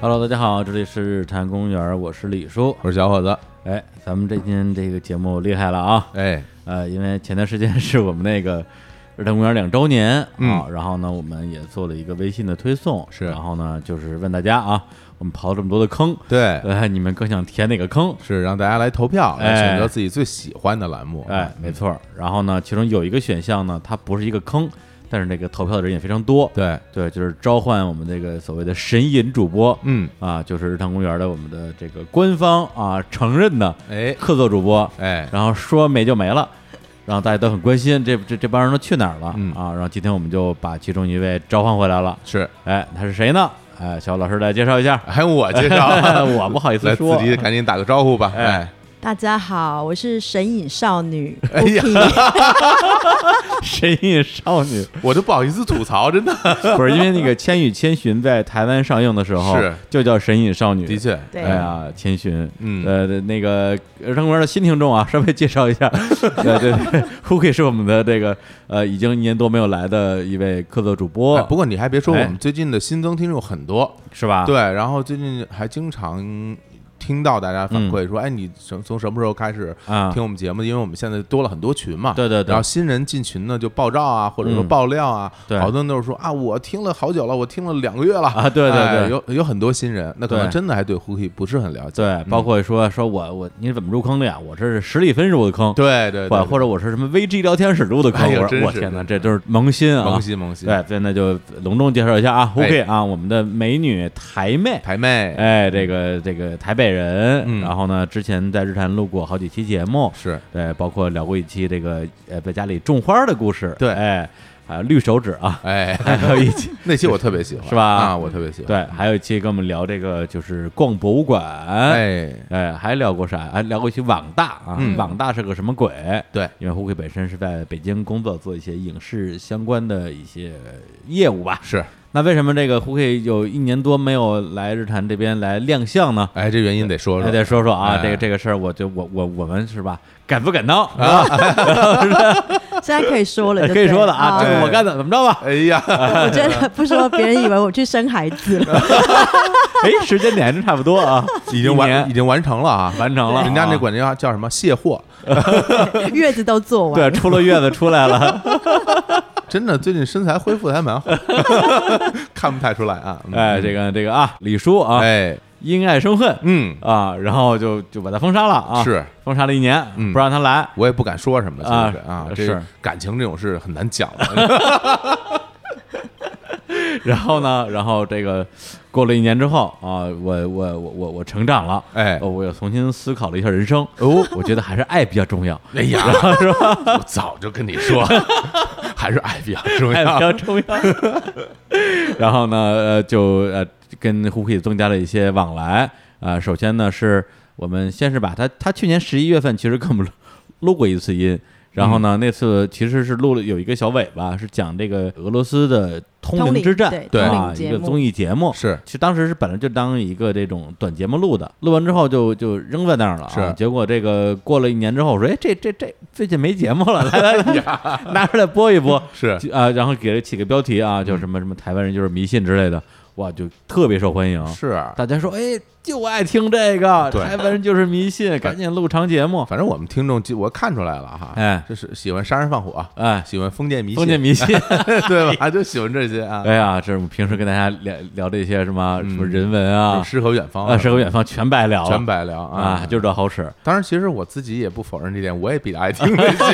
Hello，大家好，这里是日坛公园，我是李叔。我是小伙子，哎，咱们这天这个节目厉害了啊！哎，呃，因为前段时间是我们那个日坛公园两周年啊、嗯然后呢，我们也做了一个微信的推送，是然后呢，就是问大家啊，我们刨了这么多的坑，对，呃，你们更想填哪个坑？是让大家来投票，来哎选择自己最喜欢的栏目。啊哎，没错儿。然后呢，其中有一个选项呢，它不是一个坑，但是这个投票的人也非常多。对，对，就是召唤我们这个所谓的神隐主播，嗯，啊，就是日坛公园的我们的这个官方啊承认的哎，客座主播，哎，然后说没就没了，然后大家都很关心这这这帮人都去哪儿了、嗯啊，然后今天我们就把其中一位召唤回来了，是，哎，他是谁呢？哎，小老师来介绍一下， 还用我介绍？啊我不好意思来，说自，己赶紧打个招呼吧。哎哎，大家好，我是神隐少女哎呀 Uki，神隐少女， 我都不好意思吐槽，真的，不是因为那个《千与千寻》在台湾上映的时候是就叫《神隐少女》，的确，对哎呀，千寻，嗯呃，那个儿童公园的新听众啊，稍微介绍一 下，对对对，Hooky 是我们的这个呃，已经一年多没有来的一位客座主播，哎不过你还别说，我哎啊们最近的新增听众很多，是吧？对，然后最近还经常。听到大家反嗯馈说，哎，你从从什么时候开始啊听我们节目？因为我们现在多了很多群嘛，对对对然后新人进群呢，就爆照啊，或者说嗯爆料啊，对好多人都是说啊，我听了好久了，我听了两个月了啊对对哎对有有很多新人，那可能对真的还对 Hooky 不是很了解，对，包括说说我我你怎么入坑的呀？我这是实力分入的坑，对对或对，或者我是什么 VG 聊天室入的坑哎，呦我真说我是天哪，真这都是萌新啊！萌新萌新，对，所以那就隆重介绍一下啊，Hooky 啊，我们的美女台妹，台妹、哎，这个这个台北人，嗯然后呢，之前在日坛录过好几期节目，是对，呃包括聊过一期这个呃在家里种花的故事，对哎，还有绿手指啊，哎， 还有一期。那期我特别喜欢，是吧啊，我特别喜欢，对，还有一期跟我们聊这个就是逛博物馆，哎，哎，还聊过啥？还聊过一期网大啊，嗯网大是个什么鬼？对，因为胡奎本身是在北京工作，做一些影视相关的一些业务吧。是，那为什么这个胡奎有一年多没有来日坛这边来亮相呢？哎，这原因得说还说，得说说啊，哎这个这个事儿，我就我我我们是吧，敢不敢当？现在可以说了就 可以对了，说的啊，这对是我干的，怎么着吧？哎呀，我真的不说，别人以为我去生孩子 了。 哎，时间点还真差不多啊，已 经一年完已经完成了啊，完成了啊，人家那管叫叫什么卸货，月子都做完对了，出了月子出来 了，真的最近身材恢复的 还蛮好，看不太出来啊，嗯哎，这个这个啊，李叔啊，哎，因爱生恨嗯，啊，然后就就把他封杀了啊，是封杀了一年，嗯不让他来。我也不敢说什么，啊其实啊，是这感情这种事很难讲啊的，然后呢，然后这个过了一年之后啊，我我我我我成长了，哎呃我又重新思考了一下人生，哦，我觉得还是爱比较重要，哎呀，是吧？我 早就跟你 说，还是爱比较重爱哎比要，较重要。 然后呢，呃，就呃跟 h o o k i 增加了一些往来啊、首先呢，是我们先是把他他去年十一月份其实跟 我们录录过一次音，然后嗯呢，那次其实是录了有一个小尾巴，是讲这个俄罗斯的通通灵灵之战，对对啊通灵，节一目个综艺节目。是其实当时是本来就当一个这种短节目录的，录完之后就就扔在那儿了、啊。是结果这个过了一年之后，我说，哎，这这这最近没节目了，来来 来，拿出来播一播。是嗯就啊，然后给了起个标题啊，叫什么什么台湾人就是迷信之类的，哇，就特别受欢迎。啊是，大家说，哎，就爱听这个，对台湾人就是迷信，赶紧录长节目。反正我们听众我看出来了哈，哎就是喜欢杀人放火，哎，喜欢封建迷信，封建迷信， 对吧？就喜欢这些啊，哎呀，这是我们平时跟大家聊聊这些什么什么人文啊，诗和远方啊，诗和远方全白聊了，嗯全白聊啊，就这好使。当然，其实我自己也不否认这点，我也比较爱听这 些，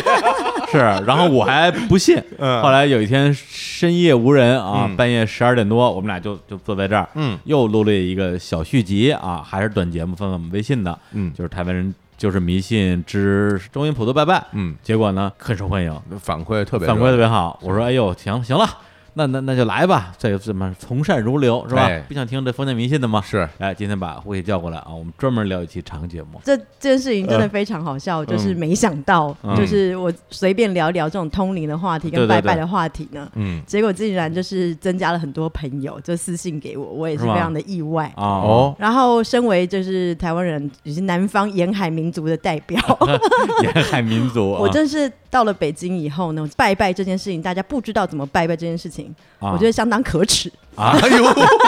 是，然后我还不信。 嗯后来有一天深夜无人啊，嗯半夜十二点多，我们俩就就坐在这儿，嗯，又录了一个小续集啊，还是短节目，放在我们微信的，嗯就是台湾人就是迷信之中音普渡拜拜，嗯，结果呢很受欢迎，反馈特别反馈特热别好。我说哎呦，行行了，那那那就来吧，这个怎么从善如流是吧？哎不想听这封建迷信的吗？是，哎，今天把胡姐叫过来啊，我们专门聊一期长节目。这这件事情真的非常好笑，就是没想到，嗯就是我随便聊聊这种通灵的话题对对跟拜拜的话题呢。嗯，结果竟然就是增加了很多朋友，就私信给我，我也是是吗非常的意外。啊哦，然后，身为就是台湾人，也是南方沿海民族的代表，沿海民族啊，我真是到了北京以后呢，拜拜这件事情，大家不知道怎么拜拜这件事情，啊 我觉得相当可耻。啊哎呦，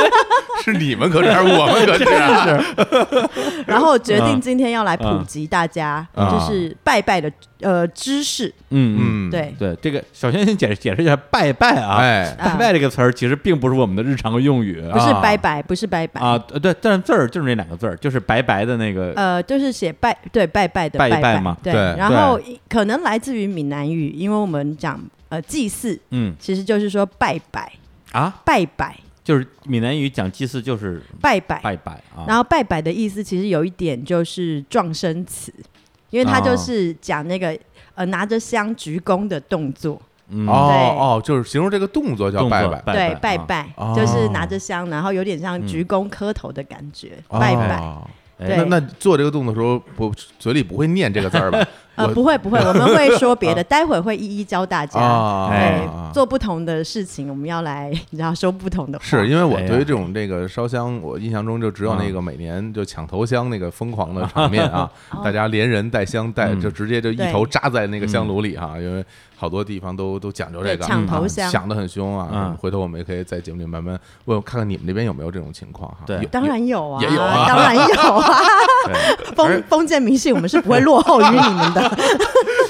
是你们可这样，我们可这 啊样，然后决定今天要来普及大家，嗯啊就是拜拜的呃知识，嗯嗯，嗯，，对，对，这个首先先解释解释一下拜拜啊，哎，拜拜这个词儿其实并不是我们的日常用语不是啊拜拜，不是拜拜，啊，呃对，但是字儿就是那两个字儿，就是白白的那个，呃，就是写拜对拜拜的拜一拜拜嘛对，对然后可能来自于闽南语，因为我们讲呃祭祀，嗯其实就是说拜拜啊，拜拜就是闽南语讲祭祀就是拜拜，拜拜哦啊，然后拜拜的意思其实有一点就是撞声词，因为它哦就是讲那个、呃拿着香鞠躬的动作，嗯哦哦，就是形容这个动作叫动作拜拜，拜对拜啊拜、哦就是拿着香，然后有点像鞠躬磕头的感觉，拜拜。哦哎对那那做这个动作的时候，不嘴里不会念这个字 儿吧？哦我呃，哦不会不会，我们会说 别的，待会儿会一一教大家。啊哎对，做不同的事情，我们要来，你知道说不同的话。是因为我哎呀嗯对于这种这个烧香，我印象中就只有那个每年就抢头香那个疯狂的场面啊， 哦大家连人带香带，嗯就直接就一对头扎在那个香炉里哈，因为好多地方都都讲究这个对抢头啊香抢的很凶啊嗯。回头我们也可以在节目里慢慢问问看看你们这边有没有这种情况哈。对有当。然有啊，也有啊当然有 啊。封封建迷信，我们是不会落后于你们的。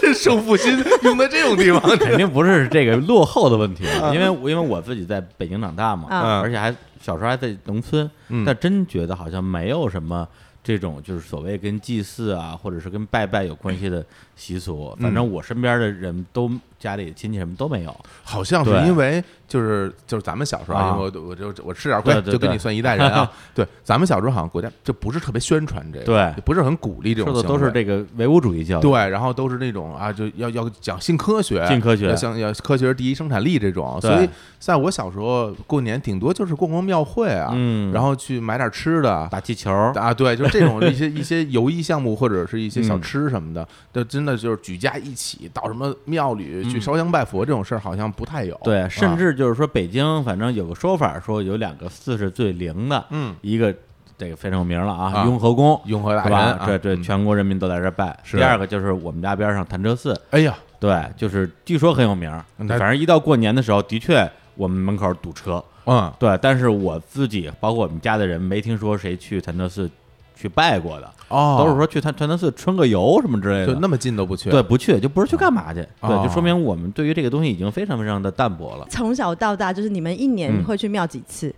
这胜负心用在这种地 方，肯定不是这个落后的问题，嗯因为我因为我自己在北京长大嘛，啊而且还小时候还在农村，嗯但真觉得好像没有什么这种就是所谓跟祭祀啊，或者是跟拜拜有关系的习俗。嗯反正我身边的人都家里亲戚什么都没有，好像是对因为就是就是咱们小时候啊啊，因为我我就我吃点亏，对对就跟对你算一代人 啊。对，咱们小时候好像国家就不是特别宣传这个，对就不是很鼓励这种受的都行是为这个唯物主义教育。对，然后都是那种啊，就要要讲新科学，新科学要像要科学是第一生产力这种。对所以在我小时候过年，顶多就是逛逛庙会啊，嗯然后去买点吃的。打气球，啊，对，就是这种一些一些游艺项目或者是一些小嗯吃什么的，就真的就是举家一起到什么庙里去烧香拜佛这种事儿，好像不太有。嗯对，啊甚至就是说北京，反正有个说法说有两个寺是最灵的，嗯，一个这个非常有名了啊，啊雍和宫。雍和大是人吧啊，？这这嗯全国人民都在这儿拜。是第二个就是我们家边上潭柘寺，哎呀，对，就是据说很有名儿，嗯反正一到过年的时候，的确我们门口堵车。嗯，对，但是我自己包括我们家的人，没听说谁去潭柘寺去拜过的，哦，都是说去潭潭柘寺春个游什么之类就的。那么近都不去，对，不去就不是去干嘛去？对，哦就说明我们对于这个东西已经非常非常的淡薄了。从小到大，就是你们一嗯年会去庙几次？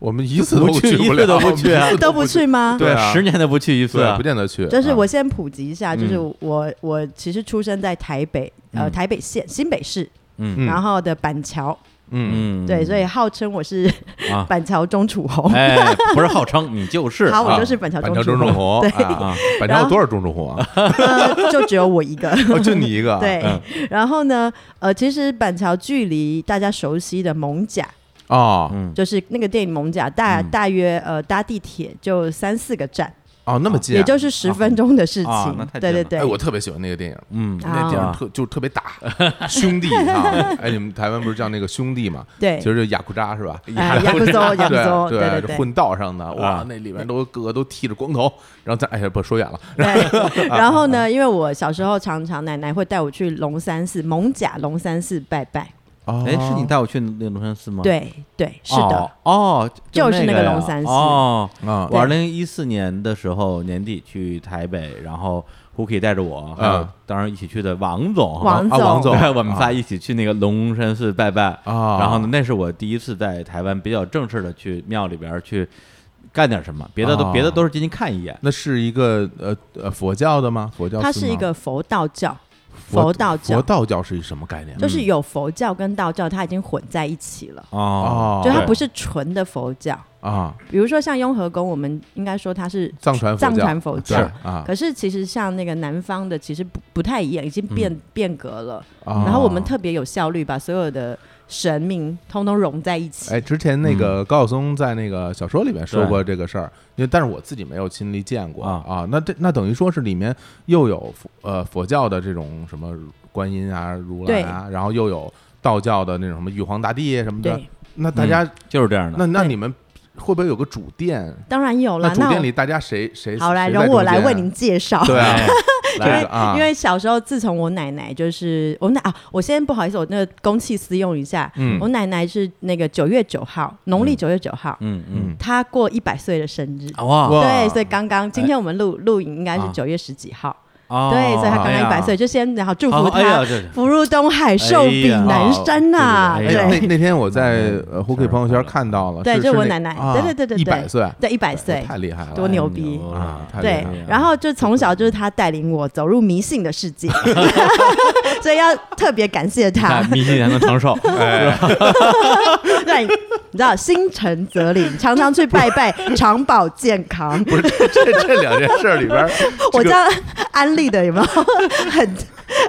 我们一次不都去一不次了，都不我们去啊 一次都不不去吗？对啊十年都不去一次对，啊不。见得去。就是啊我先普及一下，就是嗯我我其实出生在台北，呃，嗯台北县新北市，嗯然后的板桥，嗯，嗯，对，所以号称我是啊 板桥钟楚红。 哎，不是号称你就是好，我啊哦就是板桥板钟桥钟楚楚红，红， 对啊，板桥有多少钟楚 红啊？呃就只有我 一个。哦就你一个，对嗯，然后呢，呃，其实板桥距离大家熟悉的蒙甲，哦嗯就是那个电影《蒙甲》，大嗯大约呃搭地铁就三四个站，哦，那么近啊，也就是十分钟的事啊那情太。近对对了哎，我对，特别喜欢那个电影。嗯啊那电影啊特就特别 大，兄 弟啊！哎，你们台湾不是叫那个兄弟嘛？对其实就雅库扎是吧？哎雅库扎雅库扎对对对这对混道上的哇啊，那里面都个个都剃着光头，然后咱哎呀，不说远了， 对。然后呢，因为我小时候常常奶奶会带我去龙山寺蒙甲龙山寺拜拜。哦哎，是你带我去那个龙山寺吗？，对对，是的，哦，哦就是那个呀龙山寺哦。啊我二零一四年的时候年底去台北，然后 Huki 带着我，还有嗯当然一起去的王总，王啊王总总，对，我们仨啊一起去那个龙山寺拜拜。啊！然后呢，那是我第一次在台湾比较正式的去庙里边去干点什么，别的都别的哦都是进去看一眼。那是一个呃呃佛教的吗？佛教它寺是一吗个佛道教，佛佛道佛教道嗯教是一什么概念？就是有佛教跟道教，它已经混在一起了，哦，就它对不是纯的佛教。嗯啊，比如说像雍和宫，我们应该说它是藏传佛教藏传佛对教。啊，可是其实像那个南方的，其实不不太一样，已经变、嗯变革了。然然后我们特别有效率，把所有的神明通通融在一起。哎，之前那嗯个高晓松在那个小说里面说过这个事儿，因为但是我自己没有亲历见过啊啊。那这那等于说是里面又有佛呃佛教的这种什么观音啊、如来啊，然后又有道教的那种什么玉皇大帝什么的对。，嗯那大家就是这样的。那那对你们会不会有个主殿？当然有那了。主那殿我里大家谁谁好来，谁在容我中间来 啊为您介绍，对啊哎因为、啊 因为小时候，自从我奶奶就是我奶啊，我先不好意思，我那个公器私用一下，嗯我奶奶是那个九月九号，农历九月九号，嗯嗯，她过一百岁的生日。哇哎哇对，所以刚刚今天我们录录影应该是啊九月十几号，哦对，所以她刚哎刚呀一百岁，就先然后祝好福哎呀她这福如东海，寿比哎呀南山呐，哦对对对哎呀那对那天我在呃 h o o k 朋友圈看到了，对是啊这是我奶奶啊对对对对一对百岁，对，一百岁，太厉害了，多牛逼了啊！太厉害嗯对了厉害，然后就从小就是他带领我走入迷信的世界， 所以要特别感谢 他看， 迷信才能长寿，啊哎哎让你你知道心诚则灵，常常去拜拜，长保健康。不是这这这两件事儿里边儿， 我这这个样安利的有 没有很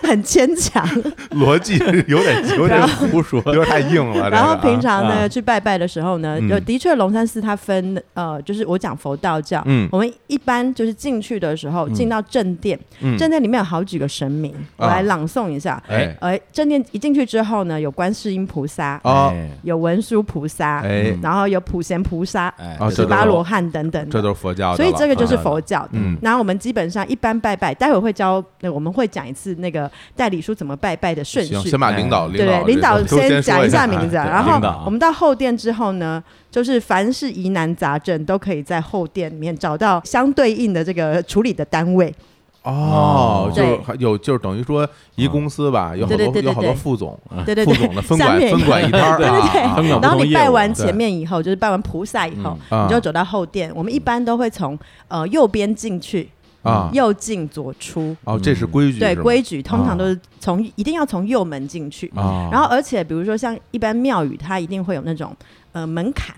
很牵强？逻辑有 点有点胡说， 有点太硬了。然这后个啊平常啊呢去拜拜的时候呢，嗯就的确龙山寺它分呃，就是我讲佛道教嗯，我们一般就是进去的时候进到正殿，嗯正殿里面有好几个神明，我啊来朗诵一下。哎呃，正殿一进去之后呢，有观世音菩萨，哦哎有文殊菩萨，嗯哎然后有普贤菩萨、哎啊十这都八是罗汉等等的这都是佛教的了，所以这个就是啊佛教的。嗯然后我们基本上一般拜拜，待会儿会教，那我们会讲一次那个代理书怎么拜拜的顺序哎行，。先把领导对不对，领领导先先讲说一下名字，啊哎对然领导后我们到后殿之后呢，就是凡是疑难杂症都可以在后殿里面找到相对应的这个处理的单位。哦，对嗯就还有就是等于说一公司吧，有好对对多对对有好多对副总，啊对对副对，总的分下管面分管一摊儿对啊对对啊，分管然后你拜完对前面以后，就是拜完菩萨以后，嗯你就走到后殿。我们一般都会从呃右边进去，啊，右进左出。哦，这是规矩，嗯对是吗规矩，通常都是从一定要从右门进去。啊，然后，而且比如说像一般庙宇，它一定会有那种呃门槛，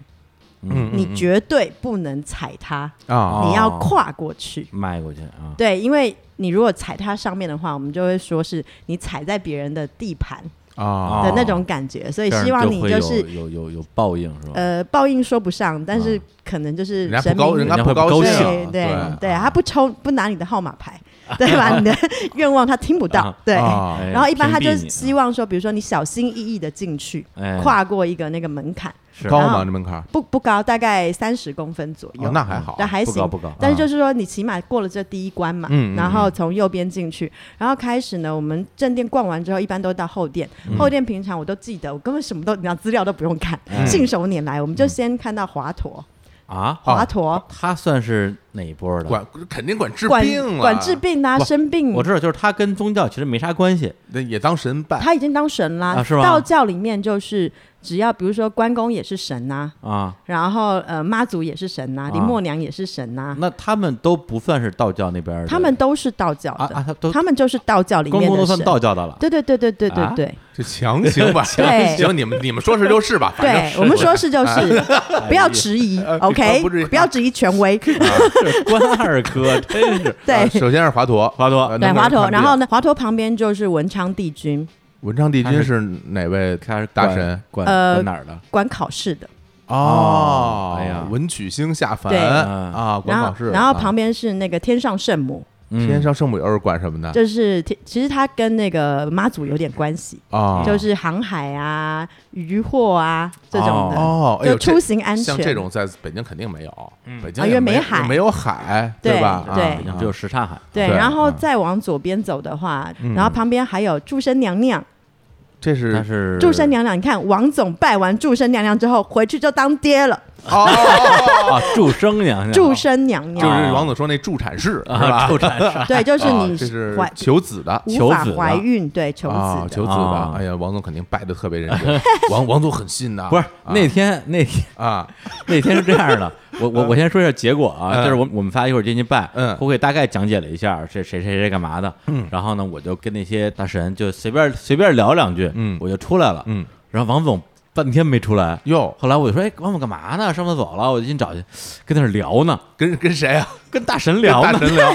嗯，嗯你绝对不能踩它，嗯啊哦你要跨过去。迈过去啊，对，因为你如果踩它上面的话，我们就会说是你踩在别人的地盘啊哦的那种感觉，所以这样希望你会就有是有有有报应是吧？呃，报应说不上，但是啊可能就是啊人家神不高，明人家人家会高不高兴兴啊对，对啊对，他不抽不拿你的号码牌， 对吧？你的愿望他听不到啊，对。啊哎然后一般他屏就蔽你希望说，比如说你小心翼翼的进去，哎跨过一个那个门槛，是高然吗？后这门槛儿？不不高，大概三十公分左哦右，那还好那，还不高行不。高，但是就是说，你起码过了这第一关嘛嗯嗯，然后从右边进去，然后开始呢，我们正殿逛完之后，一般都到后殿。后殿平常我都记得，我根本什么都，你要资料都不用看嗯，信手拈来。我们就先看到华佗，啊，华佗他算是哪一波的？管肯定管治管病了，管治病啊，不生病我，知道，就是他跟宗教其实没啥关系，那也当神拜他已经当神啦。啊是吗道教里面就是只要比如说关公也是神呐、啊，然后呃妈祖也是神呐、啊嗯林默娘也是神呐、那他们都不算是道教那边的，嗯他们都是道教啊的，啊，他都他们就是道教里关面公都的算神。道教的了，对对对对对对啊对、这强行 吧？ 对行，你们你们说是就是吧，反正对，我们说是就是，啊 不哎要迟疑呃，OK，不至于不要质疑权威。是关二哥，真啊是啊 对首先是华佗，华佗呃对，能不能 华佗，看然后呢，华佗旁边就是文昌帝君，文昌帝君是哪位他是大管神？管呃管哪儿的？管考试的。哦哎呀文曲星下凡对啊，管然考后试，然后啊旁边是那个天上圣母，天上上圣母又是管什么啊的就是天其实它跟那个妈祖有点关系，啊？就是航海啊、渔获啊这种的，哦，哎呦，就这出行安全。像这种在北京肯定没有，北京啊也因为没没海也没有海，对吧？对啊北京只有什刹海，对，对然后嗯再往左边走的话，嗯然后旁边还有祝生娘娘，这他是是祝生娘娘，你看王总拜完祝生娘娘之后，回去就当爹了。哦，啊，祝生娘娘，祝生娘哎就是娘，王总说那助产士是啊，吧？祝产 生，对，就是啊你这是怀求子的。无法求子的怀孕，对，求啊，子求的。子的啊！哎呀，王总肯定拜的特别认 真，王王总很信呐。不是啊那天那天啊，那天是这样 的，我我我先说一下结果啊，就是我我们仨一会儿进去拜，嗯胡给大概讲解了一下这谁谁谁干嘛的，嗯，然后呢，我就跟那些大神就随便随便聊两句，嗯我就出来了，嗯，然后王总半天没出来，哟，后来我就说，哎，王总干嘛呢？上厕所了，我就进去找去，跟那儿聊呢，跟跟 谁啊？跟大神跟聊大呢，神聊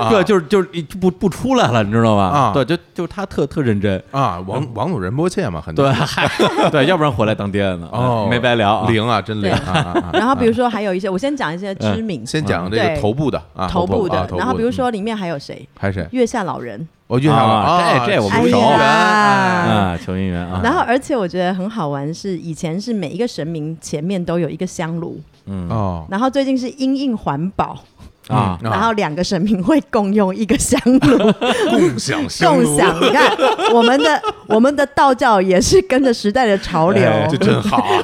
啊对，就是就是一不不出来了，你知道吗？啊对，就就是他特特认真，啊，王王总仁波切嘛，很对，嗨对， 要不然回来当爹了呢，哦，没白聊啊，灵啊，真灵啊！啊啊然后比如说还有一些，我先讲一些知名先讲这个嗯对头部的啊，头部嗯啊的，头然后比如说嗯里面还有谁？还有谁？月下老人。我遇上了啊这这我们哎熟呀哎啊，求姻缘啊，然后而且我觉得很好玩是，以前是每一个神明前面都有一个香炉，嗯哦然后最近是因应环保，啊啊然后两个神明会共用一个香 炉，共享香共炉享。你看，我们的我们的道教也是跟着时代的潮流，哎这真好啊，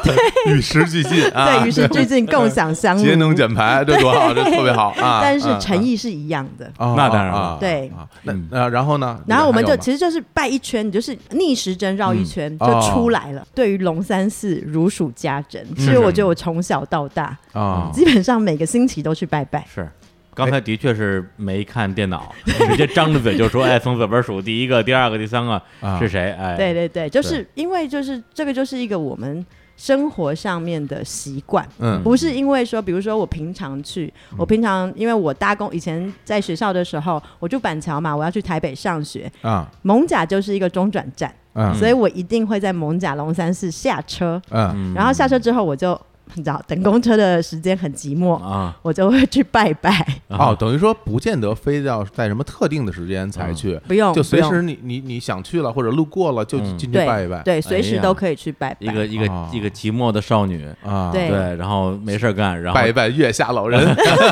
与时俱进啊，对，与时俱进，共享香炉，节能减排，这多好，这特别好 啊！但是嗯诚嗯意是一样的。啊那当然了啊啊对嗯啊那那然后呢？然后我们还就有吗其实就是拜一圈，你就是逆时针绕一圈就哦出来了。对于龙山寺如数家珍，嗯所以我觉得我从小到大啊，基本上每个星期都去拜拜。是。刚才的确是没看电 脑，直接张着嘴就说：“哎，从左边数第一个、第二个、第三个啊是谁？”哎，对对对，就是因为就是这个就是一个我们生活上面的习惯。嗯不是因为说，比如说我平常去，我平常因为我搭公以前在学校的时候，我住板桥嘛，我要去台北上学，啊蒙甲就是一个中转站，嗯所以我一定会在蒙甲龙山寺下车，嗯嗯然后下车之后我就你知道等公车的时间很寂嗯寞，啊，我就会去拜拜，嗯哦，等于说不见得非要在什么特定的时间才去，嗯不用就随不时用你你你想去了或者路过了就嗯进去对拜一哎拜。对，随时呀都可以去拜一拜。个一个哦一个寂寞的少女，啊，对对，然后没事儿干，然后拜一拜月下老人。嗯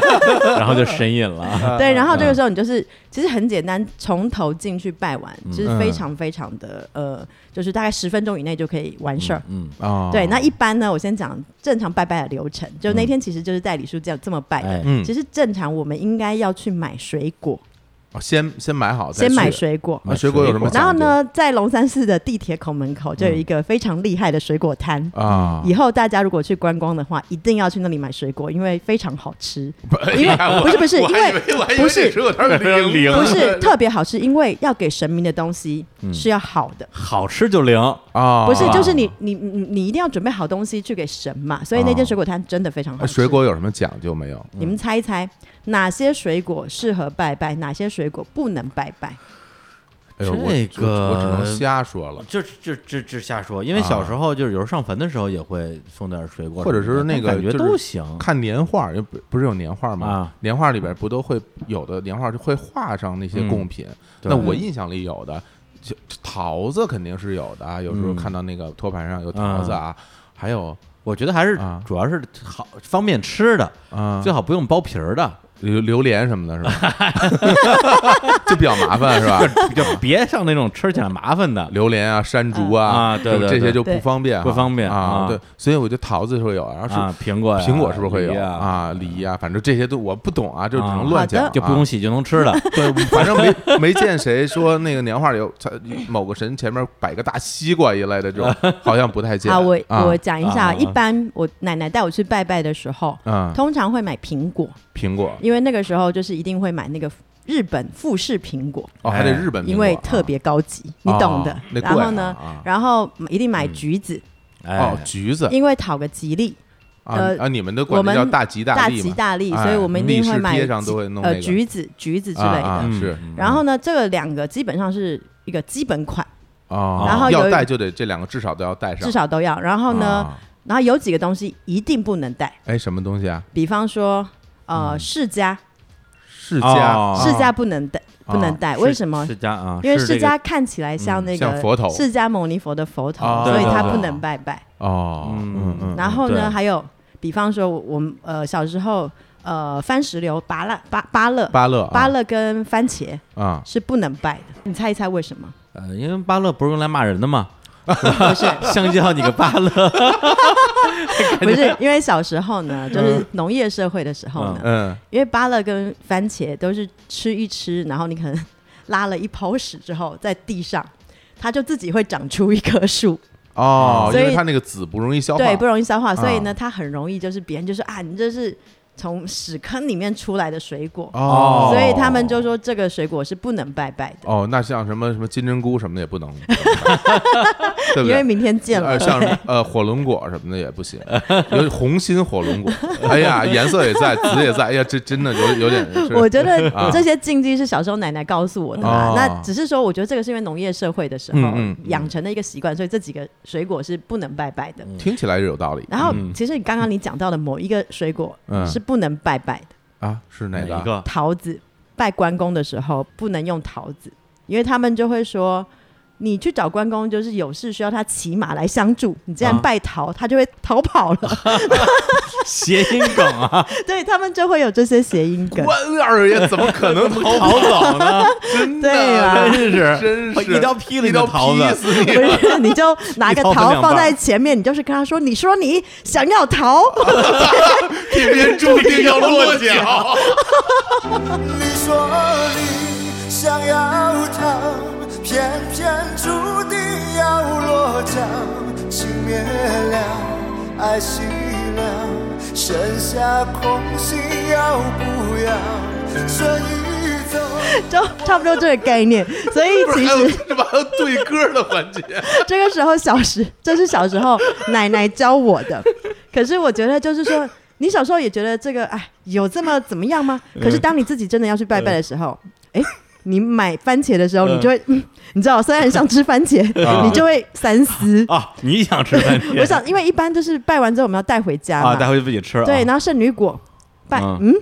然后就神隐了，对，然后这个时候你就是其实很简单，从头进去拜完，就是非常非常的呃，就是大概十分钟以内就可以完事儿。嗯， 啊，对，那一般呢，我先讲正常拜拜的流程。就那天其实就是代理书这样这么拜的。哎，嗯，其实正常我们应该要去买水果，哦先先买好，再先买去。水果。那水果有什么买水果讲然究？后呢，在龙山寺的地铁口门口就有一个非常厉害的水果摊。啊？以后大家如果去观光的话，一定要去那里买水果，因为非常好吃，因因为不是不是，因为不是水果摊儿零不是特别好吃，因为要给神明的东西嗯是要好的，好吃就灵，啊，不是就是你你你你一定要准备好东西去给神嘛，所以那间水果摊真的非常哦好哎吃。水果嗯有什么讲究没有？你们猜一猜，哪些水果适合拜拜，哪些水果不能拜拜？哎呦，我这只我只个能瞎说了。就就就就瞎说，因为小时候就是有时候上坟的时候也会送点水果什么的，啊或者是那个但感觉就是都行，看年画，因为不不是有年画吗？啊年画里边不都会有的年画就会画上那些贡品。嗯对那我嗯印象里有的，就桃子肯定是有的啊。有时候嗯看到那个托盘上有桃子啊，还有我觉得还是啊主要是好方便吃的，啊，最好不用剥皮儿的，榴榴莲什么的，是吧？ 就比较麻烦，是吧？就别上那种吃起来麻烦的，榴莲啊、山竹啊，啊对就对这些对就不对方便啊，不方便啊。啊对，所以我觉得桃子是会有，然后啊是，苹果呀苹果是不是会有梨呀啊？梨啊，反正这些都我不懂啊，就只啊能乱好讲的，就不用。洗就能吃的，啊对，反正没没见谁说那个年画里有他某个神前面摆个大西瓜一类的这种，好像不太见。好，我啊我讲一啊下，一啊般我奶奶带我去拜拜的时候，啊，通常会买苹果，苹果哎因为那个时候就是一定会买那个日本富士苹果，哦，还得日本苹果，因为特别高级，你懂的啊。那然贵后呢，啊然后一定买橘子， 哎，哦，橘子因为讨个吉利，啊呃啊，你们的管我这们叫大吉大利吉嘛，大利，哎所以我们一定密室会买街上都会弄那呃个橘子、橘子之啊类啊的。嗯是然后呢，这个两个基本上是一个基本款，哦，然后有要一带就得这两个至少都要啊带上，至少都要。然后呢，啊？然后有几个东西一定不能带，哎，什么东西啊？比方说嗯呃释迦，世家，哦释迦不能带，不能带，为什么释？迦啊，因为是这释个嗯迦看起来像那像个佛头释迦牟尼佛的佛头哦，所以对他对不对能拜拜。哦，嗯嗯嗯，然后啊对呢，还有比方说我我们呃小时候呃番石榴、芭乐、芭芭乐、芭乐啊，芭乐跟番茄啊，是不能拜的。你猜一猜为什 么？呃，因为芭乐不是用来骂人的 吗？不是香蕉，你个芭乐，不是，因为小时候呢，嗯就是农业社会的时候呢，嗯，因为芭乐跟番茄都是吃一吃，然后你可能拉了一泡屎之后在地上。它就自己会长出一棵树，哦，因所以为它那个籽不容易消化，对，不容易消化，所以啊呢，它很容易就是别人就说啊，你这是从屎坑里面出来的水果，哦，所以他们就说这个水果是不能拜拜的，哦，那像什么什么金针菇什么的也 不能，对不因为对？明天见了。呃，像什么呃火龙果什么的也不行，有红心火龙果，哎呀，颜色也 在，籽也在，哎呀，这真的有有点是， 我觉得 啊这些禁忌是小时候奶奶告诉我的啦哦。那只是说，我觉得这个是因为农业社会的时候嗯嗯嗯养成的一个习惯，所以这几个水果是不能拜拜的。听起来是有道理然后，其实你刚刚你讲到的某一个水果嗯是不能拜拜的，啊，是哪哪一个？个？桃子。拜关公的时候不能用桃子，因为他们就会说你去找关公，就是有事需要他骑马来相助，你既然啊拜逃，他就会逃跑了。谐音梗 啊，对他们就会有这些谐音 梗。关二爷怎么可能逃跑？逃走呢，真的，对啊 真是真是一刀劈了一你的刀桃劈子，死不你！是，你就拿个一刀分桃两半放在前面，你就是跟他说：“你说你想要逃，偏偏注定要落 脚。你说你想要逃，偏偏注定要落脚。情灭了，爱熄了，剩下空心要不要？这一走， 就差不多这个概念。”所以不是其还 有实这不还有对歌的环节？ 这个时候小时，这是小时候奶奶教我的。可是我觉得就是说，你小时候也觉得这个，哎，有这么怎么样吗？可是当你自己真的要去拜拜的时候，哎。你买番茄的时候，嗯你就会， 嗯，你知道，虽然想吃番茄，啊你就会三思。啊！你想吃番茄？我想，因为一般就是拜完之后我们要带回家嘛，啊，带回去自己吃啊。对，然后圣女果拜，嗯嗯，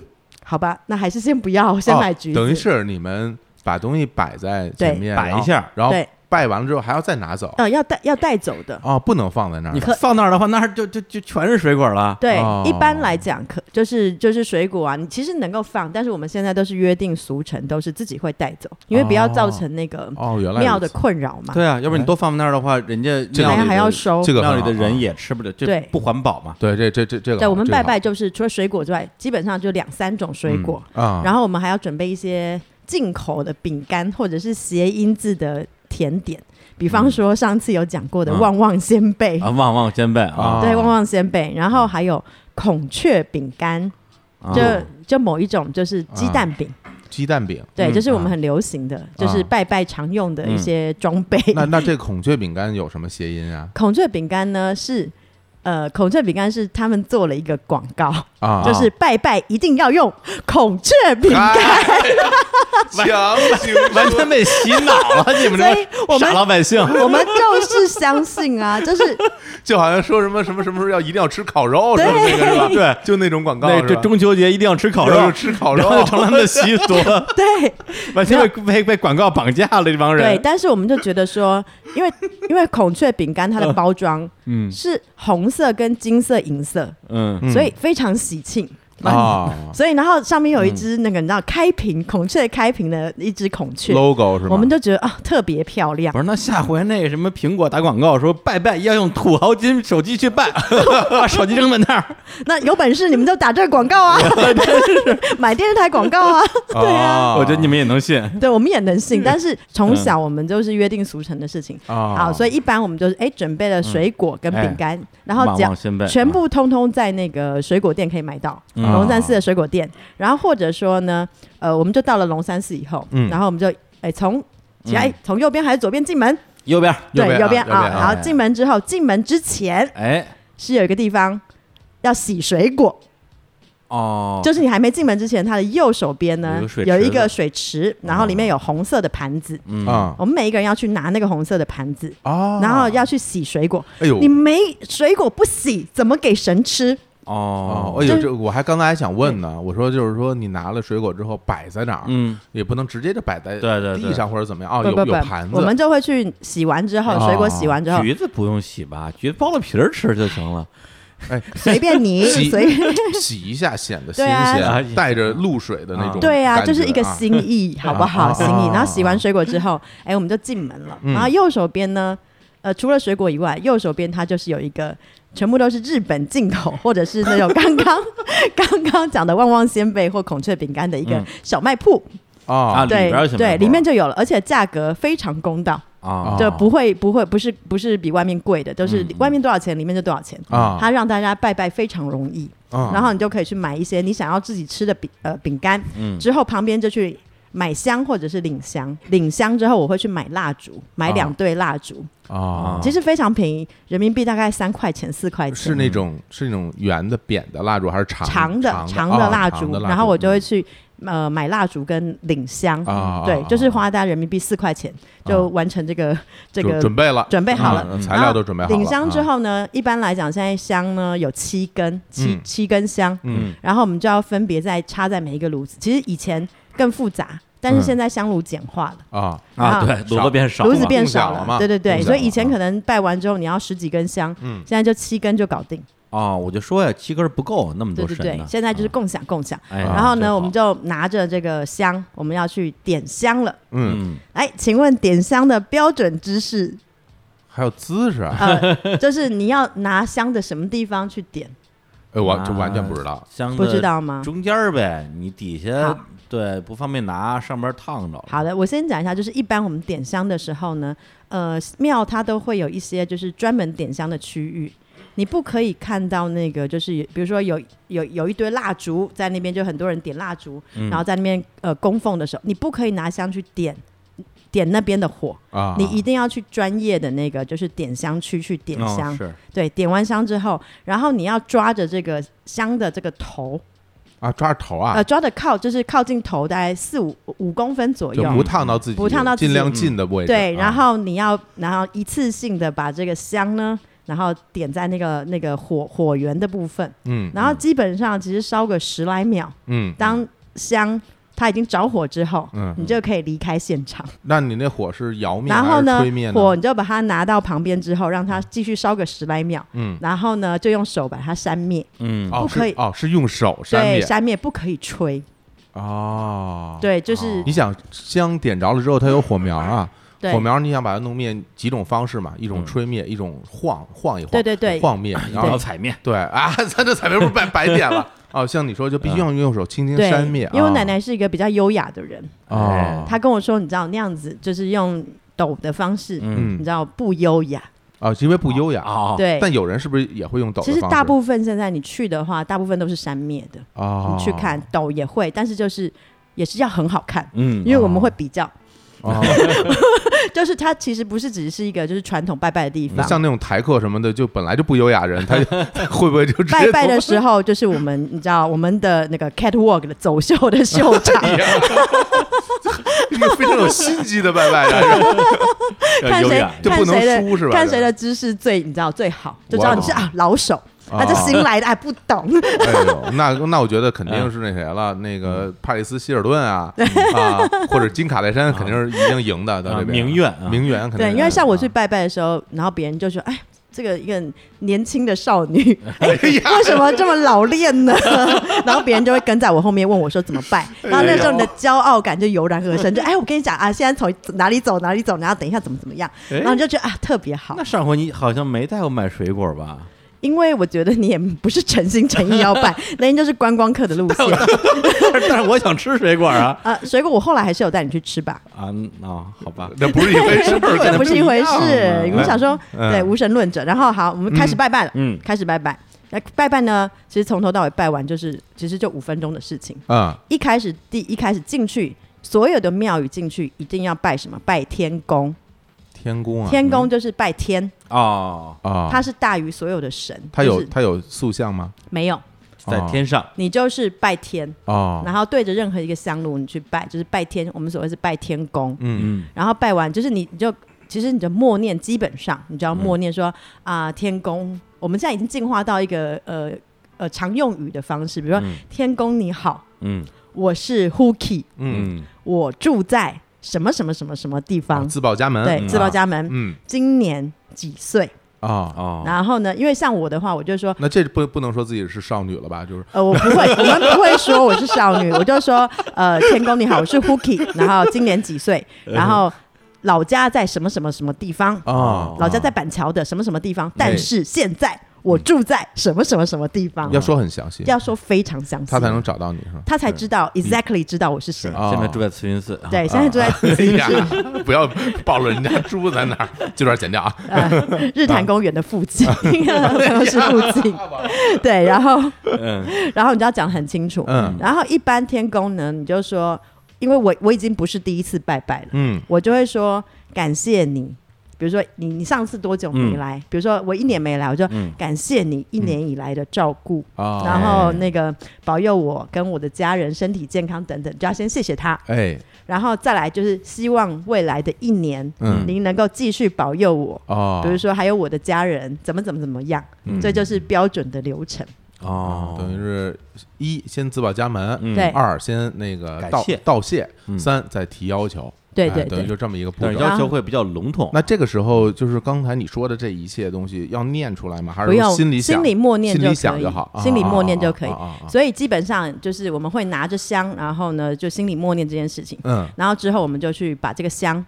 好吧，那还是先不要，先买橘子。哦等于是你们把东西摆在前面，对摆一然后下然后对拜完了之后还要再拿走。呃，要带要带走的。哦，不能放在那儿你可放那儿的话，那儿就就就全是水果了。对，哦一般来讲可就是就是水果啊，你其实能够放，但是我们现在都是约定俗成，都是自己会带走，因为不要造成那个哦，原来庙的如此困扰嘛。对啊，要不然你都放那儿的话，人家这个庙里还哎还的要收。这个很庙好里的人啊也吃不了，就对不环保嘛。对这这这这个对，好我们这个拜好拜就是除了水果之外，基本上就两三种水果，啊，然后我们还要准备一些进口的饼干或者是谐音字的甜点，比方说上次有讲过的嗯旺旺仙贝哦啊，旺旺仙贝啊，对，啊旺旺仙贝，然后还有孔雀饼干，嗯啊就就某一种就是鸡蛋饼，鸡蛋饼。对，嗯就是我们很流行的，就是拜拜常用的一些装备。那那这孔雀饼干有什么谐音啊？孔雀饼干呢是。呃，孔雀饼干是他们做了一个广告，啊， 就是拜拜一定要用孔雀饼干，强行 完全被洗脑了，你们所以这我傻们老百 姓。 我们就是相信啊，就是就好像说什么什么什么时候要一定要吃烤肉什么那个是吧？对对，就那种广告那是这吧中秋节一定要吃烤要肉，吃烤然肉后就成了他们的习俗，对完全被被被广告绑架了这帮对，人。但是我们就觉得说，因为因为孔雀饼干它的包装嗯是红色跟金色、银色，嗯，所以非常喜庆。 啊所以，然后上面有一只那个你知道开屏孔雀开屏的一只孔雀， ，logo 是吗？我们就觉得啊特别漂亮不。是，那下回那什么苹果打广告说拜拜要用土豪金手机去拜， 把手机扔在那儿，那有本事你们就打这个广 告啊， 买电视台广告啊。对啊我觉得你们也能信。对，我们也能嗯信，但是从小我们就是约定俗成的事情。啊好，所以一般我们就是哎准备了水果跟饼干，哎然后旺只要旺仙贝全部通通在那个水果店可以买到，嗯龙山寺的水果店。然后或者说呢，呃，我们就到了龙山寺以后，嗯然后我们就哎从起来从右边还是左边进门？右边，右对，边啊右边右边啊。啊然后进门之后，进门之前哎，是有一个地方要洗水果，哦，就是你还没进门之前，它的右手边呢有一个水池有一个水池，然后里面有红色的盘子。嗯啊我们每一个人要去拿那个红色的盘子，啊，然后要去洗水果。哎呦你没水果不洗，怎么给神吃？哦，哦，哎呦，就是这我还刚才还想问呢，我说就是说你拿了水果之后摆在哪儿，嗯，也不能直接就摆在对对对地上或者怎么样哦，不有不有不盘，子，我们就会去洗完之后，哦水果洗完之后，橘子不用洗吧？橘子剥了皮儿吃就行了。哎随便你，洗随便。洗一下显得新对啊鲜，带着露水的啊那种，啊对呀、呀，就是一个心 意，好不好？啊心啊意。啊然后洗完水果之后，哎，我们就进门了。嗯然后右手边呢，呃，除了水果以外，右手边它就是有一个。全部都是日本进口，或者是那种刚 刚刚刚讲的旺旺仙贝或孔雀饼干的一个嗯小卖铺，啊啊里对边有小卖对，部里面就有了，而且价格非常公道，哦啊，就不会不会不是不是比外面贵的，都是嗯嗯外面多少钱里面就多少钱，啊它让大家拜拜非常容易，啊然后你就可以去买一些你想要自己吃的饼呃饼干，嗯之后旁边就去买香或者是领香，领香之后我会去买蜡烛，买两对蜡烛，啊，其实非常便宜，人民币大概三块钱四块钱，是那种是那种圆的扁的蜡烛还是长长的长的啊蜡长烛的，嗯然后我就会去呃买蜡烛跟领香啊，对啊，就是花大概人民币四块钱就完成这个这就个准备了，准备好了嗯嗯材料都准备好了。领香之啊，后呢，一般来讲，现在香呢有七根，七嗯七根香，嗯然后我们就要分别再插在每一个炉子。其实以前更复杂，但是嗯现在香炉简化了。啊，啊，啊对，炉子变少了，炉子变更少小了嘛了，对对对，更小所以了以前啊可能拜完之后你要十几根香，嗯现在就七根就搞定，啊，我就说呀，七根儿不够，那么对多对神对呢，。现在就是共享共享。嗯哎，然后真呢，好我们就拿着这个香，我们要去点香了。嗯，嗯，哎，请问点香的标准姿势，还有姿势啊，呃，就是你要拿香的什么地方去点，哎，我就拿完全不知道，箱子不知道吗？中间儿呗，你底下好对不方便拿，上边儿烫着了。好的，我先讲一下，就是一般我们点香的时候呢，呃，庙它都会有一些就是专门点香的区域，你不可以看到那个就是比如说有有有一堆蜡烛在那边，就很多人点蜡烛，嗯然后在那边呃供奉的时候，你不可以拿香去点点那边的火，啊，你一定要去专业的那个就是点香区去点哦香。是对，点完香之后，然后你要抓着这个香的这个头，啊抓着头啊呃，，抓着靠就是靠近头大概四五五公分左就右。不烫到自己，不烫到自己尽量近的位置，对，啊然后你要，然后一次性的把这个香呢，然后点在那个那个火火源的部分，嗯然后基本上其实烧个十来秒，嗯，当香它已经着火之后，嗯你就可以离开现场。那你那火是摇面然后还是呢吹面，啊火你就把它拿到旁边之后，让它继续烧个十来秒，嗯，然后呢就用手把它扇灭，嗯哦不是可以哦，是用手扇对，面扇灭不可以吹，哦，对，就是你想香点着了之后，它有火苗啊， 对火苗你想把它弄灭，几种方式嘛，一种嗯吹灭，一种晃晃一晃，对对对晃 灭，然然后后踩面，对啊， 咱这彩屏不是白白点了哦，像你说就必须要用手轻轻嗯对扇灭，，因为我啊奶奶是一个比较优雅的人，哦，她跟我说，你知道那样子就是用抖的方式，你嗯知道不优雅，啊，是因为不优雅，啊，哦对。但有人是不是也会用抖的其方实式？大部分现在你去的话，大部分都是扇灭的，哦，你去看抖也会，但是就是也是要很好看，嗯因为我们会比较，哦， 就是它其实不是只是一个就是传统拜拜的地那 方。像那种台客什么的，就本来就不优雅人， 他他会不会就直接拜拜的时候，就是我们你知道我们的那个 catwalk 的走秀的秀 场，一个非常有心机的拜拜呀， 看优谁雅就看不能谁输是的吧看谁的姿势最你知道最好，就知道你是哇啊老手，哦啊这新来的哎不 懂，哎呦，那那我觉得肯定是那谁了，那个帕里斯希尔顿啊啊，或者金卡戴 珊肯定是一定赢的，在啊这边名媛啊啊名媛肯定对，是啊因为像我去拜拜的时候，然后别人就说：“哎，这个一个年轻的少女，哎， 为什么这么老练呢？” 然后别人就会跟在我后面问我说：“怎么拜？”然后那时候你的骄傲感就油然而生，就哎，我跟你讲啊，现在从哪里走哪里走，然后等一下怎么怎么样，哎然后你就觉得啊特别好那，上回你好像没带我买水果吧？ 因为我觉得你也不是诚心诚意要拜，那天就是观光客的路线。但是但是我想吃水果啊呃，水果我后来还是有带你去吃吧，啊嗯啊，好吧，那不是一回事儿， 这不是一回可能事。我们想说，嗯对，无神论者。然后好，我们开始拜拜了，嗯嗯开始拜拜。那拜拜呢，其实从头到尾拜完就是，其实就五分钟的事情。啊，一开始第一开始进去，所有的庙宇进去一定要拜什么？拜天公，天宫啊，天公就是拜天，哦，啊，他是大于所有的神。他嗯就有是他有塑像吗？没有？在天上，你就是拜天，哦，然后对着任何一个香炉你去拜，就是拜天。我们所谓是拜天公。嗯嗯然后拜完，就是你你就其实你的默念基本上，你就要默念说嗯啊、天公，我们现在已经进化到一个呃呃常用语的方式，比如说、嗯天公你好，嗯我是 Huki，嗯，嗯我住在什么什么什么什么地啊方，自报家门，对，嗯自报家门，嗯今年几岁？啊，哦，然后呢，因为像我的话，我就说。那这不不能说自己是少女了吧？就是呃，我不会， 我们不会说我是少女，我就说，呃，天公你好，我是 Huki，然后今年几岁，嗯然后老家在什么什么什么地方，啊，老家在板桥的什么什么地方，但是现在我住在什么什么什么地方，要说很详细，要说非常详细，他才能嗯找到你是吧？ 他才知道 exactly 知道我是谁。哦现在住在慈云寺，啊对，现在住在 哎呀，不要暴露人家猪在哪儿，这段剪掉 啊！呃日坛公园的附 近，哎 办公室附近。对，然后嗯 然后你就要讲很清楚。嗯然后一般天公呢，你就说，因为我我已经不是第一次拜拜了，嗯我就会说感谢你。比如说你你上次多久没嗯来？比如说我一年没来，我就嗯感谢你一年以来的照顾。啊，然后那个保佑我跟我的家人身体健康等等，就要先谢谢他，哎然后再来就是希望未来的一年，嗯您能够继续保佑我，哦，嗯比如说还有我的家人怎么怎么怎么样，这就是标准的流程。哦等于是一先自报家门，嗯对二先那个感道谢道谢，嗯三再提要求，对哎对等于对，就这么一个步但是骤。啊要求会比较笼统。那这个时候就是刚才你说的这一切东西要念出来吗？还不是用说心里想心里默念心就里可想以就好，，心里啊默念就可以啊。啊啊啊所以基本上就是我们会拿着香，然后呢就心里默念这件事情，嗯，然后之后我们就去把这个香，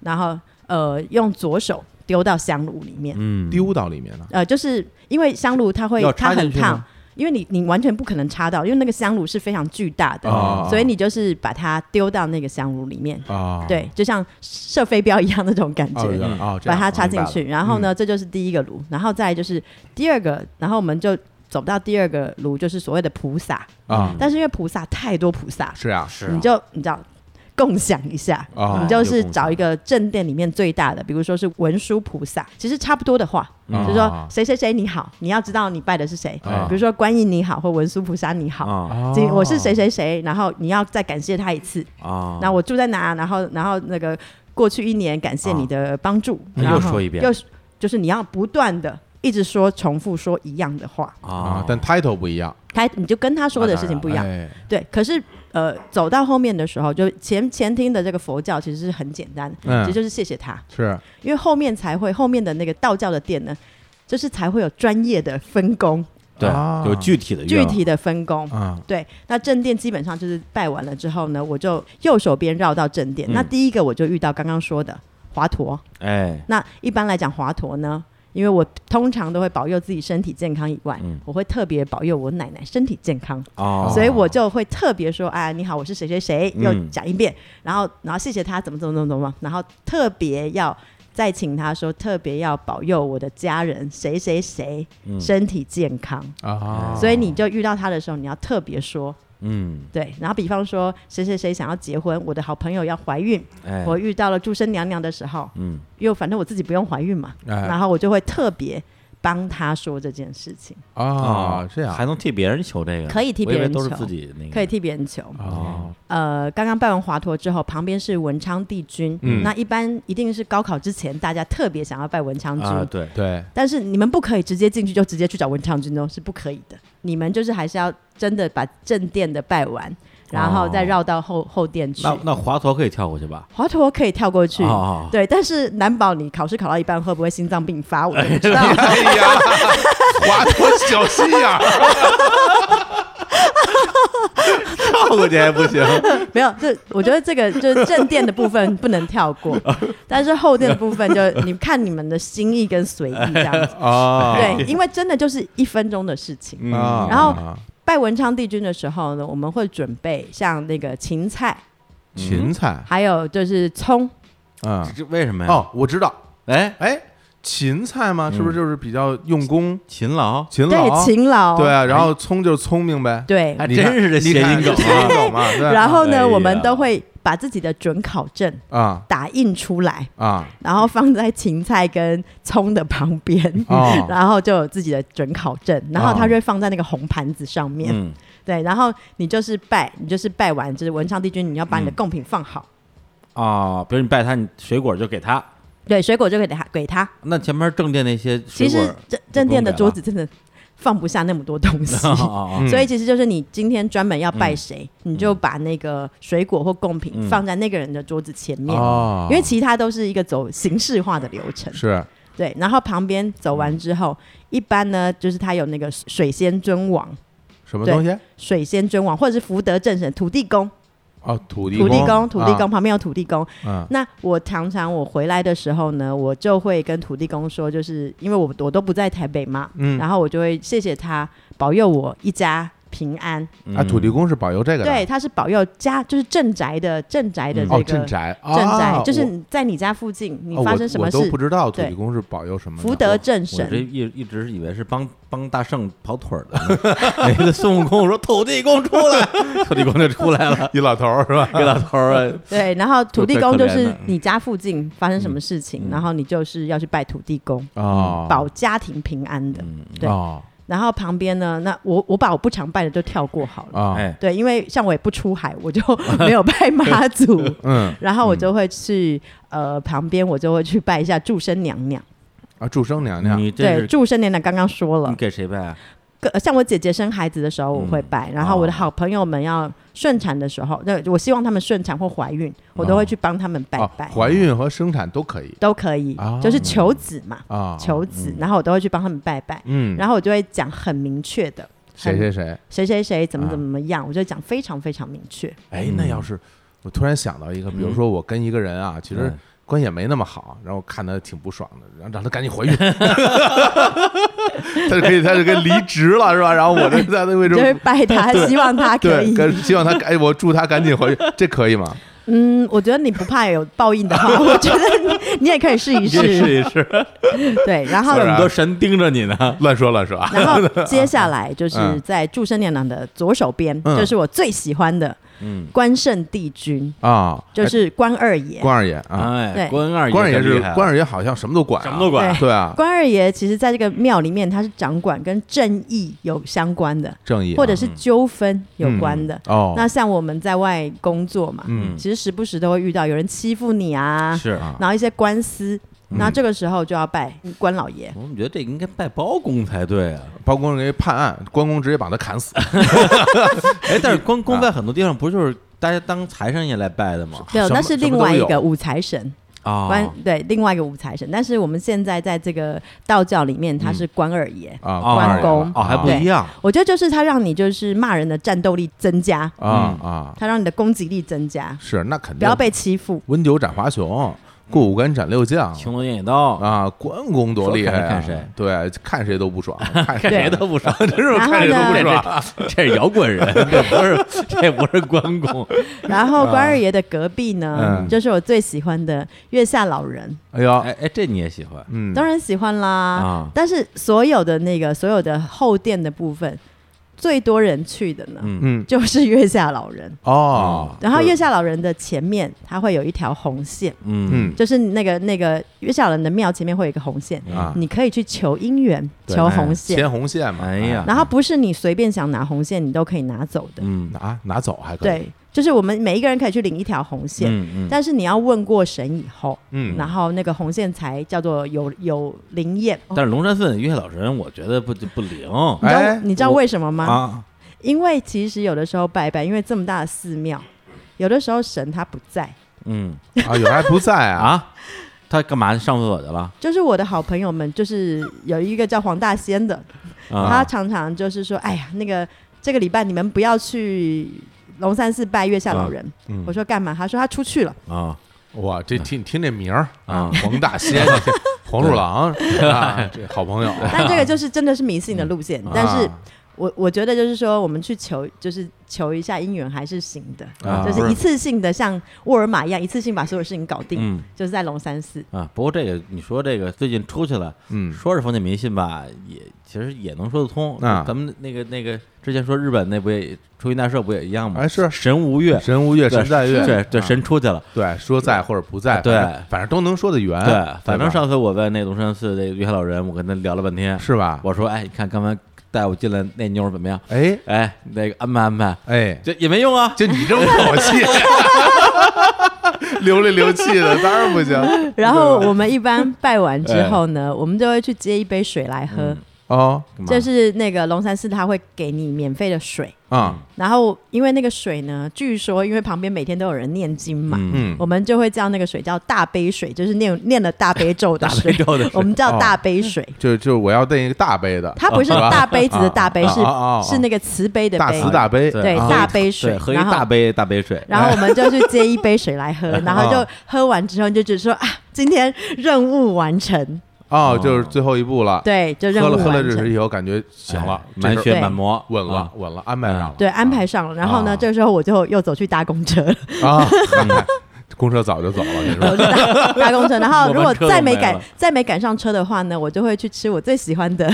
然后呃用左手丢到香炉里面，嗯，丢到里面了。呃，就是因为香炉它会要它插很进去吗烫，因为你你完全不可能插到，因为那个香炉是非常巨大的，啊所以你就是把它丢到那个香炉里面，啊，对，就像射飞镖一样那种感啊，觉。原来啊，这把样它啊插明进白去，了然后呢，这就是第一个炉，然后再来就是第二个，然后我们就走到第二个炉，就是所谓的菩萨。啊，但是因为菩萨太多菩萨，是啊，嗯是哦你就你知道共享一下，啊你就是找一个正殿里面最大的，比如说是文殊菩萨，其实差不多的话，嗯就是说谁谁谁你好，你要知道你拜的是谁，嗯啊比如说观音你好或文殊菩萨你好。啊啊嗯这我是谁谁谁，然后你要再感谢他一次。啊，那、我住在哪？然后，然后那个过去一年感谢你的帮助。哦那然又后说一遍又就是你要不断的一直说重复说一样的话，啊啊，，但 title 不一样，他你就跟他说的事情不一样。哎对，可是呃，走到后面的时候，就前前厅的这个佛教其实是很简单的，嗯其实就是谢谢他，是因为后面才会后面的那个道教的殿呢，就是才会有专业的分工，对啊有具体的愿具望体的分工。哦啊，对，那正殿基本上就是拜完了之后呢，我就右手边绕到正殿。嗯那第一个我就遇到刚刚说的华佗。哎，那一般来讲华佗呢，因为我通常都会保佑自己身体健康以外，嗯我会特别保佑我奶奶身体健康。哦，所以我就会特别说，哎，你好，我是谁谁谁，又嗯讲一遍，然后然后谢谢他怎么怎么怎么怎么，然后特别要再请他说，特别要保佑我的家人谁谁谁嗯哦身体健康。啊，所以你就遇到他的时候，你要特别说嗯，对，然后比方说谁谁谁想要结婚，我的好朋友要怀孕，哎，我遇到了祝生娘娘的时候，嗯因为反正我自己不用怀孕嘛，哎然后我就会特别帮他说这件事情，啊，这样还能替别人求这个，可以替我以为别人都是求自己那个，可以替别人求。啊，呃，刚刚拜完华佗之后，旁边是文昌帝君。嗯那一般一定是高考之前，大家特别想要拜文昌君，啊， 对，对，但是你们不可以直接进去就直接去找文昌君哦，是不可以的。你们就是还是要真的把正殿的拜完，然后再绕到后、后殿去。哦那那华佗可以跳过去吧？华佗可以跳过去，哦对，但是难保你考试考到一半会不会心脏病发，我就不知 道。哎呀，华佗小心眼儿，跳过去还不行没有，这我觉得这个就是正殿的部分不能跳 过，但是后殿的部分就你看你们的心意跟随意这样子。啊，对，因为真的就是一分钟的事嗯情。啊，然后拜文昌帝君的时候呢，我们会准备像那个芹菜，芹菜，还有就是葱，嗯这，这为什么呀？，哦，我知道，哎，哎，芹菜嘛，是不是就是比较用功、勤劳，勤劳对，啊？勤劳，对啊，然哎后聪就是聪明呗，对还你看真是这谐音梗你看谐音梗啊嘛，对然后哎呢，呀我们都会把自己的准考证啊打印出来，啊然后放在芹菜跟葱的旁边。啊 然后就有自己的准考证，然后它就会放在那个红盘子上面，嗯，对，然后你就是拜，你就是拜完，就是文昌帝君，你要把你的嗯贡品放好，啊，比如你拜他，你水果就给他。对，水果就给他给他，那前面正殿那些其水果实正正殿的桌子真的放不下那么多东 西，啊啊啊嗯所以其实就是你今天专门要拜谁，你就把那个水果或贡品嗯放在那个人的桌子前面，哦因为其他都是一个走形式化的流程。是嗯对，然后旁边走完之后，一般呢就是他有那个水仙尊王、什么对东西？水仙尊王，或者是福德正神、土地公、哦，土地土地公、公，土地公，旁边有土地公。啊，那我常常我回来的时候呢，我就会跟土地公说，就是因为我我都不在台北嘛，嗯然后我就会谢谢他保佑我一家平安。嗯啊，土地公是保佑这个的，对，他是保佑家，就是镇宅的镇宅的这个、哦，镇宅，镇宅啊就是我你在你家附近，你哦我发生什么我事，都不知道土对地公是保佑什么的福德正我这神。一一直以为是帮帮大圣跑腿儿的呢， 每次孙悟空说土地公出来， 土地公就出来 了，一老头儿是吧？给老头儿啊对，然后土地最公可就怜是的你家附近发生什么事情，嗯然后你就是要去拜土地公，哦，嗯保家庭平安的。嗯对哦然后旁边呢，那我我把我不常拜的就跳过好了。啊，哎，对，因为像我也不出海， 我就没有拜妈祖，嗯然后我就会去、呃旁边，我就会去拜一下祝生娘娘。啊，祝生娘娘你这对，是祝生娘娘刚刚说了嗯你，给谁拜啊？个像我姐姐生孩子的时候我会拜，然后我哦的好朋友们要顺产的时候，对，我希望他们顺产或怀孕，我都会去帮他们拜哦拜，，怀孕和生产都可以都可以啊，就是求子嘛，啊。求子，然后我都会去帮他们拜拜，嗯，然后我就会讲很明确的，谁很谁谁？谁谁谁怎么啊怎么怎么样，我就讲非常非常明确，哎，那要是我突然想到一个，比如嗯说我跟一个人啊，其实嗯关系也没那么好，然后我看他挺不爽的，然后让他赶紧 怀孕，他就可以，他就可以离职了，是吧？然后我这在那位 就会置，拜他，希望他可对，以。跟希望他，哎，我祝他赶紧怀孕，这可以吗？嗯，我觉得你不怕有报应 的话，我觉得你你也可以试一你也试。试一试，对，然后这然么多神盯着你呢。 乱说乱说啊！然后接下来就是嗯在祝生娘娘的左手边，嗯就是我最喜欢的嗯，关圣帝君，啊，就哎是关二爷。关二爷啊，哎，对关二关二爷很是厉害关二爷，好像什么都管啊，什么都管，哎对啊，关二爷其实在这个庙里面，他是掌管跟正义有相关的，正义啊或者是纠纷有关的。嗯哦，那像我们在外工作嘛，嗯其实时不时都会遇到有人欺负你啊，是啊嗯然后一些官司，然后这个时候就要拜关老爷。我们觉得这应该拜包公才对啊。包公给判案，关公直接把他砍死，哎，但是关公啊在很多地方不就是大家当财神爷来拜的吗？对什，么那什是么另都外一有哦个五财神，啊关对另外一个五财神。但是我们现在在这个道教里面，嗯他是关二爷。啊，哦关二爷啊关公哦，还不对一样我觉得就是他让你就是骂人的战斗力增加，啊嗯啊，他让你的攻击力增加，是那肯定不要被欺负。温酒斩华雄，过五关斩六将青龙偃月刀，啊，关公多厉害啊！说看谁看谁对，看谁都不 爽，看 看谁都都不爽，真是然后看谁都不呢爽。 这是摇滚人，这不是 这不是关公。然后关二爷的隔壁呢，嗯就是我最喜欢的月下老人，哎呦，哎哎，这你也喜欢？嗯，当然喜欢啦。啊但是所有的那个所有的后殿的部分，最多人去的呢，嗯，嗯就是月下老人。哦，然后月下老人的前面，它会有一条红线，嗯嗯就是那个那个月下老人的庙前面会有一个红线，啊，你可以去求姻缘、对求红线牵，红线嘛，嗯哎呀然后不是你随便想拿红线你都可以拿走的。嗯拿啊拿走还可以，对，就是我们每一个人可以去领一条红线，嗯嗯，但是你要问过神以后，嗯然后那个红线才叫做有有灵验。嗯但是龙山寺月老人，我觉得不不灵你知道、哎你知道为什么吗？啊。因为其实有的时候拜拜，因为这么大的寺庙，有的时候神他不在。嗯啊，有的还不在啊，啊，他干嘛上厕所去了？就是我的好朋友们，就是有一个叫黄大仙的，他啊，常常就是说：“哎呀，那个这个礼拜你们不要去龙山寺拜月下老人。嗯我说：“干嘛？”他说：“他出去了。 啊，哇，这听听这名儿啊，黄 大仙、黄鼠狼，啊这好朋友，”但这个就是真的是迷信的路线，但是啊我我觉得就是说，我们去求就是求一下姻缘还是行的，啊就不是是一次性的，像沃尔玛一样，一次性把所有事情搞定，嗯就是在龙山寺。啊，不过这个你说这个最近出去了，嗯说是封建迷信吧，也其实也能说得通。啊咱们那个那个之前说日本那不也出云大社不也一样吗？哎是神无月，神无月对神在月，对对，啊神出去了。对，说在或者不在，对反正反正都能说得圆，对，哎反正吧上次我在那龙山寺那月下老人，我跟他聊了半天，是吧？我说，哎，你看刚才带我进来那妞儿怎么样？哎哎，那个安排安排，哎，这也没用啊。就你这么口气， 流里流气的，当然不行然后我们一般拜完 哎之后呢，我们就会去接一杯水来喝，哦干嘛这是那个龙山寺他会给你免费的水。嗯啊然后因为那个水呢，据说因为旁边每天都有人念经嘛，嗯，嗯我们就会叫那个水叫大杯水，就是念念了大悲咒的 水，大悲咒的水哦我们叫大杯水。就就我要那个大杯的，它不是哦是吧大杯子的大杯，啊是哦啊啊啊是那个慈悲的大杯慈，大悲，对啊大杯水对，喝一然后大杯大杯水。哎然后我们就去接一杯 水来喝，然后哦就喝完之后就只说啊，今天任务完成，哦，就是最后一步了，对，就任喝务了喝了完这水成，以后，感觉行了哎，这满事儿血对满魔，稳了啊，稳了，安排上了，对，安排上了。然后哦啊呢，这个时候我就又走去搭公车，啊，嗨 公车早就走了，你 说我就搭搭公车。然后如我果们车都再没没赶了再没赶上车的话呢，我就会去吃我最喜欢 的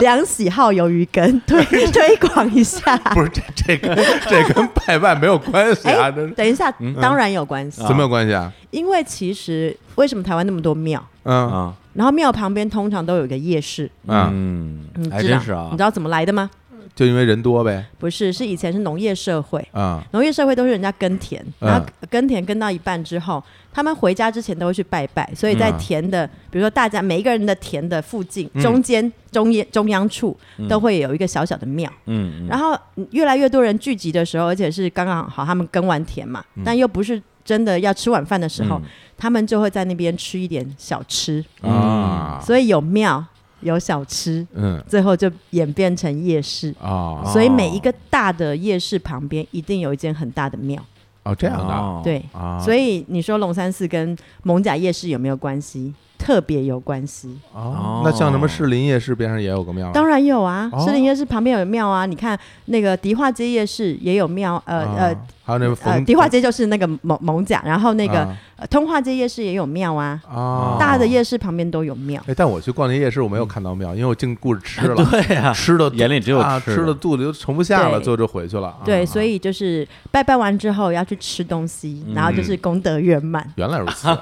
梁喜号鱿鱼羹，推推广一下。不是这这跟这 跟拜拜没有关系啊，哎这，等一下，嗯当然有关系，怎么有关系啊？因为其实为什么台湾那么多庙？嗯啊，然后庙旁边通常都有一个夜市，嗯，嗯你还知道？真是啊你知，道怎么来的吗？就因为人多呗，不是，是以前是农业社会，啊、农业社会都是人家耕田，嗯然后耕田耕到一半之后，他们回家之前都会去拜拜，所以在嗯田的，比如说大家每一个人的田的附近嗯中间中央中央处都会有一个小小的庙。嗯，然后嗯越来越多人聚集的时候，而且是刚刚好他们耕完田嘛，嗯但又不是真的要吃晚饭的时候，他们就会在那边吃一点小吃，嗯啊，所以有庙有小吃，嗯最后就演变成夜市。啊，所以每一个大的夜市旁边一定有一间很大的庙，哦这样的、哦，对。啊，所以以你说龙山寺跟蒙甲夜市有没有关系？特别有关系，哦，那像什么士林夜市边上也有个庙，当然有啊。哦士林夜市旁边有庙啊，你看那个迪化街夜市也有庙，呃啊呃，还有那个呃冯，迪化街就是那个蒙蒙甲，然后那个、啊呃通化街夜市也有庙啊，啊大哦的夜市旁边都有庙。哎，但我去逛那夜市，我没有看到庙，因为我净顾着吃了，啊对呀，吃的眼里只有啊，吃 吃的肚子就盛不下了，对最后就回去了。啊对，所以就是拜拜完之后要去吃东西，然后就是功德 圆满。原来如此，啊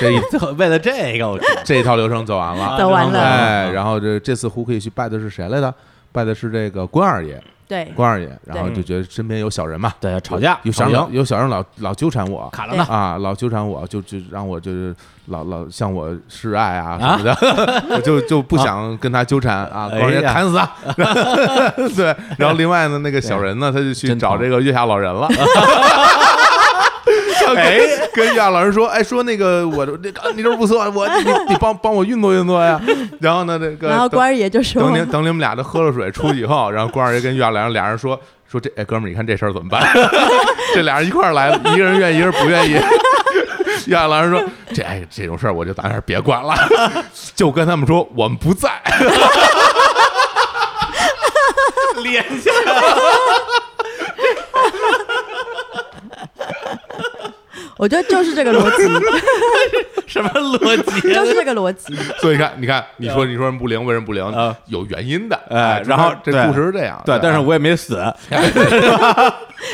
这一最后为了这个，我去这一套流程走完 了。走完嗯了哎，然后这这次胡可以去拜的是谁来的？拜的是这个关二爷，对，关二爷。然后对就觉得身边有小人嘛，对吵架有小吵人老赢，有小人老老纠缠我，卡了 呢，啊，老纠缠我，就就让我就是老老向我示爱啊什么的， 我就就不想跟他纠缠啊，哎呀光人砍死他。 对，然后另外呢，那个小人呢，他就去真找疼这个月下老人了。哎，跟月下老人说，哎，说那个我这个啊你这儿不错，我你你帮帮我运作运作呀。 然后呢，那个然后等关二爷就说等你等你们俩都喝了水出去以后，然后关二爷跟岳良俩人说 说这哎哥们儿，你看这事儿怎么办？ 这俩人一块儿来，一个人愿意，一个人不愿意。 岳老师说：“这哎，这种事儿我就咱还是别管了， 就跟他们说我们不在。 连下，我觉得就是这个逻辑，什么逻辑就是这个逻辑。所以你看，你看，你说你说人不灵，为什么不灵？啊有原因的。哎这然后这对故事是这样，哎对，但是我也没死，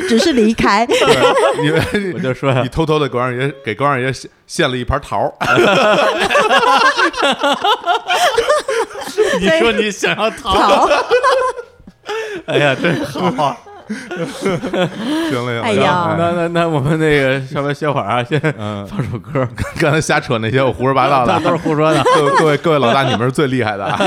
只是离开。对 因为我就说你偷偷的关二爷给关二爷献献了一盘 桃儿， 你说你想要逃，好， 哎呀，真好。嗯行了，哎行了呀那那那我们那个稍微歇会儿啊，先嗯放首歌， 刚才瞎扯那些我胡说八 道大家的都是，胡说的。 各位各位各位老大，你们是最厉害的啊！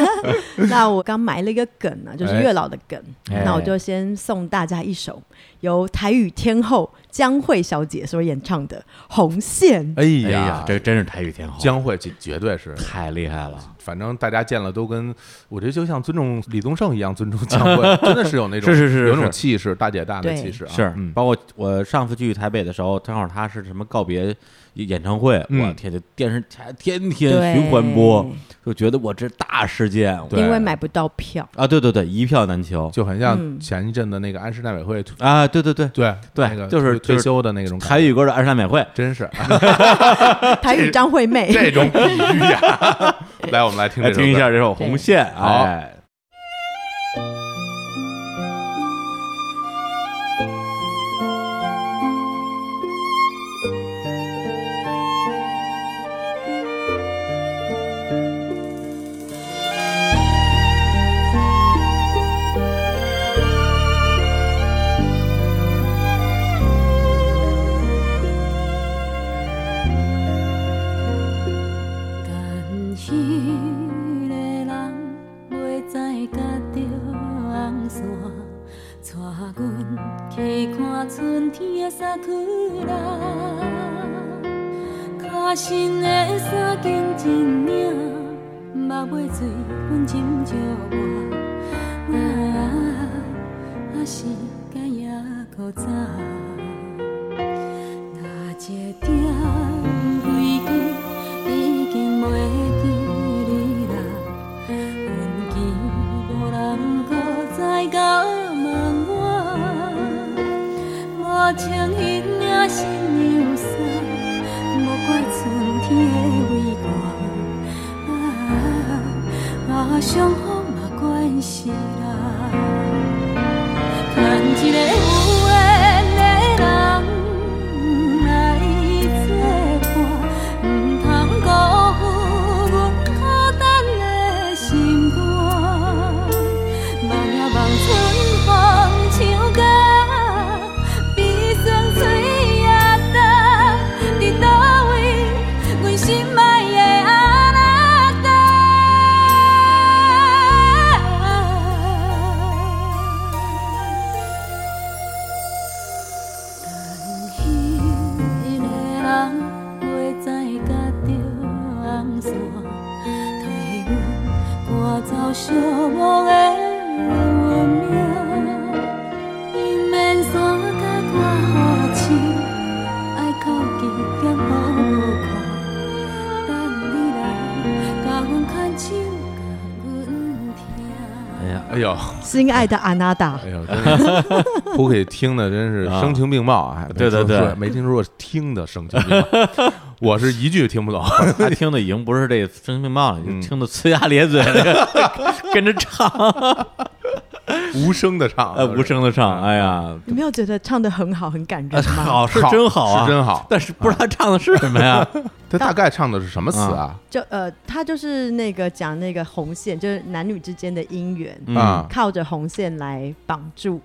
那我刚埋了一个梗呢，就是月老的梗。哎那我就先送大家一首由台语天后江蕙小姐所演唱的《红线》。哎 哎呀，这真是台语天后，江蕙绝绝对是，太厉害了，反正大家见了都跟我觉得就像尊重李宗盛一样尊重江 蕙，真的是有那种是是是有那种是气势，大姐大的对气势啊，是嗯，包括我上次去台北的时候，正好他是什么告别演唱会，嗯我天，就电视台天天循环播，就觉得我这大事件，对因为买不到 票，啊，对对对，一票难求就很像嗯前一阵的那个安室奈委会，啊，对对对，对对那个就是退退就是休的那种感觉台语歌的二十大免会，真是啊 台语张惠妹。这种比喻呀！ 来，我们来听哎来这首听一歌下这首《红线》好哎。但迄个人袂知甲着红线，带阮去看春天的沙曲人。脚身的衫紧一领，目尾水阮斟借我，啊，啊是甲也搁早。那一点归根已经袂记你啦，阮记无人搁再甲问我，无穿迄领新娘衫，无怪春天的微寒，啊啊相逢嘛怪是啦。盼一个有缘的人来作伴，毋通辜负阮孤单的心肝。梦呀梦出哎呀，哎呦，心爱的阿娜达哎，呦，真是胡给听的真是啊声情并茂啊！对对没听说对没听说过听的声情并茂， 我是一句听不懂。他听的已经不是这声情并茂了，已经嗯听得呲牙咧嘴， 跟着唱，无声的唱，啊呃，无声的唱，哎呀，你没有觉得唱的很好、很感呃人吗？好是 好真好啊，是真好但是不知道他唱的是什么呀？他大概唱的是什么词啊？就呃，他就是那个讲那个红线，就是男女之间的姻缘，嗯啊，靠着红线来绑住。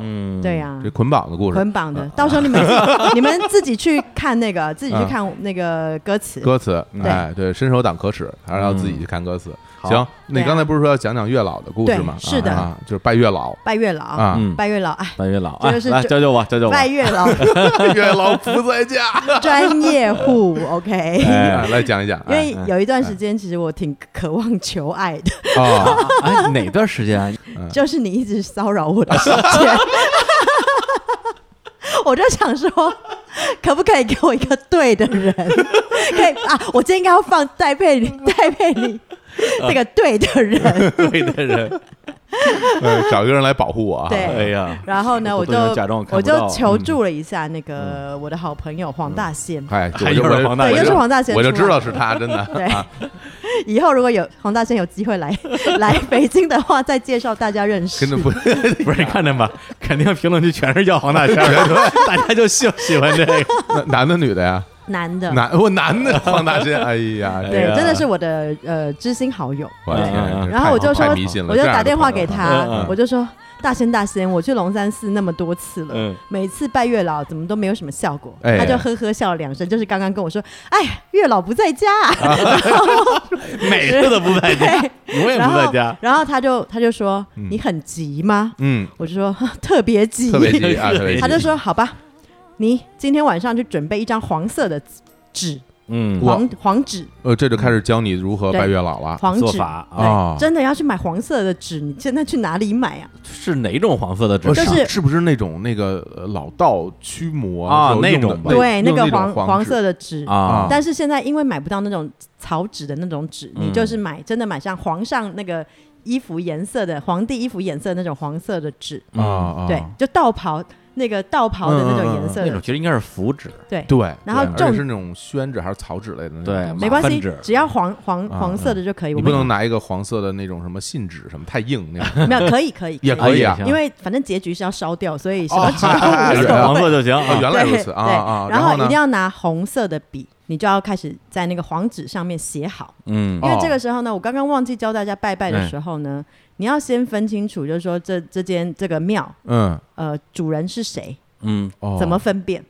嗯，对呀、这捆绑的故事，捆绑的。到时候你们 你们自己去看那个，自己去看那个歌词。嗯歌词，对哎，对，伸手党可耻，还是要自己去看歌词。嗯好行，你对啊刚才不是说要讲讲月老的故事吗？对是的啊，就是拜月老拜月老，啊，嗯，拜月老，哎，白月老，这哎就是来这教教我，教教我，拜月 老 月老不在家，专业户，OK。哎哎，来讲一讲。因为哎有一段时间，其实我挺渴望求爱的，哎啊，哎，哪段时间啊？ 就是你一直骚扰我的时间， 我就想说，可不可以给我一个对的人？ 可以啊，我今天应该要放戴 佩妮，戴佩妮嗯这个对的人。对的人，哎找一个人来保护我啊。对哎呀，然后呢，我我不就能假装我看不我到嗯就求助了一下那个我的好朋友黄大仙。哎，还我就又是我就黄大对又是黄大仙我就出来知道是他，真 的。对，以后如果有黄大仙有机会来 来北京的话，再介绍大家认识真的。不，哎不是，你看见吧？肯定评论区全是要黄大仙儿， 大家就喜喜欢这个。那男的女的呀？男的，男 我男的放大仙，哎呀，哎对呀，真的是我的呃知心好友。我的嗯天嗯嗯这然后我就说太迷信，了，我就这样的打电话给朋友啊。嗯他嗯，我就说大仙大嗯仙，我去龙山寺那么多次 了嗯，每次拜月老怎么都没有什么效果，哎他就呵呵笑了两声，就是刚刚跟我说，哎，月老不在 家啊，每次都不在家，哎永远 然不在后家。然后他就他就说你很急吗？嗯，我就说呵特别急，特别急 啊，他特别急。他就说：“好吧，你今天晚上去准备一张黄色的纸，嗯哇黄黄纸，呃，这就开始教你如何拜月老了。黄做纸。法对啊，哦真的要去买黄色的纸，你现在去哪里买啊？是哪种黄色的纸我就想是是不是那种那个呃老道驱魔啊时候用的那种吧对，用个种黄黄纸色的纸。啊啊？但是现在因为买不到那种草纸的那种纸，嗯你就是买真的买像皇上那个衣服颜色的，皇帝衣服颜色的那种黄色的纸，啊啊，对，就道袍那个道袍的那种颜色嗯那的种其实应该是符纸，对。对，然后对而重且是那种宣纸还是草纸类的那种对东西没关马粪系纸，只要黄黄啊黄色的就可以。你我不们能拿一个黄色的那种什么信纸什么太硬那种，没有可以可以也可可以以啊啊。因为反正结局是要烧掉，所以什哦么 纸嗨哎都无只所要谓。黄色就行哦，啊。原来如此啊对啊！然后一呢定？要拿红色的笔，你就要开始在那个黄纸上面写好。嗯因为哦这哎个时候呢，我刚刚忘记教大家拜拜的时候呢，你要先分清楚，就是说这这间这个庙，嗯，呃，主人是谁，嗯，哦怎么分辨？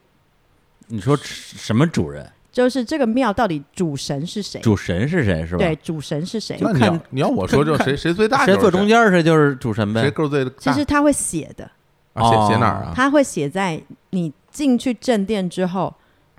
你说什么主人？就是这个庙到底主神是谁？主神是谁？是吧？对，，主神是谁？那你看要你要我说，就谁谁最大就是谁坐中间谁就是主神谁呗。个儿最大？其实他会写的，啊写写哦哪儿啊？他会写在你进去正殿之后，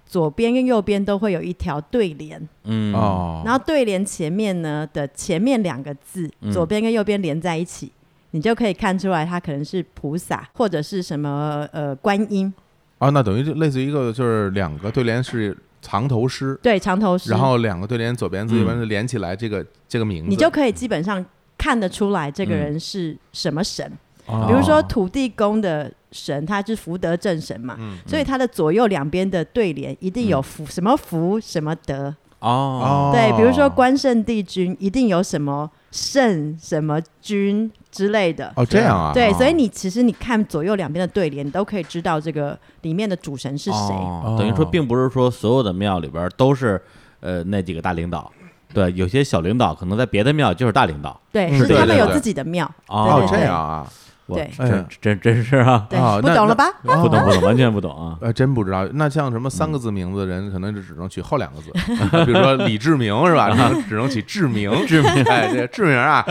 左边跟右边都会有一条对联。嗯，哦，然后对联前面呢的前面两个字，嗯左边跟右边连在一起，你就可以看出来它可能是菩萨或者是什么呃观音，啊，那等于就类似于一个就是两个对联是藏头诗，对，长头诗。然后两个对联左边字右边字连起来，这个这个名字，嗯你就可以基本上看得出来这个人是什么神。哦比如说土地公的神，他是福德正神嘛，嗯所以他的左右两边的对联一定有福、什么福什么德。哦，对，比如说关圣帝君一定有什么圣什么君之类的。哦这样啊，对，所以你你其实你看左右两边的对联，你都可以知道这个里面的主神是谁。哦等于说，并不是说所有的庙里边儿都是呃那几个大领导，对，有些小领导可能在别的庙就是大领导。对，嗯是对他们对有对自己的庙。哦哦对对这对样啊，哇对哎呀真真真是啊，对，哦不那懂那了吧？哦不懂 不懂，完全不懂啊。呃，真不知道。那像什么三嗯个字名字的人，可能就只能取后两个字， 啊比如说李志明是 吧？他只能取志明，志明，哎，这志明啊，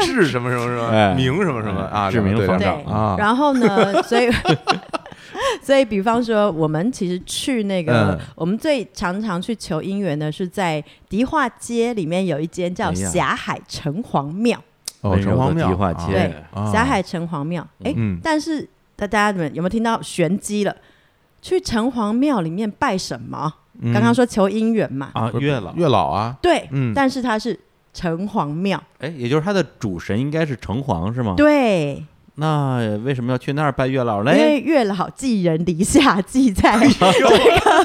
志志什么什么什哎么，明什么什么啊，志明对方两对个长啊，然后 呢，所以所以，比方说，我们其实去那个，嗯我们最常常去求姻缘的是在迪化街里面有一间叫哎呀霞海城隍庙，哦，温柔的迪城隍庙化啊街对，啊霞海城隍庙。哎、嗯但是大大家们有没有听到玄机了？去城隍庙里面拜什么？嗯刚刚说求姻缘嘛。啊，不是月老月老啊，对，嗯但是它是城隍庙。哎，也就是他的主神应该是城隍是吗？。对，那为什么要去那儿拜月老因为嘞？月老寄人篱下，寄在这个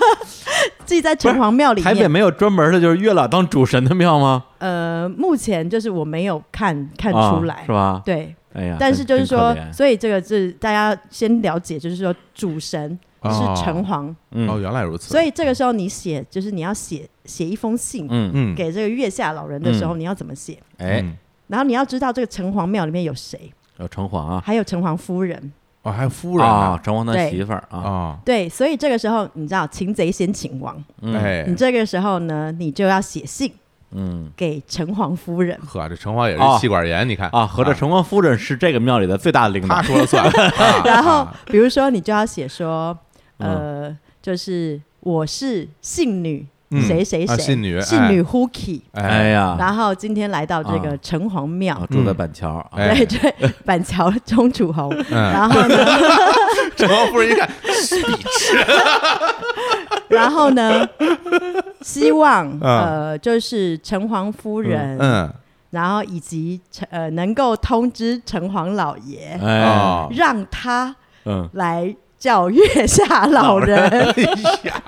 寄在城隍庙里哎台北面。没有专门的，就是月老当主神的庙吗？呃，目前就是我没有看看啊出来是，吧？对。哎呀，但是就是真真说可，怜所以这个是大家先了解，就是说主神哦是城隍，哦，嗯原来如此。所以这个时候你写就是你要写写一封信嗯，嗯，给这个月下老人的时候，你要怎么写？哎，嗯，然后你要知道这个城隍庙里面有谁，有城隍啊，还有城隍夫人。哦，还有夫人啊，呢城隍的对媳妇儿啊，啊，对，所以这个时候你知道擒贼先擒王，嗯哎你，这个时候呢，你就要写信嗯给城隍夫 人。呵，这城隍也哦是气管炎，你看啊，合着城隍夫人是这个庙里的最大的领导他，说了 算。啊然后啊比如说你就要写说，呃，就是我是信女嗯谁谁啊谁，信女信女 Huki，哎哎，呀，然后今天来到这啊个城隍庙啊。住在板桥啊，哎对对，板桥钟楚红， 嗯，然后呢，城隍夫人一看， 然后呢，希望啊呃，就是城隍夫人，嗯然后以及城呃能够通知城隍老爷，哎，啊，让他嗯，来叫月下老人哎呀，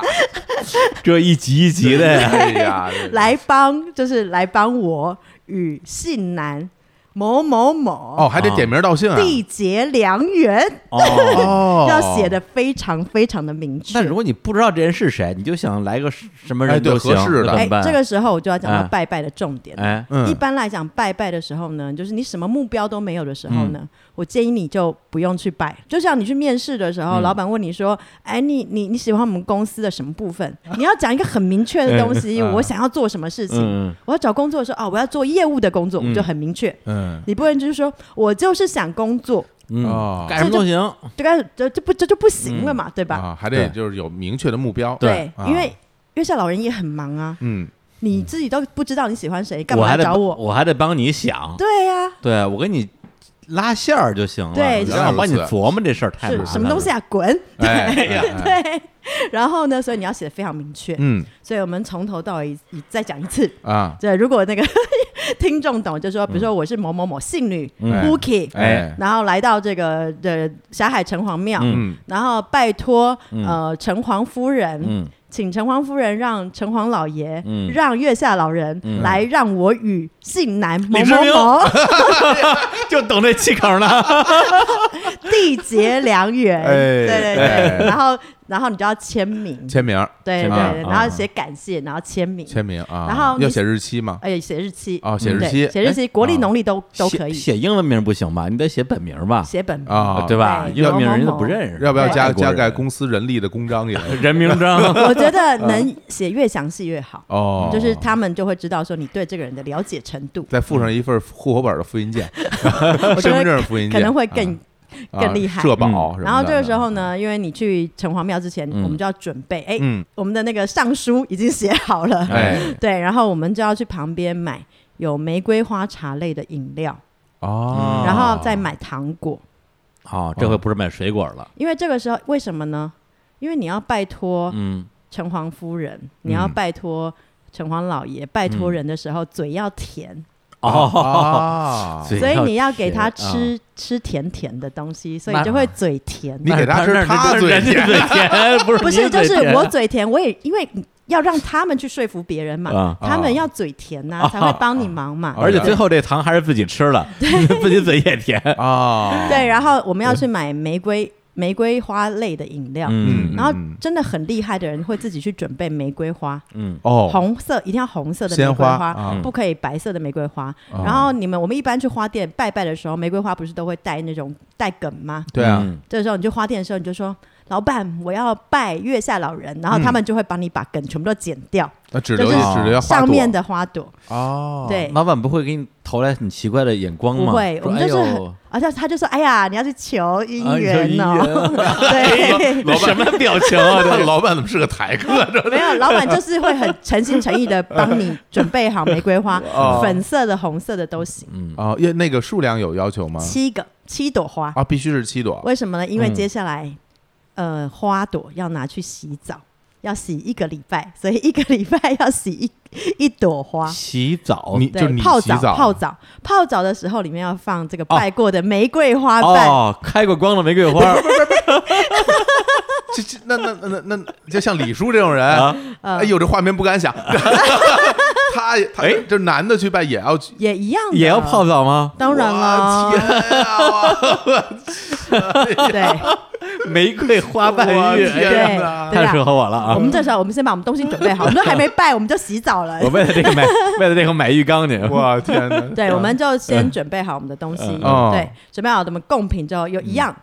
这一集一集的 呀，哎呀，这 来帮，就是来帮我与信男某某哦，某还得点名道姓啊。缔结良缘，哦。哦，要写的非常非常的明确那。如果你不知道这人是谁，你就想来个什什么哎人对都行，合适的那哎怎么办，这个时候我就要讲哎到拜拜的重点了。哎，嗯一般来讲，拜拜的时候呢，就是你什么目标都没有的时候嗯呢，我建议你就不用去拜。就像你去面试的时候，嗯老板问你说：“哎，你你你喜欢我们公司的什么部 分？”你要讲一个很明确的东西，嗯我想要做什么事情。嗯，我要找工作的时候，哦，我要做业务的工作，嗯我就很明确。嗯你不能就是说我就是想工作，嗯哦干什么都行，这个这这不这就不行了嘛，对吧？啊，还得对就是有明确的目标。嗯对啊因为月下老人也很忙啊， 嗯，你自己都不知道你喜欢谁，干我嘛还得来找我？我还得帮你想，对呀、对我给你拉线儿就行了，对你就是让我帮你琢磨这事儿太麻烦是了，什么东西啊？滚！哎呀，哎对，然后呢，所以你要写的非常明确，嗯所以我们从头到尾一再讲一次。啊，对，如果那个 听众懂，就说，比如说我是某某某信女哎 Huki，、哎，然后来到这个的霞海城隍庙，嗯嗯然后拜托、嗯呃城隍夫人，嗯，请城隍夫人让城隍老爷，嗯让月下老人、嗯来让我与信男某李世某民某就等这气口了， 缔结良缘，哎对对哎对，然后然后你就要签名，签名儿对签对名对，啊然后写感谢，然后签名，签名啊，然后你要写日期吗？而且写日期哦写嗯日对期写日期，国历、啊农历都 都可以写写英文名不行吧？你得写本名吧，呃写本名啊对吧？对英文名某某人家某不认识，哎要不要加外国加人盖公司人力的公章 也？人名章？我觉得能写越详细越好，嗯哦，嗯就是他们就会知道说你对这个人的了解程度，再附上一份户口本的复印件，嗯我觉身份证得复印件可能会更。啊更厉害嗯社保什么的。然后这个时候呢，因为你去城隍庙之前，嗯我们就要准备，哎，嗯，我们的那个上书已经写好了，哎， 对，然后我们就要去旁边买有玫瑰花茶类的饮料，哦，然后再买糖果，哦，这回不是买水果了，因为这个时候为什么呢？因为你要拜托嗯，城隍夫人，你要拜托城隍老爷，拜托人的时候嘴要甜，哦， 啊，嘴所以要你要给他甜啊吃吃甜甜的东西，所以那就会嘴甜。你给他吃那是他嘴人家嘴甜， 不是不你是，就嘴是甜啊我嘴甜，我也因为要让他们去说服别人嘛，啊。他们要嘴甜呐、啊才会帮你忙嘛。而且最后这糖还是自己吃了， 自己嘴也甜。啊，对，然后我们要去买玫瑰玫瑰花类的饮料，嗯嗯然后真的很厉害的人会自己去准备玫瑰花，嗯哦，红色一定要红色的玫鲜瑰花花，啊，不可以白色的玫瑰花。哦然后你们我们一般去花店拜拜的时候，玫瑰花不是都会带那种带梗吗？对啊，嗯这时候你去花店的时候，你就说。老板，我要拜月下老人，然后他们就会帮你把梗全部都剪掉，那只留就是只留花上朵面的花朵。 哦，对，老板不会给你投来很奇怪的眼光吗？不会，说我们就是哎很呦，而且他就说：“哎呀，你要去求姻啊缘哦。有姻缘 对，这什么表情啊？这老板怎么是个台客？ 这没有，老板就是会很诚心诚意的帮你准备好玫瑰花哦，粉色的、红色的都行，哦，要那个数量有要求吗？七个七朵花。啊，必须是七朵为什么呢？因为嗯接下来，呃，花朵要拿去洗澡，要洗一个礼拜，所以一个礼拜要洗一一朵花。洗澡你就对，你泡洗澡，澡泡澡，泡澡的时候里面要放这个拜过的玫瑰花瓣，哦，开过光的玫瑰花这这那那那那那就像李叔这种人， 啊，嗯哎呦这画面不敢 想。 他也他哎这男的去拜也要去，也一样的，也要泡。澡吗？当然哇了，天啊！ 对， 玫瑰花瓣我浴，天哎呀对哪对太啊适合我了我啊！们这时候我们先把我们东西准备 好，我们都还没拜，我们就洗澡了我。为了这个 买，为了这个买浴缸去。我天哪！对，我们就先准备好我们的东西，嗯哦对，准备好我们贡品之后，有一样，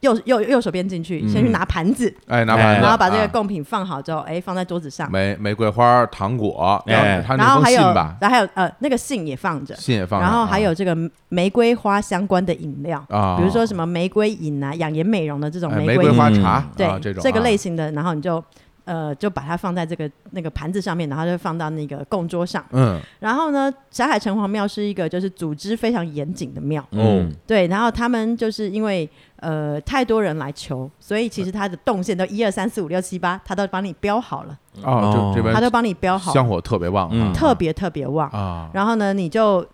右右右手边进去，嗯先去拿盘子，哎拿盘子，然后把这个啊贡品放好之后，哎，放在桌子上，玫玫瑰花、糖果，哎然后他然那后封还信有，吧然，后还有呃那个信也放着，信也放上，然后还有啊这个玫瑰花相关的饮料，啊比如说什么玫瑰饮啊、养颜美容的这种哎玫玫瑰花饮茶对、啊这种个啊类型的，然后你就呃就把它放在这个那个盘子上面，然后就放到那个供桌上。嗯然后呢，霞海城隍庙是一个就是组织非常严谨的庙，嗯，对，然后他们就是因为呃太多人来求，所以其实它的动线都一二三四五六七八，它都帮你标好了，哦，这这它都边帮你标好，香火特别旺嗯啊，特别特别旺。啊，然后呢，你就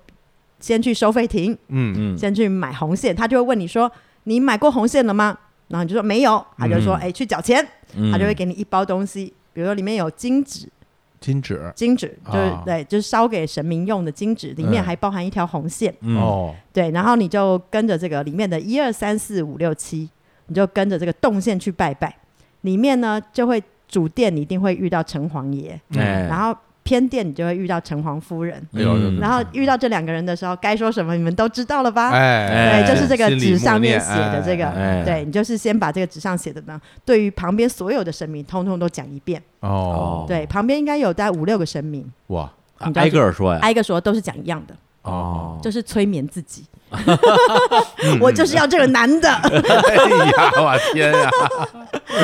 先去收费亭，嗯嗯先去买红线，他就会问你说：“你买过红线了吗？”然后你就说没有，他就说：“嗯哎、去缴钱。”嗯，他就会给你一包东西，比如说里面有金纸，金纸金纸就是、啊对，就是烧给神明用的金纸，里面嗯还包含一条红线，嗯哦，对，然后你就跟着这个里面的一二三四五六七，你就跟着这个动线去拜拜，里面呢就会主殿你一定会遇到城隍爷，嗯哎，嗯然后偏殿你就会遇到城隍夫人。哎呦嗯然后遇到这两个人的时候，该说什么你们都知道了吧？哎，对，就是这个心里纸默上面念写的这个，哎哎哎对你就是先把这个纸上写的呢，对于旁边所有的神明，通通都讲一遍。哦，对，旁边应该有大概五六个神明，哇啊挨个儿说哎呀，挨个说都是讲一样的，哦，就是催眠 自己。我就是要这个男的。哎呀，我天呀！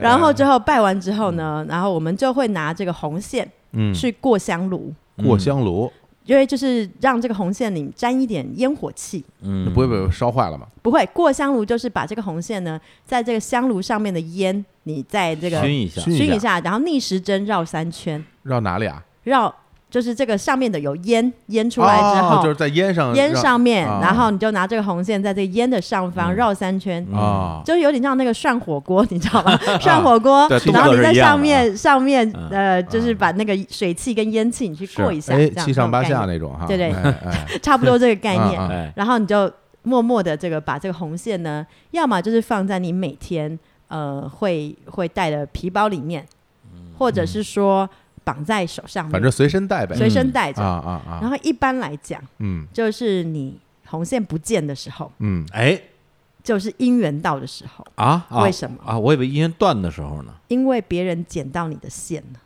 然后之后拜完之后呢，然后我们就会拿这个红线 嗯，去过香炉，过香炉，因为就是让这个红线里沾一点烟火气。嗯，不会被烧坏了吗？不会，过香炉就是把这个红线呢，在这个香炉上面的烟，你在这个熏一下，熏一熏下一下，然后逆时针绕三圈，绕哪里啊？绕就是这个上面的有烟，烟出来之后，哦就是在烟上烟上面，啊然后你就拿这个红线在这个烟的上方绕三圈。嗯啊，就有点像那个涮火锅，你知 道吗？涮火锅啊对，然后动作你是在一样上的面上面嗯呃，就是把那个水汽跟烟气你去过一下，哎这，样七上八，这种下概那种哈，对对哎，哎 念差不多这个概念啊。哎，然后你就默默的这个把这个红线呢，要么就是放在你每天呃会会带的皮包里面，或者是说绑在手上面，嗯反正随身带呗，随身带着。啊啊啊，然后一般来讲，嗯就是你红线不见的时候，嗯，哎就是姻缘到的时候，啊，啊为什么啊？我以为姻缘断的时候呢。因为别人捡到你的线了，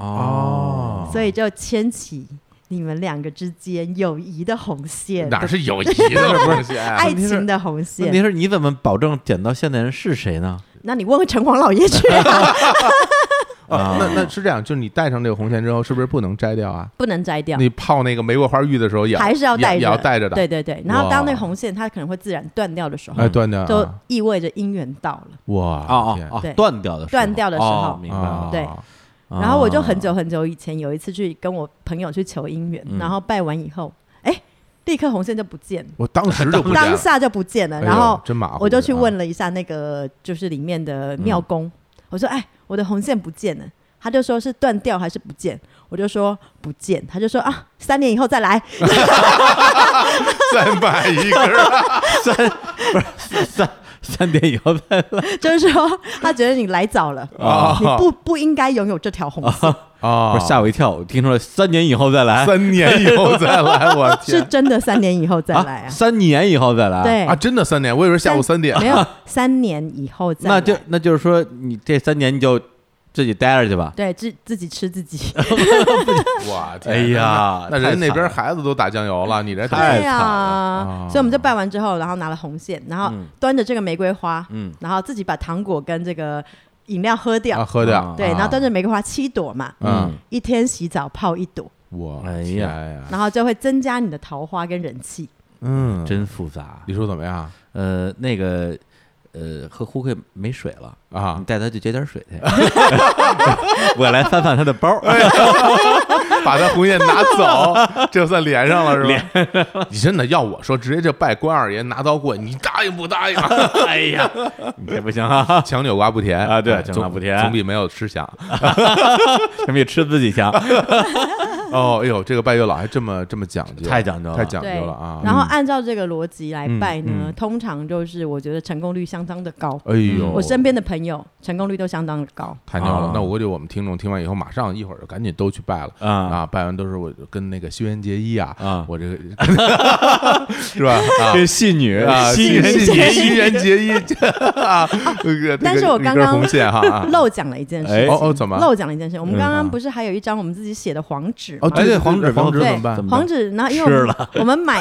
哦，所以就牵起你们两个之间友谊的红线，哪是 友谊的东西？哎爱情的红问题线。是你怎么保证捡到线的人是谁呢？那你问问城隍老 爷去啊，啊，那那是这样，就是你戴上这个红线之后，是不是不能摘掉啊？不能摘掉。你泡那个玫瑰花浴的时候也还是要带也着，也要带着的，对对对，然后哇当那个红线它可能会自然断掉的时候，哎，断掉啊，就意味着姻缘到了。哇，哦天哦哦对，断掉的时候断掉的时候哦明白啊了。对啊然后我就很啊久很久以前有一次去跟我朋友去求姻缘，嗯然后拜完以后，哎，立刻红线就不见了，我当时就不见当了下就不见了。哎呦然后真马虎，嗯我就去啊问了一下那个就是里面的庙公，我说：“哎，我的红线不见了。”他就说是断掉还是不见，我就说不见，他就说啊，三年以后再来， 再买一根儿，哦三三点以后再就是说他觉得你来早了，哦你不不应该拥有这条红线，哦啊 不是吓我一跳，我听出来三年以后再来，三年以后再来，我 是天真的三年以后再来啊，三年以后再来，，对啊！，真的三年，我以为下午三点 没有三年以后再来，那就那就是说你这三年你就自己待着去吧。对自自己吃 自己，哇！哎呀那人那边太惨了孩子都打酱油了，你这太对呀、啊所以我们就拜完之后，然后拿了红线，然后嗯端着这个玫瑰花，嗯然后自己把糖果跟这个饮料喝掉，啊喝掉啊对，然后端着玫瑰花七朵嘛，嗯，一天洗澡泡一朵，我哎呀天呀，然后就会增加你的桃花跟人气。嗯，真复杂。啊李叔怎么样？呃，那个呃喝胡克没水了啊你带他去接点水去， 我来翻翻他的包儿，嗯把他红线拿 走，这算连上了是吧？你真的要我说，直接就拜关二爷拿刀过，你答应不答应？啊哎呀，你这不行啊，强扭瓜不甜啊对哎强扭瓜总不甜总比没有吃强。他们也吃自己强，哦，哎呦，这个拜月老还这么这么讲究，太讲究了太讲对究了啊！然后按照这个逻辑来拜嗯呢嗯，通常就是我觉得成功率相当的高。哎呦，我身边的朋友成功率都相当的高。太牛了啊！那我估计我们听众听完以后，马上一会儿就赶紧都去拜了啊啊！拜完都是我跟那个修缘结衣啊啊我这个是吧？啊这戏女啊，戏女新新元结衣啊，但是我刚刚一根红线哈，啊漏讲了一件哎事，哦哦，怎么？漏讲了一件事。我们嗯刚啊刚不是还有一张我们自己写的黄纸哦，吗？哎对对黄纸黄黄纸怎纸对么办？，黄纸，然后因为吃我们 我们买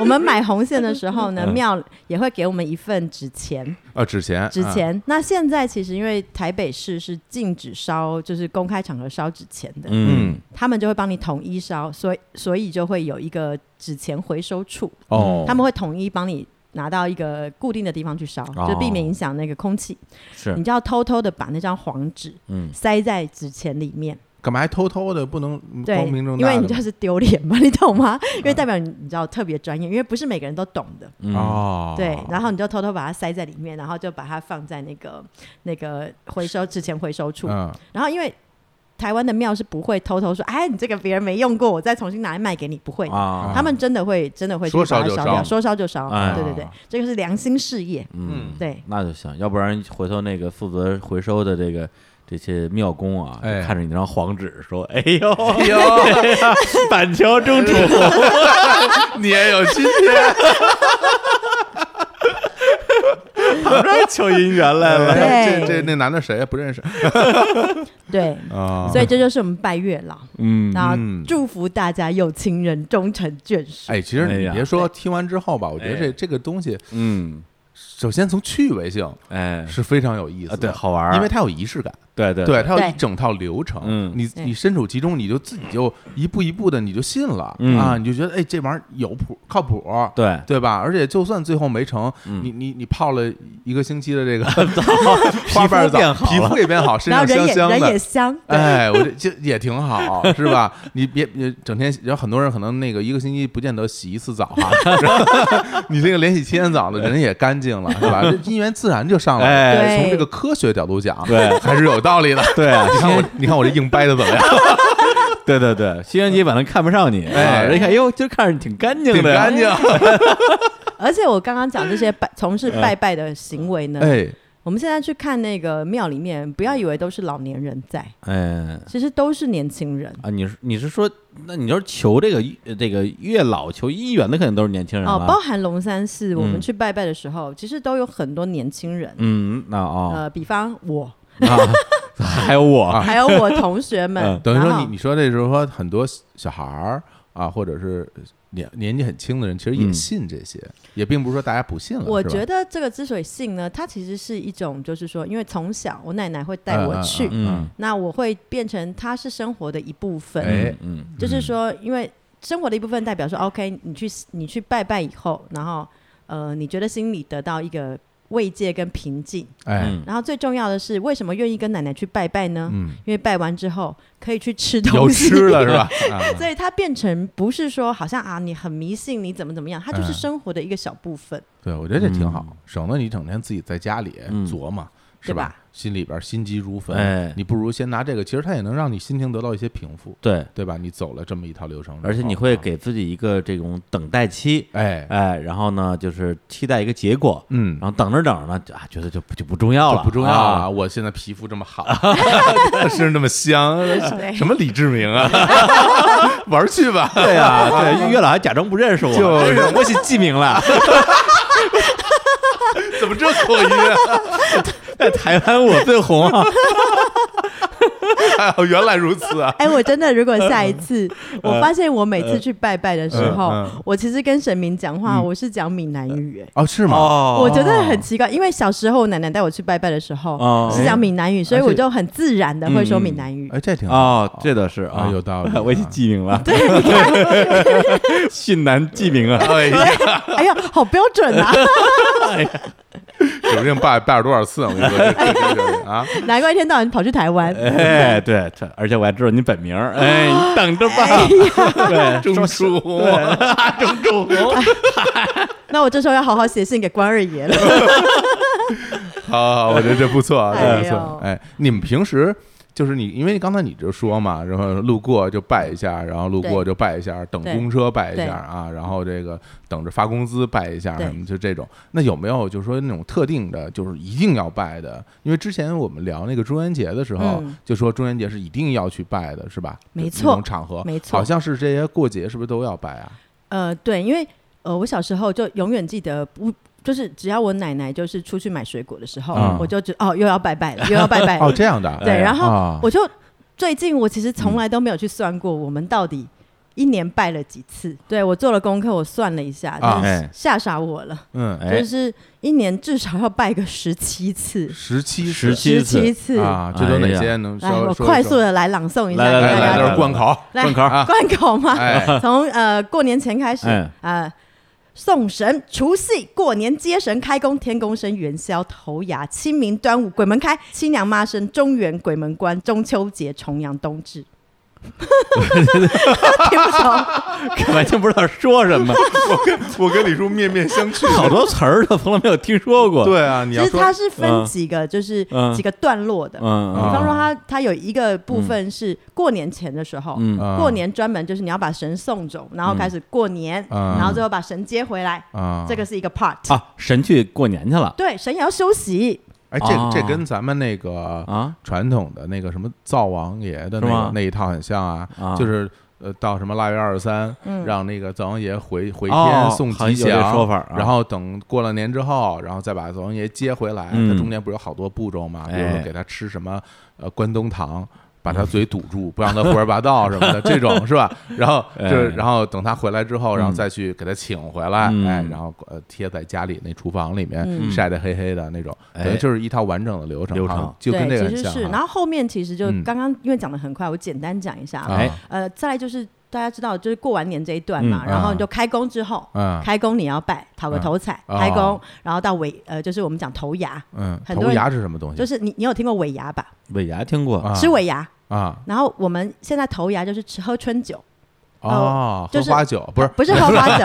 我们买红线的时候呢，嗯庙也会给我们一份纸钱，啊，纸钱，纸啊，钱。那现在其实因为台北市是禁止烧，就是公开场合烧纸钱的，嗯嗯，他们就会帮你统一烧，所以所以就会有一个纸钱回收处，嗯哦，他们会统一帮你拿到一个固定的地方去烧，哦就避免影响那个空气。是嗯你就要偷偷的把那张黄纸嗯塞在纸钱里面，干嘛还偷偷的，不能对，光明正因大的？为你就是丢脸嘛，你 懂吗？因为代表你你知道特别专业，因为不是每个人都懂的，嗯哦，对。然后你就偷偷把它塞在里面，然后就把它放在那个那个回收纸钱回收处，嗯，然后因为。台湾的庙是不会偷偷说，哎，你这个别人没用过，我再重新拿来卖给你，不会的。啊他们真的会真的会去说烧把它就烧烧掉，说烧就烧，哎对对对，这个是良心事业，嗯，对那就行，要不然回头那个负责回收的这个。这些庙工啊，就哎看着你那张黄纸说：“哎呦， 哎呦，板桥 中哎楚，你也有 今天，好这求姻缘来了。哎这对这那男的谁啊不认识对，啊？所以这就是我们拜月老，”嗯，然后 嗯祝福大家有情人终成眷属。哎，其实哎你呀别说，听完之后吧，我觉得哎这这个东西，嗯，首先从趣味性哎，是非常有意思啊，的，对，好玩儿，因为它有仪式感，对对对，它有一对整套流程，嗯你对你身处其中，你就自己就一步一步的你就信了、嗯啊，你就觉得哎这玩意儿有谱靠谱，对，嗯对吧？而且就算最后没成，你你你泡了一个星期的 这个 花瓣肤变澡，好皮肤也变好，身然后上人香也香人也的。香，哎，我这就也挺好，是 吧？你别你整天，有很多人可能那个一个星期不见得洗一次澡哈、是吧你这个连洗七天澡的人也干净了，是吧？这姻缘自然就上来了。哎从这个科学角度讲，对还是有道理的。对啊你看 我，你看我这硬掰的怎么样？对对对， 新垣结衣反正看不上你，哎啊人一看，哟，今儿看着你挺干净挺的呀， 干净。而且我刚刚讲这些拜从事拜拜的行为呢，哎，我们现在去看那个庙里面，不要以为都是老年人在，哎其实都是年轻人。啊，你是你是说，那你就是求这个呃这个月老求姻缘的，肯定都是年轻人哦，了包含龙山寺，我嗯们去拜拜的时候，其实都有很多年轻人。嗯，那哦，呃，比方我，啊还有啊我，还有我同学们嗯，等于然说后你你说这时候很多小孩儿啊，或者是年年纪很轻的人，其实也嗯信这些，也并不是说大家不信了。我是吧觉得这个之所以信呢，它其实是一种，就是说，因为从小我奶奶会带我去，嗯嗯那我会变成它是生活的一部分，哎嗯，就是说，因为生活的一部分代表说，OK，你去你去拜拜以后，然后呃，你觉得心里得到一个慰藉跟平静， 哎，嗯然后最重要的是，为什么愿意跟奶奶去拜拜呢？嗯，因为拜完之后可以去吃有东西，吃的是吧？啊 所以它变成不是说好像啊你很迷信，你怎么怎么样，它就是嗯生活的一个小 部分。对，我觉得这挺好，省得你整天自己在家里嗯琢磨，是对吧吧？心里边心急如哎焚，你不如先拿这个，其实它也能让你心情得到一些平复，对，对吧？你走了这么一套流程之后，而且你会嗯啊给自己一个这种等待期，哎，哎，然后呢，就是期待一个结果，嗯，然后等着等着呢，就啊，觉得就不就不重要就了，不重要啊了。，我现在皮肤这么好， 身上这么香，什么李志明啊， 玩去吧。对呀， 对，月老还假装不认识我，就是我写记名 了，怎么这口音啊？ 在台湾我最红啊，哎呦原来如此啊！哎，我真的，如果下一次我发现我每次去拜拜的时嗯候嗯，我其实跟神明讲话，我是讲闽南语，哎，哦，是吗？哦我觉得很奇怪，因为小时候我奶奶带我去拜拜的时哦候是讲闽南语，所以我就很自然的会说闽南语哎，。这挺好。哦，这倒是啊啊，有道理 我已经记名了， 训男记名啊， 哎呀，哎呀，好标准啊！指不定拜拜了多少次，我跟你说这这这这啊，难怪一天到晚跑去台湾。哎，对，这而且我还知道你本名儿，哎，你等着吧。对， 中书红， 中中红，那我这时候要好好写信给关二爷了。好好，我觉得这不错，啊，哎这呦不错。哎，你们平时就是你，因为刚才你就说嘛，然后路过就拜一下，然后路过就拜一下，等对公车拜一对下啊，然后这个等着发工资拜一下对什么，就这种。那有没有就是说那种特定的，就是一定要拜的？因为之前我们聊那个中元节的时候嗯，就说中元节是一定要去拜的，是吧？没就错那种场合没错好像是这些过节是不是都要拜啊？呃，对，因为呃，我小时候就永远记得不。就是只要我奶奶就是出去买水果的时候，嗯我就觉哦又要拜拜了，又要 拜拜了。哦，这样的啊，对，哎呀然后啊，我就最近我其实从来都没有去算过我们到底一年拜了几次。对我做了功课，我算了一下，啊就是哎吓傻我了，嗯，哎就，是一年至少要拜个十七次，十七十次七七次，次。啊，这都哎哪呀些能来，稍微我说一快说速的来朗诵一下来给来来大家来这来是灌考，来贯口啊贯口吗？哎，从呃过年前开始哎，呃，送神、除夕、过年、接神、开工、天公生、元宵、头牙、清明、端午、鬼门开、七娘妈生、中元、鬼门关、中秋节、重阳、冬至。听不懂，完全不知道说什么， 我跟李叔面面相觑。好多词儿都从来没有听说过。，对啊，你其要实说它是分嗯几个，就是嗯几个段落的。嗯啊比嗯方说它，它有一个部分是过年前的时候，嗯啊过年专门就是你要把神送走，然后开始过年，嗯然后最后把神接回来，啊，这个是一个 part。啊，神去过年去了对，神也要休息。哎，这这啊跟咱们那个啊，传统的那个什么灶王爷是的那个吗那一套很像啊，啊就是呃到什么腊月二十三，嗯让那个灶王爷回回哦天送好像吉有这祥说法啊然后等过了年之后，然后再把灶王爷接回来。嗯它中间不是有好多步骤嘛？比如说哎嗯给他吃什么呃关东糖。把他嘴堵住，不让他胡说八道什么 的，这种是吧？然后就是，哎然后等他回来之后，然后嗯再去给他请回来，嗯哎，然后呃贴在家里那厨房里面嗯晒得黑黑的那种，哎等于就是一套完整的流程，啊流好像程就对，跟这个其很实像是，哈。然后后面其实就嗯刚刚因为讲的很快，我简单讲一下啊。哎啊呃，再来就是大家知道，就是过完年这一段嘛，嗯然后啊你就开工之后，嗯开工你要拜讨个嗯头彩，哦开工，然后到尾呃，就是我们讲头牙，嗯，很多头人牙是什么东西？就是你你有听过尾牙吧？尾牙听过啊吃尾牙，啊然后我们现在头牙就是吃喝春酒，哦，呃就喝是花酒不是不是喝花酒，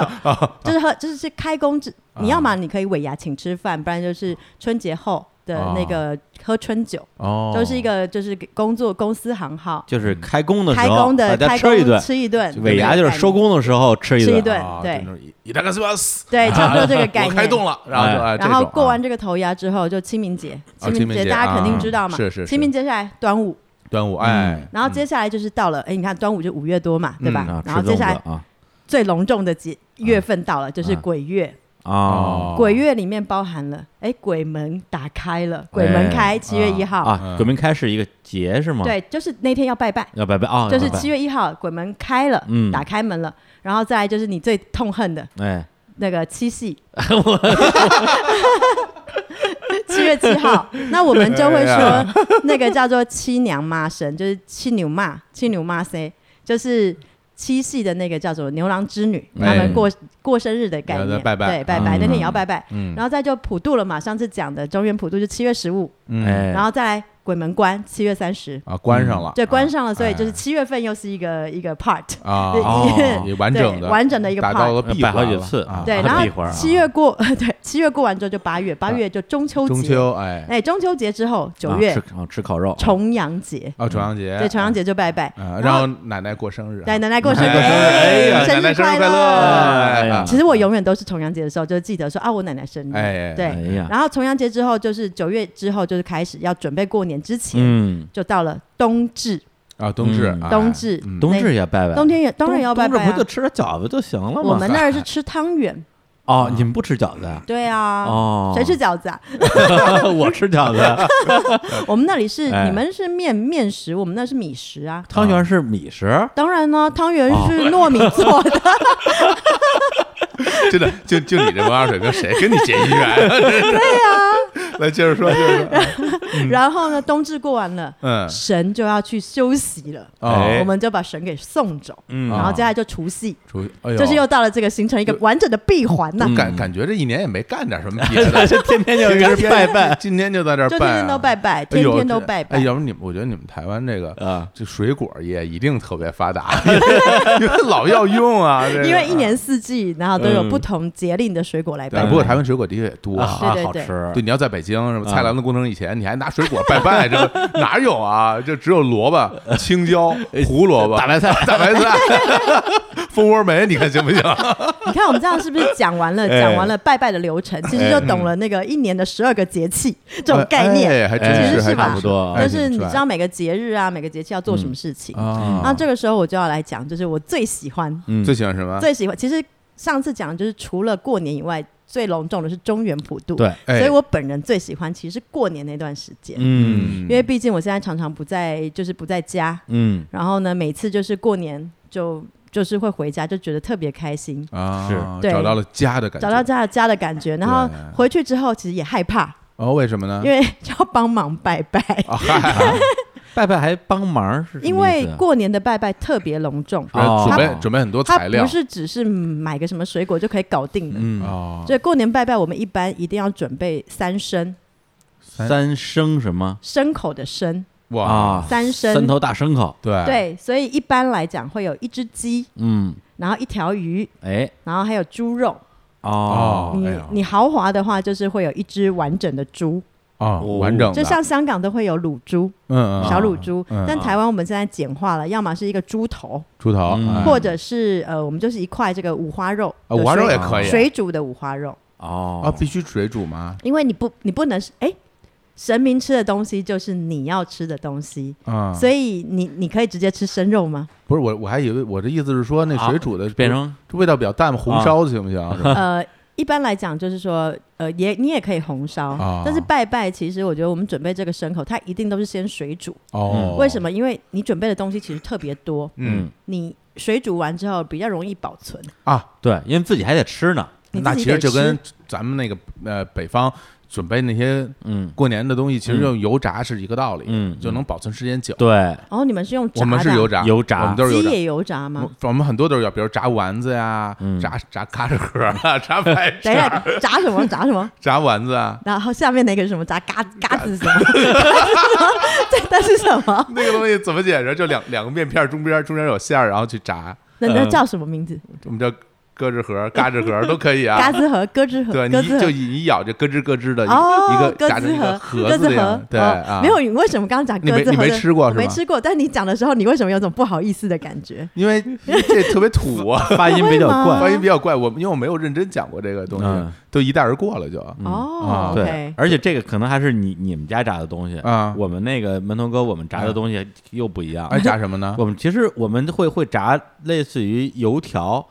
就是喝就是是开工之，你要么你可以尾牙请吃饭，不然就是春节后的那个喝春酒，哦，就是一个就是工作公司行号。就是开工的时开候，啊工的大家开吃一工顿，吃一顿，尾牙就是收工的时候吃吃一一顿顿，啊对就那种一一大概是吧，对，差不多这个概哎我念。开动了，然后就哎，这然后种过完啊这个头牙之后，就清明节，哦清明明节大家肯定知道嘛。啊是是是清明接下来端午，端午哎，然后接下来就是到了，哎，你看端午就五月多嘛，对吧？啊，吃然后接粽子下来啊最隆重的节月份到了，就是啊鬼月。啊哦鬼月里面包含了，哎，鬼门打开了，鬼门开，七月一号。哎啊，鬼门开是一个节是吗？，对，就是那天要拜拜，要拜拜啊，就是要拜七月一号，鬼门开了，嗯打开门了，然后再来就是你最痛恨的哎，那个 七夕，七月七号，那我们就会哎说那个叫做七娘妈生，就是七牛妈，七牛妈生，就是七夕的那个叫做牛郎织女，哎他们过过生日的概也要念，再拜拜对，拜拜，嗯那天也要拜拜。嗯然后再就普渡了嘛，上次讲的中原普渡就七月十五，嗯哎然后再来鬼门关七月三十，啊，关上了，嗯对，关上了，啊所以就是七月份又是一个一个 part，哎啊 对哦也完整对的完整的一个打到 part。了闭摆好环几了次啊 对，啊然闭环后啊七月过， 对，七月过完之后就八月，八月就中秋节，中秋哎哎，中秋节之后，九啊月吃啊吃烤肉，重阳节，啊，重阳节嗯对，重阳节就拜拜啊，，然后奶奶过生日啊，对奶奶过生日，哎呀，生奶奶日生日快乐！哎呀其实我永远都是重阳节的时候就记得说啊，我奶奶生日，哎对哎呀，然后重阳节之后就是九月之后就是开始要准备过年之前，嗯，就到了冬至，啊，冬至嗯，哎冬至嗯冬至也拜拜，冬天也当然要拜冬拜至不啊就。吃点饺子就行了吗？我们那儿是吃汤圆，哦，你们不吃饺子 啊？对啊，哦，谁吃？饺子啊？我吃饺子， 我们那里是哎你们是面面食，我们那是米食啊。汤圆是米食，当然呢，汤圆哦是 糯米做的， 真的， 就就你这文化水平，谁跟你结姻缘啊？对呀、来接着说，接着说。然后呢，冬至过完了，嗯哦神就要去休息了，哎我们就把神给送走，嗯然后啊接下来就除夕，出哎呦，就是又到了这个形成一个完整的闭环呐，感嗯感觉这一年也没干点什么 别的，这天天就开始拜拜今天就在这儿就拜啊，天天都拜拜，哎天呦，天都这拜拜呃哎，。要不你们，我觉得你们台湾这个 啊，这水果业一定特别发达， 因为老要用啊，这个因为一年四季，然后都有嗯不同节令的水果来对拜。不过台湾水果的确也多啊哇，对对啊好对吃，对，你要在北京什么嗯菜篮子工程以前，你还拿水果拜拜，这哪有啊？就只有萝卜、青椒、胡萝卜、大白菜大白菜、蜂窝煤，你看行不行？你看我们这样是不是讲 完了？哎讲完了拜拜的流程，其实就懂了那个一年的十二个节气这种概念。哎，还真哎其实还是吧真差不多哎但是你挺帅知道每个节日啊，每个节气要做什么事情。哦啊？那这个时候我就要来讲，就是我最喜欢、嗯最喜欢什么？嗯最喜欢。其实上次讲就是除了过年以外，最隆重的是中原普渡。对，哎所以我本人最喜欢其实是过年那段时间，嗯因为毕竟我现在常常不在，就是不在家，嗯，然后呢，每次就是过年就就是会回家，就觉得特别开心，啊，对找到了家的感觉，找到家的家的感觉。然后回去之后，其实也害怕，啊哦，为什么呢？因为要帮忙拜拜，啊，嗨，拜拜还帮忙哦是什么因为意思啊过年的拜拜特别隆重，哦准备准备很多它材料不是只是买个什么水果就可以搞定的。嗯哦，所以过年拜拜，我们一般一定要准备三牲，三牲什么牲口的牲，哇，啊？三牲三头大牲口，对，对，所以一般来讲会有一只鸡，嗯，然后一条鱼，哎然后还有猪肉。哦，你、哎呀你豪华的话，就是会有一只完整的猪，哦，哦完整的，就像香港都会有卤猪、嗯嗯小卤猪，嗯但台湾我们现在简化了，要么是一个猪头，猪头嗯哎或者是呃，我们就是一块这个五花肉，啊，五花肉也可水以水煮的五花肉，哦啊，必须水煮吗？因为你不你不能是哎。神明吃的东西就是你要吃的东西，啊，所以你你可以直接吃生肉吗？不是我，我还以为我的意思是说，那啊水煮的变成啊味道比较淡，红烧行不行？呃，一般来讲就是说，呃，也你也可以红烧，啊但是拜拜其实我觉得我们准备这个牲口，它一定都是先水煮，嗯哦，为什？么？因为你准备的东西其实特别多，嗯你水煮完之后比较容易保存。啊，对，因为自己还得吃呢，你那自其己实得就吃，跟咱们那个呃北方准备那些嗯过年的东西，其实用油炸是一个道理，嗯就能保存时间久。对，哦，你们是用炸的，我们是油炸，油炸我们都是油鸡炸。嗯也油炸吗？我我们很多都是要，比如炸丸子呀嗯，炸炸咖喱壳啊， 炸白 等一肠，下，炸什么？炸什么？ 炸丸子啊，然后下面那个是什么炸嘎嗯嘎子什么？嘎子什么？ 这那是什么？那个东西怎么解释？就两两个面片儿，中边中间有馅儿，然后去炸，那那叫什么名字？我们叫咯吱盒、嘎吱盒都可以啊。嘎子盒、咯吱 盒、对，咯吱你就盒。一一咬就咯吱咯吱的一哦，个一咯个炸成吱一个盒，盒子的咯吱样盒子，，对哦啊，没有，你为什么刚刚讲你咯没吱盒的？你没吃过我是吧没吃过。但你讲的时候，你为什么有种不好意思的感觉？因 为这特别土啊， 发音比较会吗怪，发音比较怪。我们因为我没有认真讲过这个东嗯西，都一带而过了就啊哦对 OK，，而且这个可能还是你你们家炸的东西啊嗯我们那个门头沟我们炸的东西又不一样，哎，炸什么呢？我们其实我们会会炸类似于油条，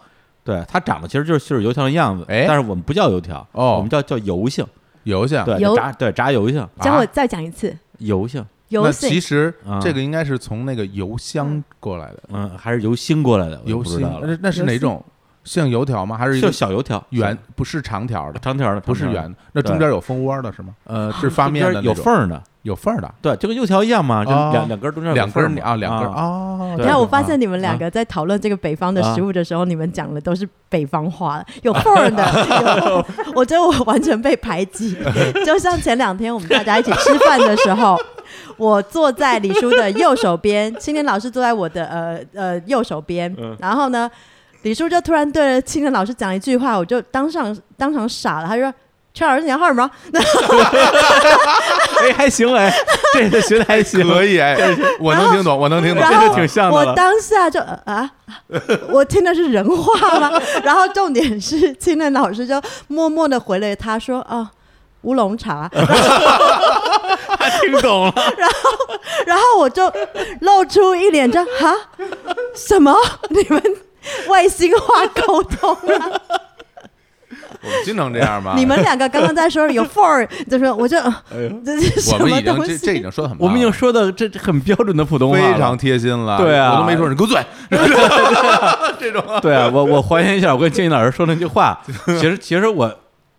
对，它长得其实就是就是油条的样子，哎但是我们不叫油条，哦我们叫叫油性，油性。对，油炸对炸油性，教我再讲一次，油性，油啊那性其实啊这个应该是从那个油箱过来的，嗯，还是油星过来的，我就油不知星道了，那那是油哪星种？像油条吗？还是一就个小油条，圆？不是长条的，长条的，不是长条的圆，的，那中对间有蜂窝的是吗？呃，是发面中的间有那种缝儿的，有缝儿的，对，就跟油条一样嘛，就哦两两根儿中间有两根缝儿儿你嘛啊，两根儿啊，哦。对你看，我发啊现你们两个在讨论这个北方的食物的时候，你们讲的都是北方话，有缝儿的。有我觉得我完全被排挤。就像前两天我们大家一起吃饭的时候，我坐在李叔的右手边，青年老师坐在我的呃呃右手边，然后呢，李叔就突然对着青年老师讲一句话，我就当场当场傻了，他就说。邱老师，你要号吗？哎，还行哎， 这个学的还行，可以，哎，我能听懂， 我能听懂然，后这挺像的了我当下就呃啊，我听的是人话 吗？然后重点是青嫩老师就默默的回了他说啊。乌龙 茶，听懂了，然后我就露出一脸这哈什么？ 你们外星话沟通啊？我们经常这样吗？你们两个刚刚在说有 for，就说我就、 这是哎我什们么已经东这西？这已经说的很棒了，我们已经说的这这很标准的普通话了，非 常贴心了，对啊我都没说你给我嘴，这种对啊，我我还原一下我跟静怡老师说那句 话，嗯其实其实我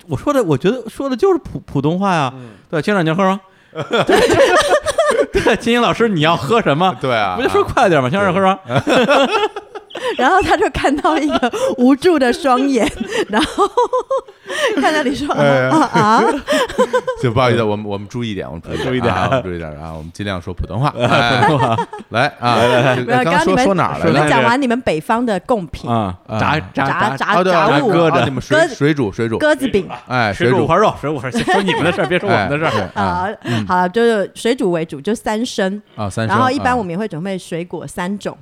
我说的，我觉得说的就是普普通话呀、对，青少年喝吗？ 对，秦英老师，你要喝什么？对啊不就说快点吗？啊先生喝什么？然后他就看到一个无助的双眼，然后 看到你说哎啊啊啊，就不好意思，我们我们注意一点，我们注意一点啊，我们注意一点啊，我们尽量说 普通话。哎来啊，这没有，刚刚你说们说哪儿你来们着？讲完你们北方的贡品，啊，炸炸炸炸哦对啊炸物，鸽哦子你们水鸽子水煮水煮，鸽子饼啊哎，水煮煮花肉，水煮花肉，说你们的事儿，别说我们的事儿。哎啊，好了，就是水煮为主，就三升。啊，三然后一般我们们也会准备水果三种，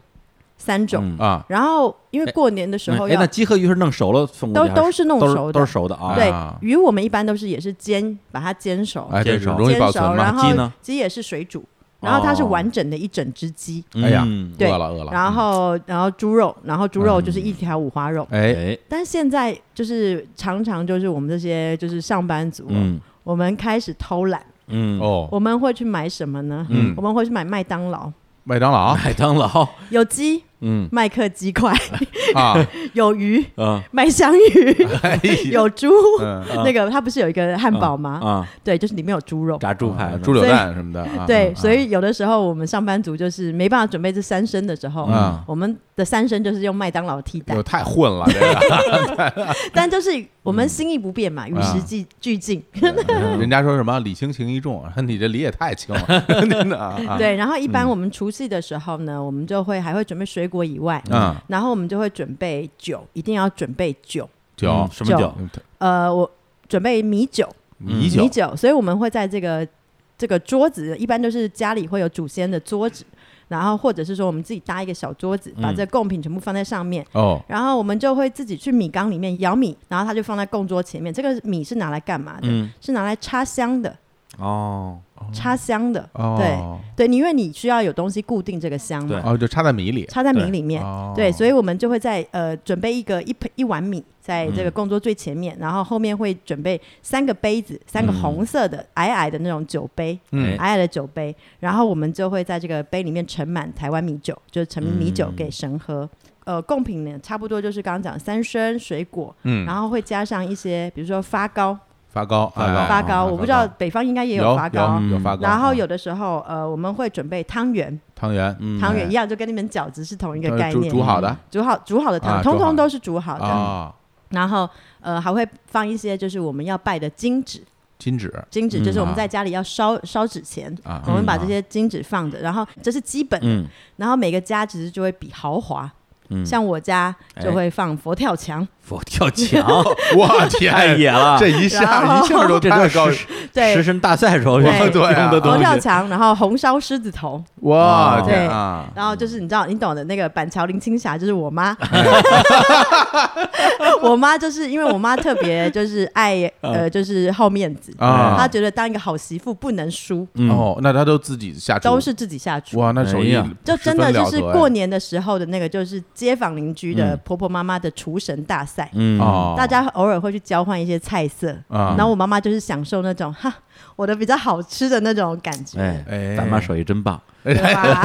三种。嗯啊，然后因为过年的时候哎，那要鸡和鱼是弄熟了送过都去还，都是弄都是熟都的是，熟的啊。对啊鱼我们一般都是也是煎，把它煎熟，哎，这煎是熟容易煎保熟，存然吗？鸡后呢鸡也是水煮，然后它是哦完整的一整只鸡，嗯哎呀，对饿了饿了。然嗯后然后猪肉，然后猪肉就是一条五花肉。哎，哎，但现在就是常常就是我们这些就是上班族，哦嗯我们开始偷懒，嗯，哦，我们会去买什么呢？嗯我们会去买麦当劳，麦当 劳麦当劳，有鸡嗯麦克鸡块， 啊，有鱼啊麦香鱼， 哎呀有猪。嗯那个它不是有一个汉堡吗？啊，对，就是里面有猪肉。炸猪排啊呢，猪柳蛋什么的，啊对，啊所以有的时候我们上班族就是没办法准备这三升的时候，嗯我们的三升就是用麦当劳替代我，哎太混了，这 个但就是我们心意不变嘛，嗯与时俱俱进。人家说什么礼轻情意重，你这礼也太轻 了，真的啊，啊对，然后一般我们除夕的时候呢，我们就会还会准备水果以外，嗯然后我们就会准备酒，一定要准备酒。酒嗯什么酒酒？呃，我准备米酒，米米酒酒，所以我们会在这个这个桌子，一般都是家里会有祖先的桌子，然后或者是说我们自己搭一个小桌子，把嗯这贡品全部放在上面。哦，然后我们就会自己去米缸里面舀米，然后它就放在供桌前面。这个米是拿来干嘛的？嗯是拿来插香的，哦，插香的。哦，对对，因为你需要有东西固定这个香嘛对，哦，就插在米里，插在米对里面。哦对，所以我们就会在呃准备一个一盆一碗米在嗯这个供桌最前面，然后后面会准备三个杯子，三个嗯红色的、矮矮的那种酒杯，嗯矮矮的酒杯，然后我们就会在这个杯里面盛满台湾米酒，就是盛米酒嗯给神喝。呃，贡品呢，差不多就是刚刚讲三生水果，嗯然后会加上一些，比如说发糕，发糕，发糕哎发糕，我不知道北方应该也有发糕。嗯有有发糕，然后啊有的时候，呃，我们会准备汤圆，汤圆，嗯汤圆一样，就跟你们饺子是同一个呃概哎煮念。嗯煮好的煮好煮好的汤，啊通煮好通的都是煮好的。啊，然后呃，还会放一些就是我们要拜的金纸，金纸金纸就是我们啊在家里要烧、烧纸钱，啊，我们把嗯这些金纸放着，然后这是基本的。嗯然后每个家其实就会比豪华，嗯，像我家哎就会放佛跳墙，佛跳墙 我天，太野了，这一下哦哎然一后下就这太高都兴，是对食神大赛时候用对对啊的佛东跳西，墙，然后红烧狮子头，嗯哇哦天对啊！然后就是你知道，你懂的那个板桥林青霞就是我 妈，我妈就是因为我妈特别就是爱嗯呃就是好面子，啊她觉得当一个好媳妇不能输，嗯哦，那他都自己下厨，都是自己下厨。哇，那手艺哎呀就真的就是过年年的时候的那个，就是街坊邻居的哎嗯婆婆妈妈的厨神大赛，嗯哦，大家偶尔会去交换一些菜色，啊然后我妈妈就是享受那种哈我的比较好吃的那种感觉，哎哎，咱妈手艺真棒，对吧？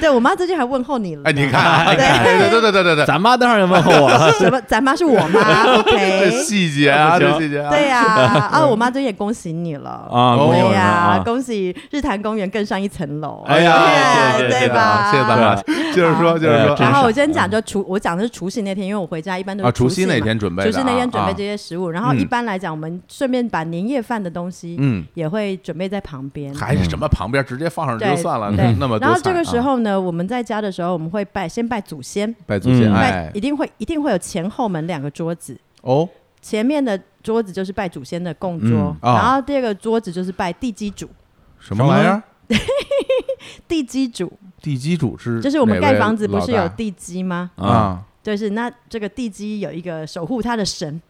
对我妈最近还问候你了呢，哎， 你看，你看，对对对对对对，咱妈当然也问候我 了，什么？咱妈是我 妈这，OK。细节啊，不行这细节 啊，对呀，啊，我妈最近也恭喜你了啊恭喜我对们啊呀，恭喜日坛公园更上一层楼，哎呀谢谢对谢谢对吧？啊哎谢谢咱 妈，接着说，接着说真啊然是后我先讲，就除我讲的是除夕那天，因为我回家一般都啊，是除夕夕那嘛天准备的除啊，夕那天准备这啊，些食物，然后嗯一般来讲，我们顺便把年夜饭的东西嗯，也会准备在旁边。还是什么旁边直接放上去就嗯对算了，对那么多然后这菜个啊时候呢，我们在家的时候，我们会拜先拜祖先，拜祖先，嗯拜哎一，定会一定会有前后门两个桌子，哦，前面的桌子就是拜祖先的供桌，嗯啊然后第二个桌子就是拜地基主。什么玩意什儿？地基主地基主是就是我们盖房子不是有哪位地基吗？老大啊？就是那这个地基有一个守护它的神，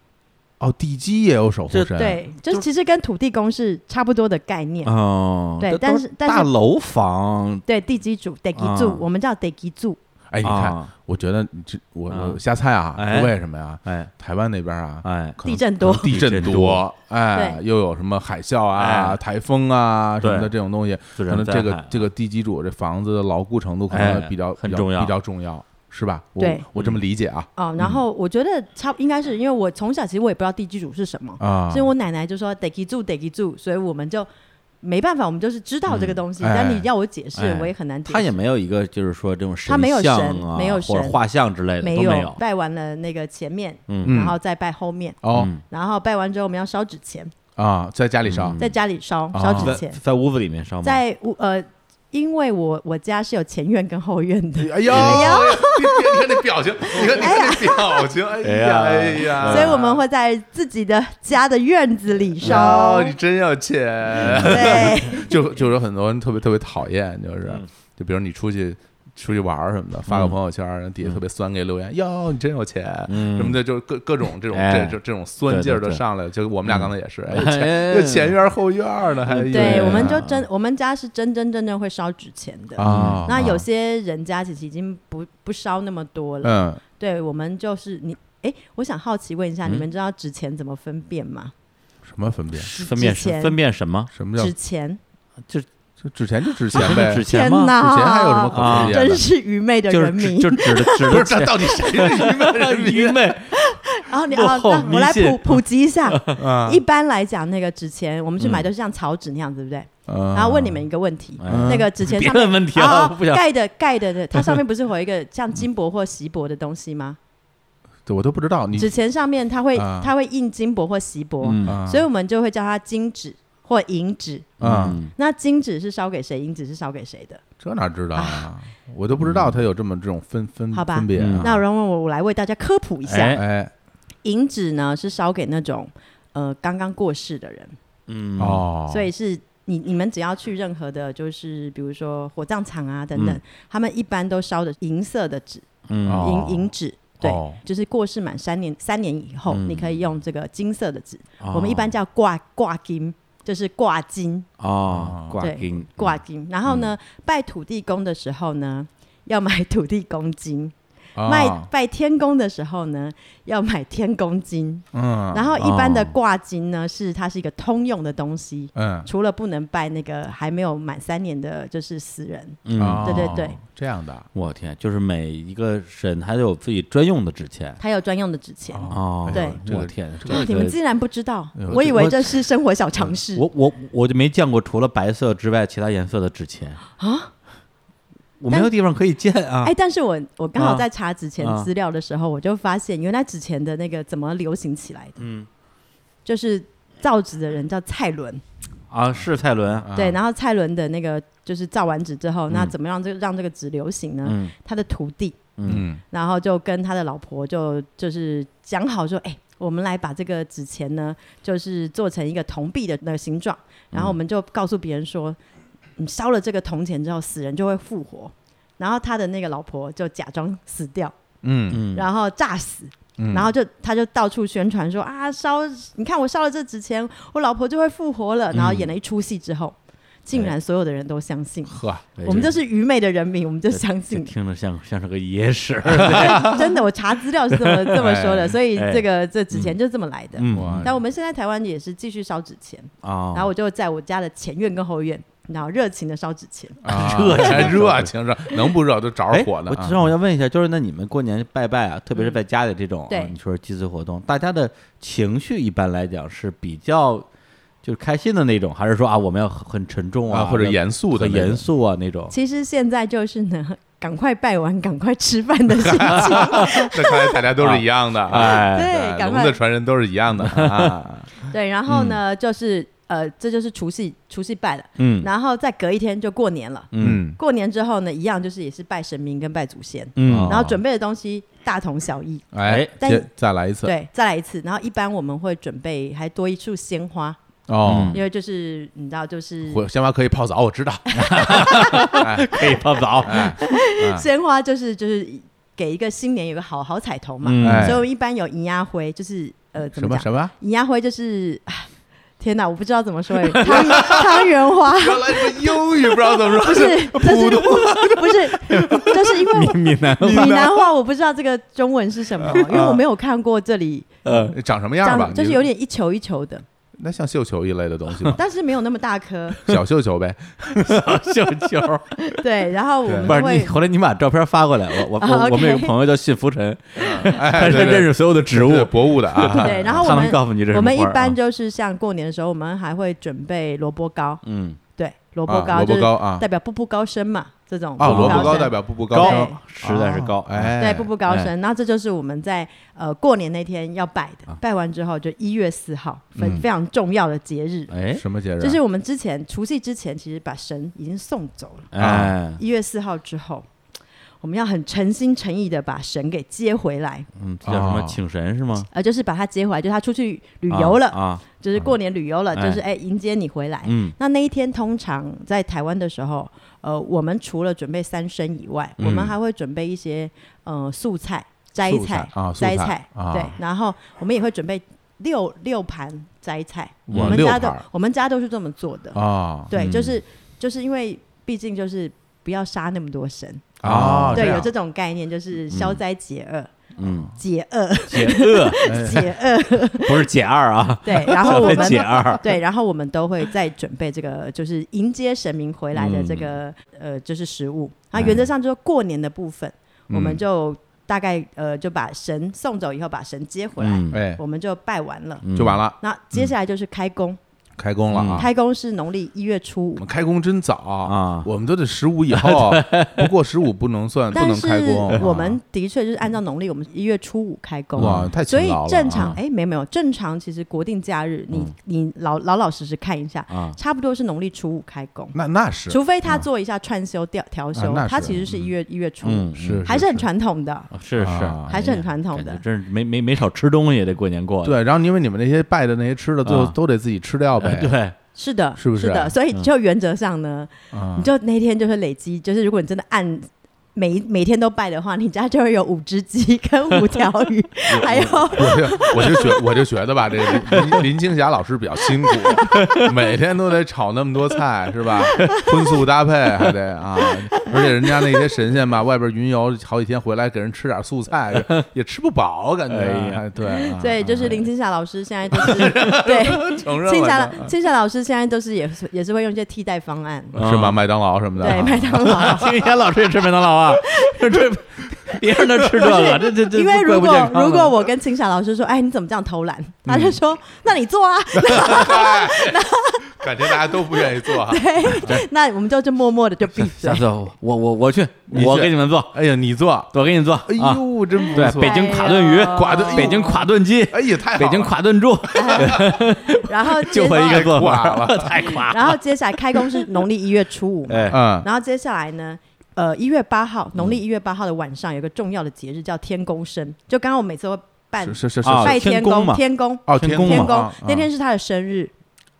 哦，地基也有守护这神，对，就是其实跟土地公是差不多的概念。哦，对这但都是但是大楼房对，地基主地基主啊，我们叫地基主。哎，你哦看啊，我觉得你这我啊我瞎猜啊，哎为什么呀？哎台湾那边啊，哎，可能地震多可能地震地震多多，哎，对又有什么海啸啊、哎台风啊什么对的这种东西，自可然能灾这害个这个地基主这房子的牢固程度可能啊哎比较很比较重要比较重要，是吧？我对我这么理解啊哦，然后我觉得差应该是因为我从小其实我也不知道地基主是什么，啊所以我奶奶就说得给住得给住，所以我们就没办法，我们就是知道这个东西，嗯哎但你要我解释哎，我也很难解释。他也没有一个就是说这种神他没有像神啊，没有或者神画像之类的没都有没有。拜完了那个前面，嗯然后再拜后面，哦嗯然后拜完之后我们要烧纸钱，啊，在家里烧在家里烧哦烧在纸钱，在屋子里面烧吗？在屋呃，因为我我家是有前院跟后院的，哎呦，你你看那表情，你看你看那表情，哎呀哎呀哎呀，所以我们会在自己的家的院子里烧哦，。你真要钱， 对，就就是很多人特别特别讨厌，就是嗯就比如你出去。出去玩儿什么的，发个朋友圈儿，然后底下特别酸给留言，哟，你真有钱，嗯什么的，就是各各种这种哎这这这种酸劲儿对对就对上来了，就我们俩刚才也是， 哎有哎前有前院儿后院儿呢，还嗯对，我们就啊嗯真，我们家是真真正正会烧纸钱的。 啊，嗯那有些人家其实已经不不烧那么多了。嗯，对，我们就是你，哎，我想好奇问一下，嗯你们知道纸钱怎么分辨吗？什么分别？分辨之前什分辨什么？什么叫纸钱，就纸钱就纸钱呗，纸纸钱吗？哪，钱还有什么啊可分辨 真的？是愚昧的就是人指民。就指的指不的是，这钱。到底谁是愚昧人愚民啊昧， 然后你落啊，后那我来迷信普普及一下。 啊一般来讲，那个纸钱我们去买嗯都是像草纸那样，对不对？然然后问你们一个问题，嗯那个纸钱别上面问问题啊了，我不想。盖的盖的的，它 上面不是会有一个像金箔或锡箔的东西吗？对我都不知道你纸钱上面它会啊它会印金箔或锡箔，嗯啊所以我们就会叫它金纸或银纸。啊，嗯那金纸是烧给谁，银纸是烧给谁的？这哪知道啊？我都不知道它有这么这种分分好吧分别啊。嗯那容我我来为大家科普一下，哎哎银纸呢是烧给那种呃刚刚过世的人，嗯哦，所以是。你你们只要去任何的，就是比如说火葬场啊等等，嗯他们一般都烧的银色的纸，嗯哦银银纸，对，哦就是过世满三年三年以后，嗯你可以用这个金色的纸，嗯我们一般叫挂挂金，就是挂金哦哦挂对金挂嗯金。然后呢，拜土地公的时候呢，要买土地公金；哦啊卖拜天公的时候呢，要买天公金。嗯然后一般的哦挂金呢，是它是一个通用的东西。嗯除了不能拜那个还没有满三年的，就是死人，嗯，哦对对对，这样的啊我天，就是每一个神他都有自己专用的纸钱它有专用的纸钱。哦对哎这我个天，这你们个竟然不知道哎呦，我以为我这是生活小常识。我我我就没见过除了白色之外其他颜色的纸钱啊，我没有地方可以见啊哎，。但是我我刚啊好在查纸钱啊资料的时候，我就发现原来纸钱的那个怎么流行起来的，嗯就是造纸的人叫蔡伦，啊，是蔡伦啊，对，然后蔡伦的那个就是造完纸之后，那嗯怎么让这个让这个纸流行呢？嗯他的徒弟，嗯嗯然后就跟他的老婆就就是讲好说，哎。我们来把这个纸钱呢，就是做成一个铜币的那个形状，嗯然后我们就告诉别人说，你烧了这个铜钱之后，死人就会复活。然后他的那个老婆就假装死掉，嗯嗯，然后炸死，嗯，然后就他就到处宣传说啊烧，你看我烧了这纸钱，我老婆就会复活嗯了。然后演了一出戏之后，竟然所有的人都相信，呵，哎我们就是愚昧的人民，我们就这相这信。听着像像是个野史，哎哎 真的，我查资料是这么这么说的，所以这个这纸钱就这么来的。嗯哇但我们现在台湾也是继续烧纸钱，啊，然后我就在我家的前院跟后院，然后热情的烧纸钱。哦啊热情还热 情热，能不热都着哎，火呢我啊。知道我要问一下，就是那你们过年拜拜啊，特别是在家里这种、啊嗯对你说祭祀活动，大家的情绪一般来讲是比较就是开心的那种，还是说啊我们要很很沉重啊，或者要严肃的很那种严肃啊那 种？其实现在就是呢， 赶快拜完，赶快吃饭的 心情。那看来大家都是一样的啊，哎，对，赶龙快的传人都是一样的啊。 对，然后嗯呢，就是呃，这就是除夕，除夕拜了，嗯然后再隔一天就过年了。嗯嗯，过年之后呢，一样就是也是拜神明跟拜祖先，嗯哦然后准备的东西大同小异。哎，但再再来一次对，再来一次。然后一般我们会准备还多一束鲜花，哦嗯。因为就是你知道，就是我鲜花可以泡澡，我知道。可以泡澡，哎啊 鲜花就是就是给一个新年有个好好彩头嘛。嗯哎所以我们一般有银鸭灰，就是呃 怎什么么讲？什么？银鸭灰就是。啊天哪，我不知道怎 么说哎，汤汤圆花原来是英语，不知道怎么说。不是，就是不是，就是因为我 闽南闽南话我不知道这个中文是什么，因为我没有看过这里呃啊长什么样吧长，？就是有点一球一球的，那像绣球一类的东 ？西吗但是没有那么大 颗，小绣球呗，绣球儿，对。然后我们不是你， 会，后来你把照片发过来，我我啊我 OK 我们有个朋友叫信浮尘，哎， 他是对对认识所有的植物 对， 博物的啊，对，然后我他们能告诉你这是我们什一么花儿般啊就是像过年的时候，我们还会准备萝卜糕，嗯对，萝卜啊糕萝就卜是糕啊代，表步步高升嘛，这种啊，萝卜糕升代表步步高高升，实在是高，哦哎，对步步高哎升。那这就是我们在呃过年那天要拜啊的，拜完之后就一月四号，嗯很非常重要的节日。哎什么节日啊？就是我们之前除夕之前，其实把神已经送走了。嗯啊哎，一月四号之后，我们要很诚心诚意的把神给接回来，嗯，这叫什么哦请神是吗？呃，就是把他接回来，就是他出去旅游了，啊，啊就是过年旅游了，啊哎就是哎迎接你回来。嗯那那一天通常在台湾的时候，呃，我们除了准备三牲以外，嗯我们还会准备一些呃素菜、摘素菜菜、啊素摘菜菜，啊对，然后我们也会准备六六盘摘菜，哇我们六家都盘儿我们家都是这么做的，啊对，嗯就是就是因为毕竟就是不要杀那么多神，啊，哦嗯对，样有这种概念，就是消灾解 厄，嗯，解厄，解饿解厄，不是解二啊， 对，然哦后我消们灾 解二，对，然后我们都会再准备这个，就是迎接神明回来的这个、嗯呃，就是食物。啊，原哎则上就是过年的部分，我嗯们就大概呃就把神送走以后，把神接回来，嗯，哎，我们就拜完了。嗯就完了，那接下来就是开工，开工了啊。嗯开工是农历一月初我五们，开工真早啊我们都得十五以 后，不过十五不能算，不但能是开工。啊哦我们的确就是按照农历，我们一月初五开工。哇，太勤所以劳了啊嗯正常，哎，没有没有，正常其实国定假日，你、你老老老实实看一下，啊差不多是农历初五开工，那那嗯是嗯啊除非他做一下串休调调休，那是他其实是一月一月初，嗯是还是很传统的，是是啊，还是很传统感觉的。真是没没没少吃东西，这过年过的，对。然后因为你们那些拜的那些吃的，最后啊都得自己吃掉 呗。对， 是的，是不啊嗯是的，所以就原则上呢，你就那天就是累积，就是如果你真的按每每天都拜的话，你家就会有五只鸡 跟 五条鱼， 还有我就 我就觉我就觉得吧，这林林林青霞老师比较辛苦，每天都得炒那么多菜是吧？荤素搭配还得啊，而且人家那些神仙吧，外边云游好几天回来，给人吃点素菜也吃不饱，感觉哎呀对啊对，就是林青霞老师现 在就是对承认了青霞这老青霞老师现在都是也是也是会用一些替代方案，啊是吧？麦当劳什么的，啊对麦当 劳。青霞老师也吃麦当劳啊，这这别人都吃这个，这这这因为如怪不健果康的如果我跟青霞老师说，哎，你怎么这样偷懒？他就说，那你做啊， 感觉大家都不愿意 做哈。那我们就就默默的就闭嘴下。次我我我我去，你我去给你们做，哎呀，你做，我给你做哎啊，呦，真不对，错北。京垮炖哎鱼，垮炖北京垮炖鸡，哎呀，太好了北京垮炖 猪，然后接就会一个做太垮法， 太垮了， 然后接下来开工是农历一月初 五嘛，哎，嗯，然后接下来呢，呃，一月八号，农历一月八号的晚上有个重要的节日叫天公生，就刚刚我每次会办是是是是啊拜天公公，嘛天公。哦，天天宫天嘛公啊那天是他的生日，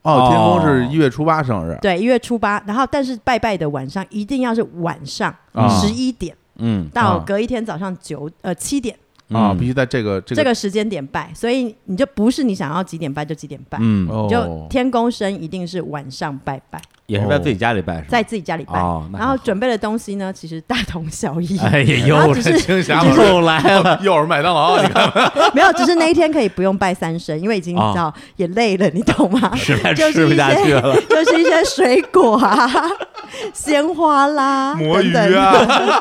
哦，天宫哦是一月初八生日，对，一月初八。然后，但是拜拜的晚上一定要是晚上啊十一点嗯到啊隔一天早上九呃七点，啊，嗯必须在这个这这个个时间点拜，所以你就不是你想要几点拜就几点拜，嗯，哦，就天公生一定是晚上拜拜，也是在自己家里拜是吧？在自己家里拜，哦那然后很好准备的东西呢，其实大同小异，哎呀，然又后只是青霞老师又来了，又是麦当劳，你看 没有，只是那一天可以不用拜三牲，因为已经你哦知道、也累了，你懂 吗？实在就是吃不一下些去了， 就是一些水果啊、鲜花啦、魔等芋等啊，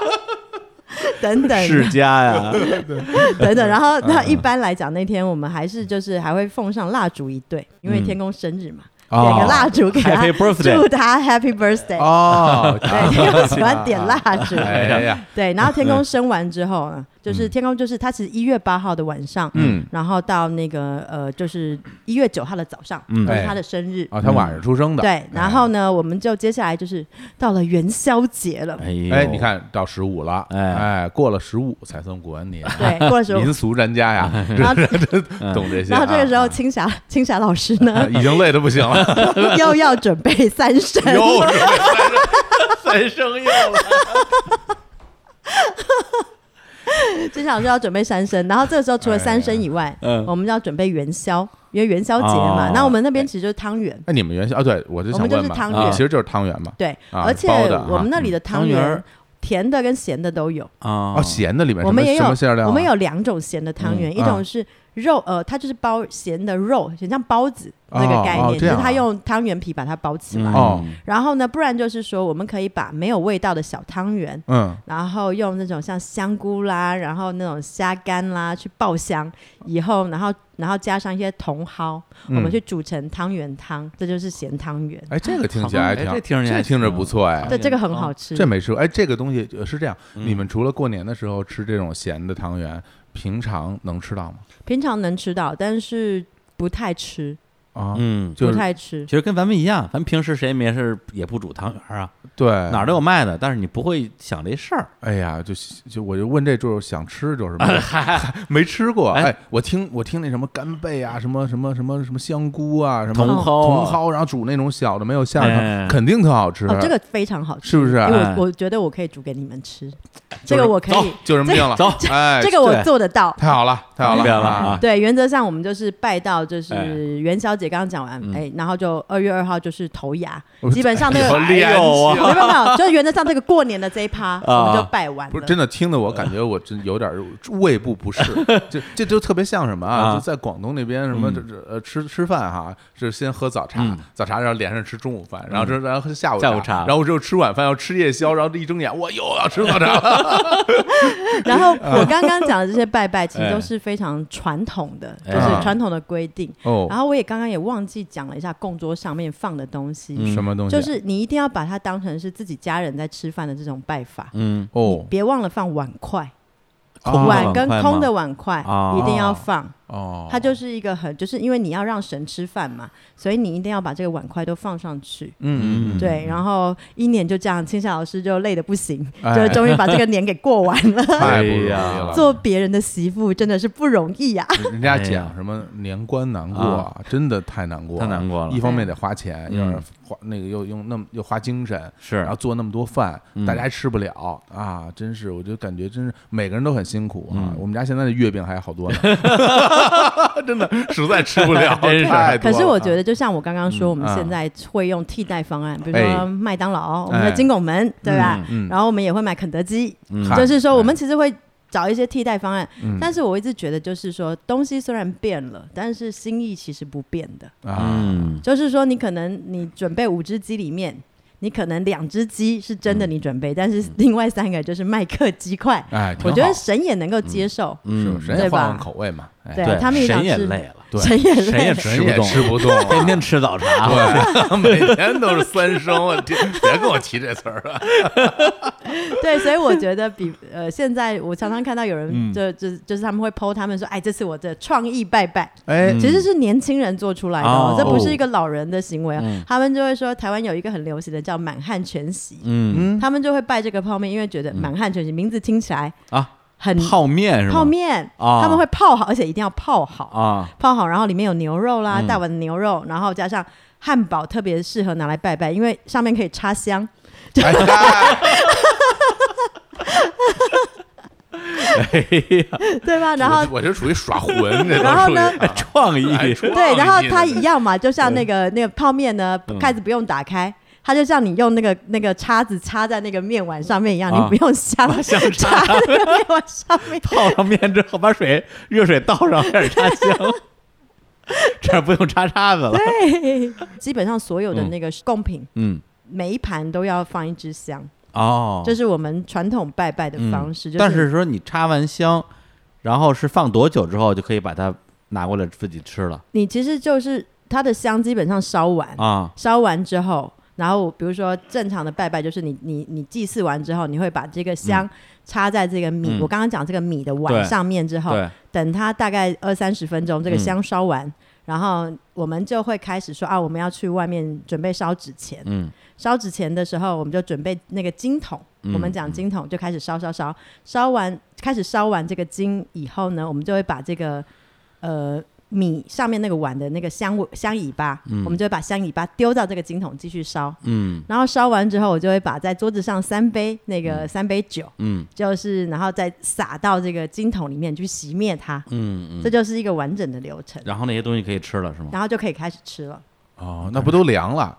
等等世家呀， 等等。然后，嗯那一般来讲，那天我们还是就是还会奉上蜡烛一对，因为天公生日嘛，哦点个蜡烛给他 Happy birthday 祝他 Happy Birthday。哦，对，天公喜欢点蜡烛。 哎呀，对，然后天公生完之后呢，就是天公就是他其实一月八号的晚上，嗯，然后到那个呃，就是一月九号的早上，嗯都是哎他的生日。啊，他晚上出生的，哎对，然后呢，我们就接下来就是到了元宵节了。哎呦哎，你，看到十五了，哎哎，过了十五才算过完年，对，过了时候，民俗专家呀，然后懂这些啊。然后这个时候，青霞青霞老师呢啊 已经累得不行了， 又要准备三生，又是三生又了，青霞老师要准备三生。然后这个时候除了三生以外，哎嗯我们要准备元宵，因为元宵节嘛哦。那我们那边其实就是汤圆，那你们元宵啊？对，我就我想们就是问嘛，汤圆啊其实就是汤圆嘛。对，啊而且包的啊我们那里的汤汤圆儿圆甜的跟咸的都有。啊哦，咸的里面什我么们也什有么馅料啊？我们有两种咸的汤圆，嗯一种是肉，呃，它就是包咸的肉，很像包子，那个概念，哦哦这就是样啊他用汤圆皮把它包起来。嗯哦然后呢，不然就是说，我们可以把没有味道的小汤圆，嗯，然后用那种像香菇啦，然后那种虾干啦去爆香，以后然后然后加上一些茼蒿，嗯我们去煮成汤圆汤，这就是咸汤圆。哎，这个听起来还哎挺，这听着这还听着挺不错哎，对，这个很好吃。这没吃过。哎，这个东西呃是这样，嗯你们除了过年的时候吃这种咸的汤圆，平常能吃到吗？平常能吃到，但是不太吃，啊，嗯，就不是太吃其。实跟咱们一样，咱们平时谁也没事也不煮汤圆儿啊，对哪儿都有卖的，但是你不会想这事儿。哎呀，就就我就问这就是想吃就 是没没吃过。哎哎，我听我听那什么干贝啊，什么什么什么什么香菇啊，什么嗯茼蒿啊茼蒿，然后煮那种小的没有馅儿哎的，肯定特好吃。啊哦，这个非常好吃，是不是因为哎我我觉得我可以煮给你们吃，这个就是我可走以，就这么定了。走哎，这个我对做得到。太好了，太好了，明白了啊 对，原则上我们就是拜到，就哎是元宵节刚刚讲完，嗯哎，然后就二月二号就是头牙 我，基本上那好个厉害啊哎呦啊没有没有没有，就是原则上这个过年的这一趴，我们就拜完不是了。真的，听得我感觉我真有点儿 胃部 不适，这这就特别像什么啊？啊就在广东那边什么这这呃吃吃饭哈，是先喝早茶嗯，早茶然后连着吃中午饭，然后这然后喝下午下午茶然后之后吃晚饭要吃夜宵，然后一睁眼我又要吃早茶了。 然后我刚刚讲的这些拜拜，其实哎都是非常传统的，哎就是传统的规定。然哦，后我也刚刚也忘记讲了一下供桌上面放的东西，嗯什么东西？啊就是你一定要把它当成是自己家人在吃饭的这种拜法，嗯，哦别忘了放碗筷，空的碗碗跟筷吗空的碗筷哦一定要放。哦，它就是一个很，就是因为你要让神吃饭嘛，所以你一定要把这个碗筷都放上去。嗯嗯嗯对，然后一年就这样，青夏老师就累得不行，哎就是终于把这个年给过完 了。太不容易哎了呀。做别人的媳妇真的是不容易啊呀、人家哎呀讲什么年关难过啊，真的太难过，太难过了一方面得花钱，嗯要是花那个又用那么又花精神，是然后做那么多饭，嗯大家还吃不了啊，真是，我就感觉真是每个人都很辛苦啊嗯。我们家现在的月饼还好多呢， 真的实在吃不了，啊真是太多可了是我觉得，就像我刚刚说，我们啊现在会用替代方案，比如哎说麦当劳、我们的金拱门，对吧？嗯嗯然后我们也会买肯德基，嗯嗨就是说我们其实会找一些替代方案。嗯但是我一直觉得，就是说东西虽然变了，但是心意其实不变的。啊，嗯，就是说，你可能你准备五只鸡里面，你可能两只鸡是真的你准备，但是另外三个就是麦克鸡块，哎，挺我觉得好神也能够接受。是嗯不是人家对吧换换口味嘛，哎对他们也想谁也吃累了，对 神也谁累也了，吃不人也动，吃不动啊，天天吃早茶，对， 每天都是三升，我天，别跟我提这词儿了。啊 对，所以我觉得比呃，现在我常常看到有嗯人就就就是他们会 PO 他们说，哎，这是我的创意拜拜，哎嗯其实是年轻人做出来的哦哦，这不是一个老人的行为嗯啊。他们就会说，台湾有一个很流行的叫满汉全席，嗯他们就会拜这个泡面，因为觉得满汉全席名字听起来啊，很泡面是吗？泡面，啊他们会泡好，而且一定要泡好， 啊，泡好，然后里面有牛肉啦，嗯大碗的牛肉，然后加上汉堡，特别适合拿来拜拜，因为上面可以插香。 哎呀哎呀，对吧？然后我我这属于耍混，这然都后属于呢啊 创意哎创对，然后意它呢一样嘛，就像那个那个泡面呢嗯，盖子不用打开。它就像你用那个那个叉子插在那个面碗上面一样，啊你不 用香香。插在那个面碗上 面泡上面之后，把水热水倒上，开始插 香，这儿不用插叉子了。对，基本上所有的嗯那个贡品，嗯，每一盘都要放一支香，哦，这是我们传统拜拜的方式。嗯就是但是说你插完香，然后是放多久之后就可以把它拿过来自己吃了你其实就是它的香基本上烧完，啊？烧完之后，然后比如说正常的拜拜，就是你你你祭祀完之后，你会把这个香插在这个米，嗯我刚刚讲这个米的对碗上面之后，对，等它大概二三十分钟，这个嗯香烧完。然后我们就会开始说啊，我们要去外面准备烧纸钱。嗯烧纸钱的时候，我们就准备那个金桶。嗯我们讲金桶就开始烧烧烧，烧完开始烧完这个金以后呢，我们就会把这个呃米上面那个碗的那个香味香尾巴，嗯我们就会把香尾巴丢到这个金桶继续烧。嗯然后烧完之后，我就会把在桌子上三杯那个三杯酒，嗯就是然后再撒到这个金桶里面去熄灭它，嗯嗯，这就是一个完整的流程，然后那些东西可以吃了是吗？然后就可以开始吃了。哦，那不都凉了？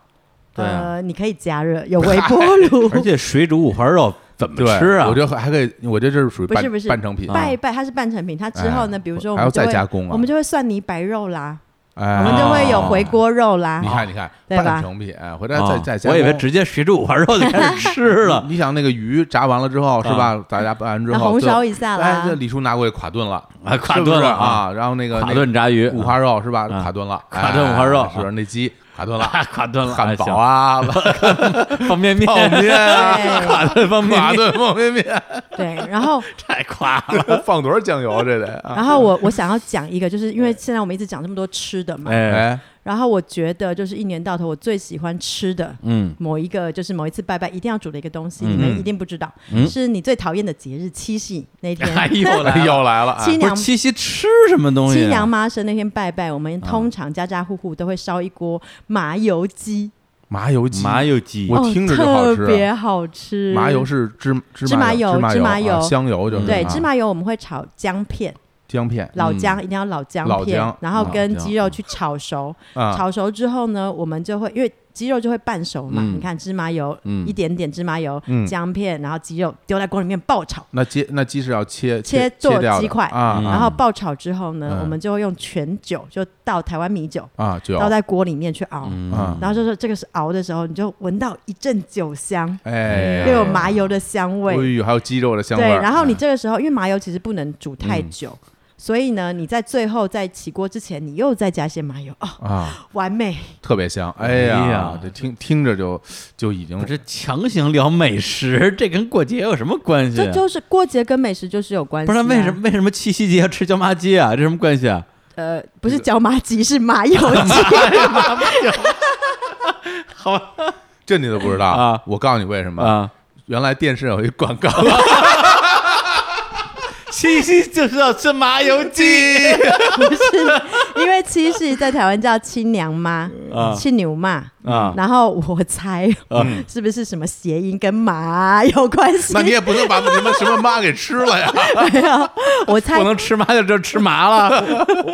对啊呃，你可以加热，有微波 炉。而且水煮五花肉怎么对，吃啊？我觉得还可以，我觉得这是属于不半是不是半成品。啊拜一拜，它是半成品。它之后呢，哎比如说我还要们就再加会工啊我们就会蒜泥白肉啦，啊哎，我们就会有回锅肉啦你。看，你看，对吧半成品，哎回来啊再再加工。我以为直接水煮五花肉就开始吃了 你你想那个鱼炸完了之后是啊吧？大家拌完之那后，红最后烧一下哎，啦这，李叔拿过去垮炖了，啊垮是不炖是了啊啊。然后那个垮那炖炸鱼，五 花肉是吧？啊垮炖了，垮炖五花肉哎是那鸡垮炖了，啊垮炖了，汉哎堡啊， 行方便面，泡面啊，对垮炖方便垮 面，炖方 便面，啊对，然后太夸了。放多少酱油啊这得啊？然后我我想要讲一个，就是因为现在我们一直讲这么多吃的嘛，哎，哎，然后我觉得就是一年到头我最喜欢吃的嗯，某一个，就是某一次拜拜一定要煮的一个东西，嗯你们一定不知道，嗯是你最讨厌的节日七夕那天， 哎呦来了，又来了，七哎不娘是七夕吃什么东西？啊七娘妈生那天拜拜，我们通常家家户户都会烧一锅麻油鸡，麻油鸡，麻油鸡，我听着就好吃啊哦特别好吃。麻油是芝嗯芝麻油油，麻芝麻油啊香油就是对啊芝麻油，我们会炒姜片，姜片老姜一定要老姜嗯老片姜，然后跟老姜鸡肉去炒熟，啊，炒熟之后呢，我们就会因为鸡肉就会半熟嘛，嗯你看芝麻油嗯一点点芝麻油嗯，姜片，然后鸡肉丢在锅里面爆炒。那鸡那鸡是要切切做切掉的鸡块啊，嗯然后爆炒之后呢，嗯我们就会用全酒，就倒台湾米酒，啊就倒在锅里面去熬。嗯啊，然后就是这个是熬的时候，你就闻到一阵酒香，哎呀，又有麻油的香味，哎呦，还有鸡肉的香味对。儿，然后你这个时候，因为麻油其实不能煮太久，所以呢，你在最后在起锅之前，你又再加些麻油，哦，啊，完美。特别香，哎哎呀呀，这听听着就就已经不是强行聊美食， 这跟过节有什么关系？这就是过节跟美食就是有关系、啊不啊。是那为什么？为什么七夕节要吃椒麻鸡啊？这什么关系 啊？呃，不是椒麻鸡，是麻油鸡。这你都不知道啊我告诉你为什么，啊，原来电视上有一 广告，七夕就是要吃麻油鸡不是，因为七夕在台湾叫七娘妈、啊七牛妈。 啊然后我猜、嗯是不是什么谐音跟麻有关系？那你也不能把什么什么妈给吃 了呀，没有， 我猜不能吃麻就就吃麻了。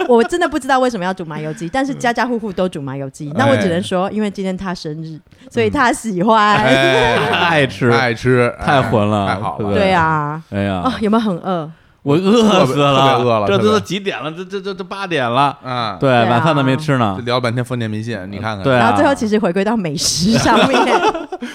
我真的不知道为什么要煮麻油鸡，但是家家户户都煮麻油鸡。那我只能说，因为今天他生日，所以他喜欢。哎， 爱吃爱吃，太哎混了太好对了， 对啊，哎呀，哦，有没有很饿？我饿死了，特别饿了这都特都别几点了？这这这这八点了，啊，对，啊晚饭都没吃呢这。聊了半天封建迷信，你看看，对啊然后最后其实回归到美食上面。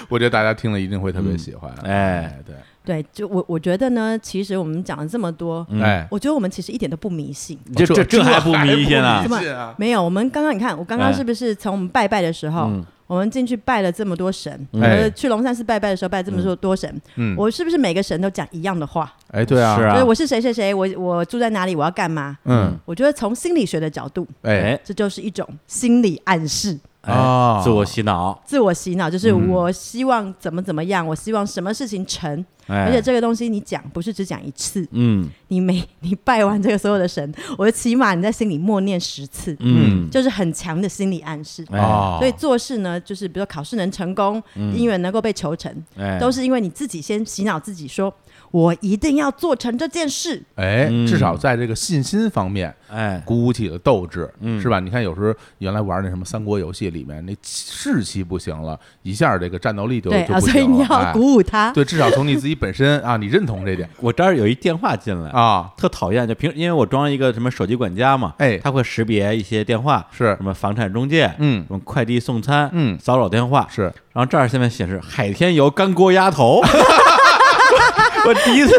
我觉得大家听了一定会特别喜欢，嗯哎，对，对，就我我觉得呢，其实我们讲了这么多，嗯哎，我觉得我们其实一点都不迷信。你这这这还不还迷信呢不？迷信啊么？没有？我们刚刚你看，我刚刚哎是不是从我们拜拜的时候嗯，我们进去拜了这么多神？嗯呃，哎去龙山寺拜拜的时候拜这么多多神，嗯，我是不是每个神都讲一样的话？哎，对啊，是就啊是我是谁谁谁，我我住在哪里，我要干嘛？嗯，我觉得从心理学的角度，哎，哎这就是一种心理暗示、哎哦，自我洗脑，自我洗脑，就是嗯我希望怎么怎么样，我希望什么事情成，哎，而且这个东西你讲不是只讲一次，嗯你每你拜完这个所有的神，我就起码你在心里默念十次，嗯，就是很强的心理暗示。哎嗯哦，所以做事呢，就是比如说考试能成功，姻缘能够被求成，哎都是因为你自己先洗脑自己说，我一定要做成这件事。哎，嗯至少在这个信心方面。哎鼓起了斗志，是吧？你看，有时候原来玩那什么三国游戏里面，那士气不行了，一下这个战斗力就对就啊，不所以行你了。要哎鼓舞他。对，至少从你自己本身啊，你认同这点我这儿有一电话进来，啊，特讨厌，就平因为我装一个什么手机管家嘛，哎它会识别一些电话，是什么房产中介，嗯什么快递送餐，嗯骚扰电话，是然后这儿下面显示海天油干锅鸭 头， 我我第一次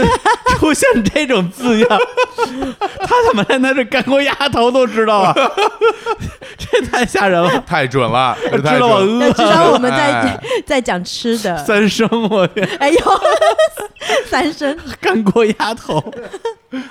出现这种字样，他怎么连他这干锅鸭头都知道啊？ 这太吓人了，太准了，这知太道我准了。饿那至少我们在哎 在讲吃的，三声，我哎呦，三 声干锅鸭头，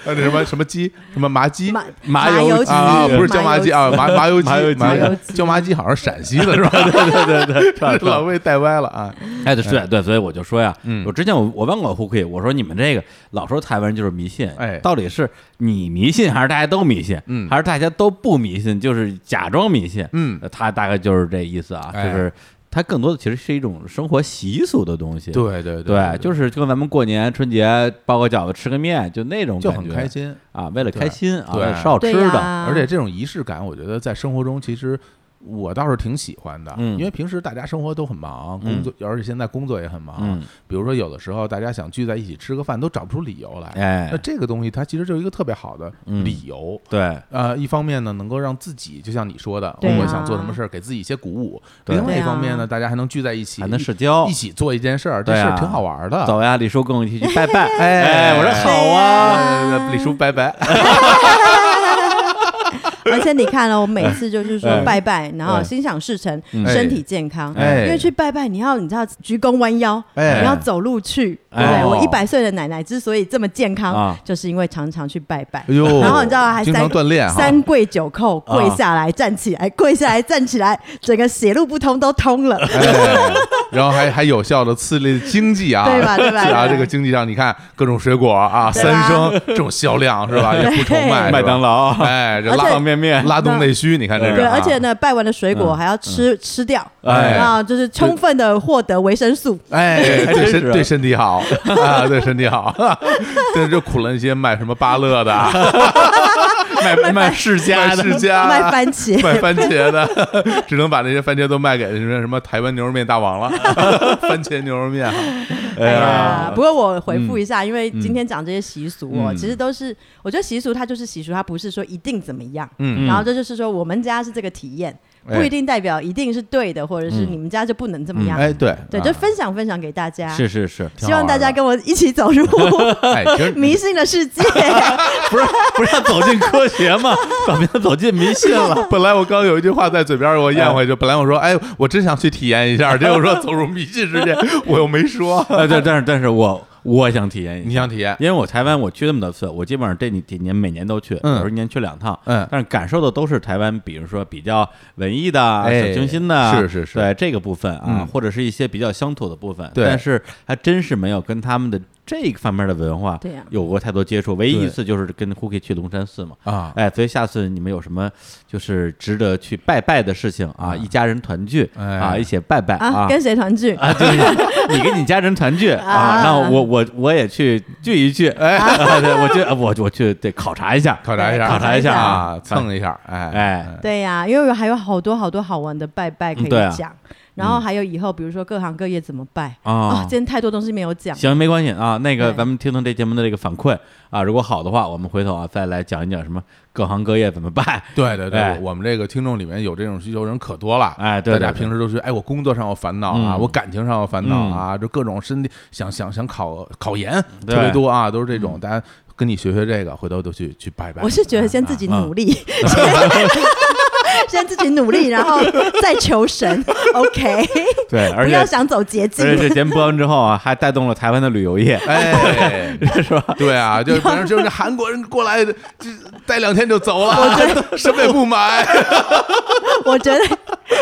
呃那什么什么鸡，什么麻鸡，麻麻油油鸡鸡啊，不是椒麻鸡啊，麻麻油鸡，麻油鸡麻麻油鸡椒麻鸡好像是陕西的是吧？ 对对对对，老被带歪了啊。哎，对对对，所以我就说呀，嗯我之前我我问过胡克，我说你们这个老说台湾人就是迷信，哎到底是你迷信还是大家都迷信，嗯还是大家都不迷信，就是假装迷信，嗯呃，他大概就是这意思啊，哎就是它更多的其实是一种生活习俗的东西，对对对，就是就跟咱们过年春节包个饺子吃个面，就那种就感很觉开心，啊，为了开对心啊，对为了烧吃对的，呀而且这种仪式感，我觉得在生活中其实我倒是挺喜欢的，嗯因为平时大家生活都很忙，工作，而且现在工作也很忙。嗯比如说，有的时候大家想聚在一起吃个饭，都找不出理由来。哎嗯那这个东西它其实就是一个特别好的理由。对，呃，一方面呢，能够让自己就像你说的，对我啊想做什么事儿，给自己一些鼓舞；对啊另外一方面对呢，大家还能聚在一起，还能社交一，起做一件事儿，这对事啊儿挺好玩的。走呀，李叔跟我一起去拜 拜。哎，哎，我我说说好啊，李叔，拜拜。 而且你看了、哦我每次就是说哎拜拜，然后哎心想事成，嗯身体健康。哎因为去拜拜，你要你知道鞠躬弯腰，哎你要走路去。哎对我哦一百岁的奶奶之所以这么健康，啊就是因为常常去拜拜。哎呦，然后你知道还经常三锻炼啊哈，啊三跪九叩，啊跪下来，站起来，跪下来，站起来，整个血路不通都通 了。哎，然后还还有效的刺激经济啊，对吧对吧是啊，对吧这个经济上你看各种水果啊，对吧三生这种销量是吧？也不愁 卖，是吧麦当，劳，哎，这而且拉方便面，拉动内需，你看这是对，啊，而且呢，拜完的水嗯果还要吃吃掉，哎然后就是充分的获得维生素。哎，还对真是身对身体好 啊，对身体好， 对，就苦了那些卖什么芭乐的啊， 卖卖世家卖的，世家卖的。番 茄，卖番茄的， 只能把那些番茄都卖给什么什么台湾牛肉面大王了， 番茄牛肉面啊，哎哎呀呀，不过我回复一下，因为今天讲这些习俗哦，嗯其实都是我觉得习俗它就是习俗，它不是说一定怎么样。嗯然后这就是说我们家是这个体验，哎不一定代表一定是对的，或者是嗯啊你们家就不能这么样。哎，对对，就分享分享给大家，是是是，希望大家挺跟我一起走 入哎， 其实迷信的世界。啊不是不是要走进科学 吗？怎么要走进迷信 了？ 本来我刚有一句话在嘴边儿，我咽回去。本来 我说，哎，我真想去体验一下，结果说走入迷信世界，我又没 说。呃，但但是但是我我想体验一下你。想体验？因为我台湾我去那么多次，我基本上这几年每年都去，嗯有时候一年去两趟，嗯但是感受的都是台湾，比如说比较文艺的啊、哎小清新的啊，是是是对这个部分啊，嗯或者是一些比较乡土的部分，对但是还真是没有跟他们的这个方面的文化对呀有过太多接触，唯一对一次就是跟 h o o k i 去龙山寺嘛。啊哎，所以下次你们有什么就是值得去拜拜的事情啊？一家人团聚嗯哎啊，一起拜拜啊，跟谁团聚？啊，对，你 跟你家人团聚啊啊，那我我我也去聚一聚，哎， 对，我去我我去得考察一下，考察一下，哎考察一下啊，蹭一下，哎哎，对呀、因为还有好多好多好玩的拜拜可以嗯对啊讲，然后还有以后比如说各行各业怎么拜啊哦今天太多东西没有讲。行，没关系啊。那个，对咱们听听这节目的这个反馈啊，如果好的话，我们回头啊再来讲一讲什么各行各业怎么办。 对对对，哎我我们这个听众里面有这种需求人可多了，哎对对大家对平时都是哎，我工作上有烦恼啊，嗯我感情上有烦恼啊，就各种身体想想想考考研特对别多啊，都是这种，大家跟你学学这个，回头都去去拜拜。，我是觉得先自己嗯努力，先 先自己努力，然后再求神。OK，对， 而不且要想走捷径而。且这节目播完之后啊，还带动了台湾的旅游业 哎，是吧？对啊，就反正就是那韩国人过来，这待两天就走了，什么也不买。我觉得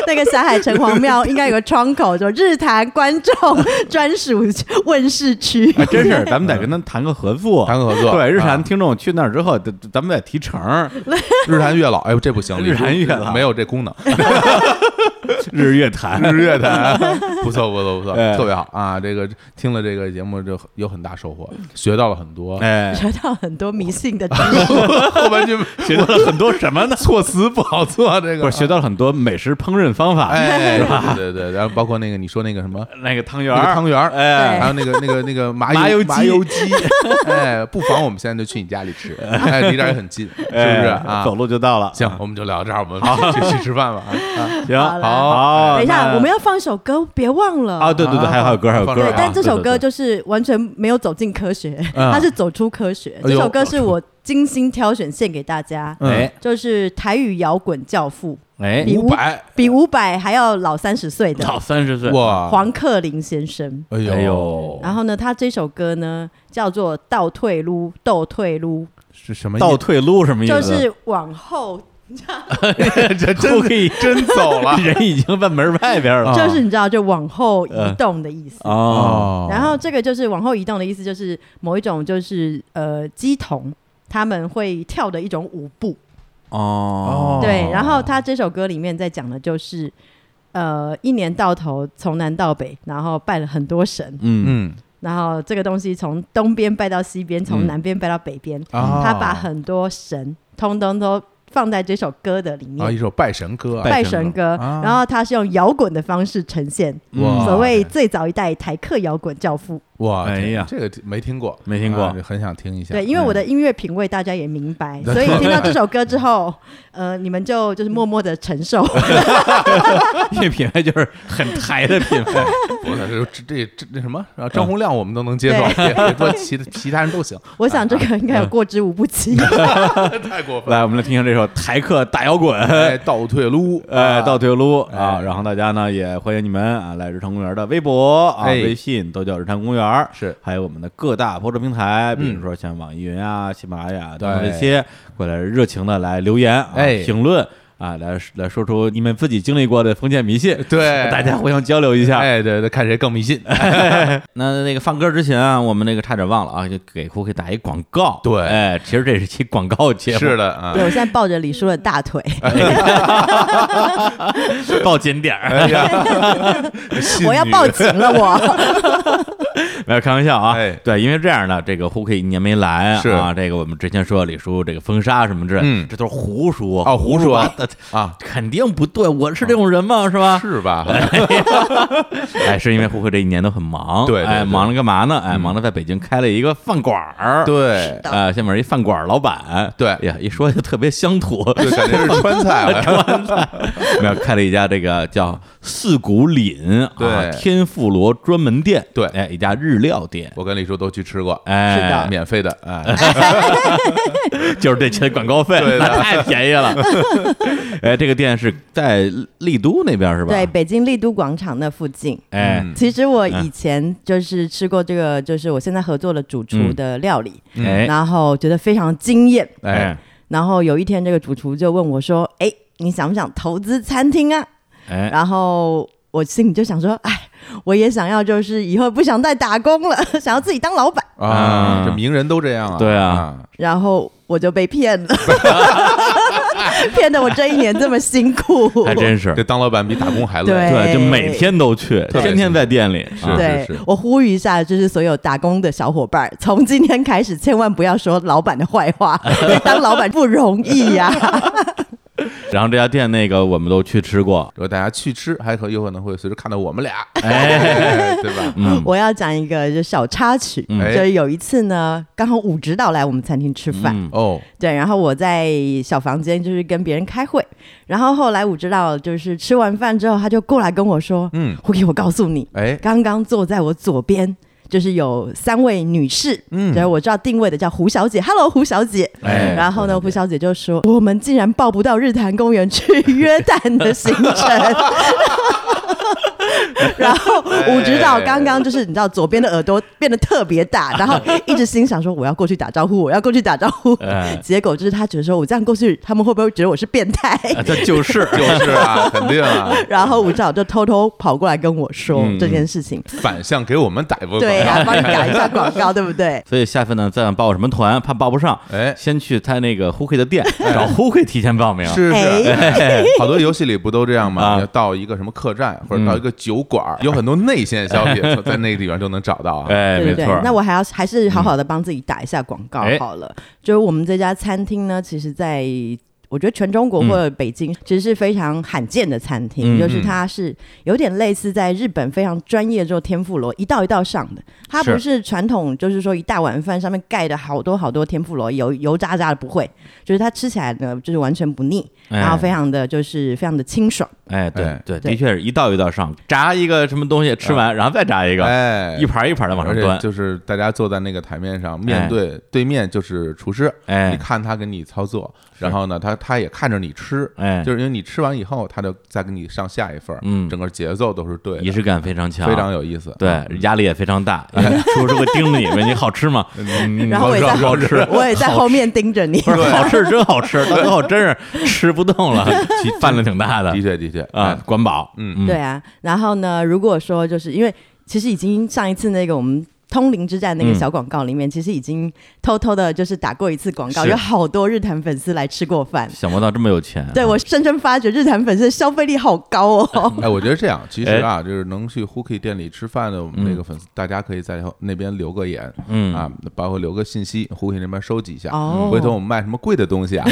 那个霞海城隍庙应该有个窗口，就日坛观众专属问世 区。还真是，咱们得跟他谈个合作，谈个合作对，日啊产听众去那儿之后，咱咱们得提成儿，日坛月老，哎呦，这不行，日坛月老没有这功能。日月谈，日月坛，不错不错不错，哎特别好啊！这个听了这个节目就有很大收获，学到了很多。哎，学到很多迷信的知 识，后半句学到了很多什 么呢？措辞不好做， 这个不是学到了很多美食烹饪方法，哎，对对对，然后包括那个你说那个什么。那个汤圆那个儿，汤圆儿，哎还有那个那个那个麻麻油油麻鸡油鸡，哎，不妨我们现在就去你家里吃，哎，离这儿也很近，是不是啊？走路就到了。行，我们就聊到这儿，我们去去吃饭 吧。啊啊行，好嘞好，等一下那我们要放一首歌，别忘了啊，对对对，还有还有歌，还有歌对啊，对，但这首歌对对就是完全没有走进科学，嗯它是走出科学。哎呦这首哦歌是我精心挑选献给大家，嗯哎就是台语摇滚教父，哎，比伍佰比伍佰还要老三十岁的早三十岁，哇，黄克林先生。哎哎呦，呦，然后呢，他这首歌呢叫做《倒退撸》，倒退撸是什么意思？倒退路什么意思？ 就是往后，这真真真走 了人已经在门外边了啊就是你知道，就往后移动的意思。哦，哦然后这个就是往后移动的意思，就是某一种就是呃鸡童他们会跳的一种舞步。哦对，然后他这首歌里面在讲的就是，呃，一年到头从南到北，然后拜了很多神，嗯嗯，然后这个东西从东边拜到西边，从嗯哦南边拜到北边，啊他把很多神通通都放在这首歌的里面。啊，一首拜神歌啊，拜哎拜神神歌，哦啊然后它是用摇滚的方式呈现，哇嗯所谓最早一代台客摇滚教父。哇，哎呀这个没听过，没听过啊很想听一下。对，因为我的音乐品味大家也明白，所以听到这首歌之 后，呃，你们就就是默默的承受。 这品味就是很台的品 味。不嗯是这这这那什么，啊张洪亮我们都能接受，别别说其其他人都 行，我想这个应该有过之无不 及。太过分了。来，我们来听听这首台客大摇滚。哎，倒退撸，呃，啊倒退撸啊，哎然后大家呢也欢迎你们啊来日坛公园的微博啊、哎微信都叫日坛公园，是还有我们的各大播出平台，比如嗯说像网易云啊、喜马拉雅等等对这些，过来热情的来留言啊、哎评论啊，来来说出你们自己经历过的封建迷信，对大家互相交流一下。哎哎，对对，看谁更迷信。那那个放歌之前啊，我们那个差点忘了啊，就给 c o o k 打一广告。对哎，其实这是期广告节目，是的啊对，，我现在抱着李叔的大 腿， 报紧点儿。哎呀 我要报警了， 我。没有开玩笑啊，哎对，因为这样呢，这个 Who 可以一年没来是啊，这个我们之前说的李叔这个封杀什么之类，嗯这都是胡说 哦胡说八道啊，肯定不对，我是这种人吗？是吧？哦是吧？哎，是因为胡克这一年都很忙，对对哎，对嗯忙着干嘛呢？哎，忙着在北京开了一个饭馆儿，，对，呃，下面一饭馆儿老板，对哎呀，一说就特别乡土， 对，感觉是川菜了。 没有开了一家这个叫四谷岭啊对天妇罗专门店，对哎，一家日料店，我跟李叔都去吃过，哎，是的免费的，哎，就是这钱广告费，对的那太便宜 了。哎，这个店是在丽都那边是吧？对，，北京丽都广场那附近。哎，嗯其实我以前就是吃过这个，就是我现在合作的主厨的料理，嗯哎，然后觉得非常惊艳。哎，然后有一天，这个主厨就问我说：“哎，你想不想投资餐厅啊？”哎，然后我心里就想说：“哎，我也想要，就是以后不想再打工了， 想要自己当老板。啊，嗯这名人都这样啊，对啊啊，”然后我就被骗了， 骗得我这一年这么辛苦。还真是这，当老板比打工还累，对对，就每天都去，别天天在店里，是啊对是是我呼吁一下，就是所有打工的小伙伴儿，从今天开始千万不要说老板的坏 话，因为当老板不容易呀、然后这家店那个我们都去吃过，如果大家去吃，还可有可能会随时看到我们俩，哎，哎对吧？嗯，我要讲一个就小插曲，嗯哎就是有一次呢，刚好武指导来我们餐厅吃饭，嗯哦，对，然后我在小房间就是跟别人开会，然后后来武指导就是吃完饭之后，他就过来跟我说：“嗯，胡 k 我告诉你，哎，刚刚坐在我左边。”就是有三位女士，嗯，就是我知道定位的叫胡小姐，Hello 胡小姐，哎然后呢，胡小姐就说我们竟然报不到日坛公园去约旦的行程，然后武指导刚刚就是你知道左边的耳朵变得特别大，然后一直心想说我要过去打招呼，我要过去打招呼 哎，结果就是他觉得说我这样过去，他们会不会觉得我是变态？啊 这就是就是啊，肯定啊，然后武指导就偷偷跑过来跟我说嗯这件事情，反向给我们打一波广告对呀、帮你打一下广告，对不对？所以下次呢，再想报什么团，怕报不上， 哎先去他那个 Who 的店找 Who 提前报名，是啊是，哎好多游戏里不都这样啊嗯吗？你要到一个什么客栈或者到一个酒馆儿，有很多内线消 息，在那个地方就能找到啊。哎，对没不对错，？那我还要还是好好的帮自己打一下广告哎好了。就是我们这家餐厅呢，其实在我觉得全中国或者北京其实是非常罕见的餐厅，嗯就是它是有点类似在日本非常专业做天妇罗一道一道上的，它是不是传统就是说一大碗饭上面盖的好多好多天妇罗油油渣渣的，不会，就是它吃起来呢就是完全不腻，然后哎非常的就是非常的清爽。哎，对哎对，对的确是一道一道上，炸一个什么东西吃完，然后再炸一个，哎，一盘一盘的往上而且端，就是大家坐在那个台面上，面对对面就是厨师，哎你看他给你操作，然后呢，他他也看着你吃，哎就是因为你吃完以后，他就再给你上下一份儿，嗯整个节奏都是对仪的，式感非常嗯强，非常有意思。嗯对，压力也非常 大，厨师会盯着你问你好吃 吗？嗯然后我也在好吃 好吃，我也在后面 盯着你，不是好吃真好吃，到最后真是吃不动了，饭量挺大的的确的确啊，，管饱，嗯对啊，然后呢，如果说就是因为其实已经上一次那个我们。通灵之战那个嗯小广告里面，其实已经偷偷的，就是打过一次广告，是有好多日坛粉丝来吃过饭。想不到这么有钱，对我深深发觉日坛粉丝的消费力好高哦。哎，我觉得这样，其实啊，就是能去 Hooky 店里吃饭的我们那个粉丝，大家可以在那边留个言，嗯啊，包括留个信息，Hooky 那边收集一下，哦回头我们卖什么贵的东西啊，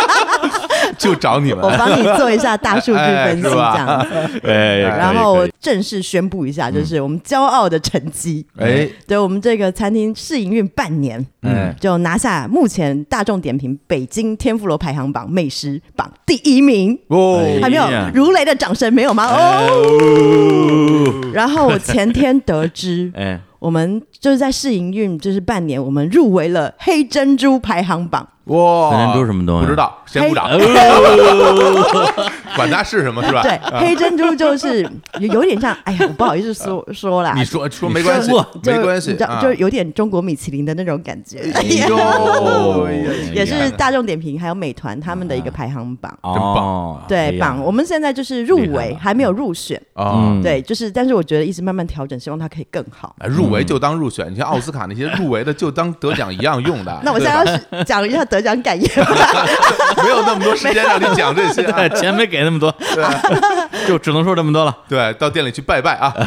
就找你们 我。帮你做一下大数据分析哎是这吧样子，哎，也可以然后可我以正式宣布一下，就是我们骄傲的成绩，哎，对我们这个餐厅试营运半年，嗯，就拿下目前大众点评北京天妇罗排行榜美食榜第一名，哦还没有哎呀如雷的掌声没有吗？哎哦，哦，，然后我前天得知哎，我们就是在试营运就是半年，我们入围了黑珍珠排行榜，哇，三珍珠什么东西啊哎不知道，先鼓掌，哦管它是什么是吧？对，啊黑珍 珠就是有有点像，哎呀，我不好意思说说啦，你说说没关系你说，就没关系你知，道啊就有点中国米其林的那种感觉，哎 哟哎呀也是你看大众点评还有美团他们的一个排行榜。哦，哎对，呀榜我们现在就是入厉害围，了还没有入选。啊。嗯对，就是，但是我觉得一直慢慢调整，希望它可以更好。。哎入嗯围就当入选，你像奥斯卡那些入围的就当得奖一样用的 啊那我现在要讲一下得奖感言吧， 没有那么多时间让你讲这些啊，对 钱没给那么多，就只能说这么多 了。 对，到店里去拜拜啊。 哎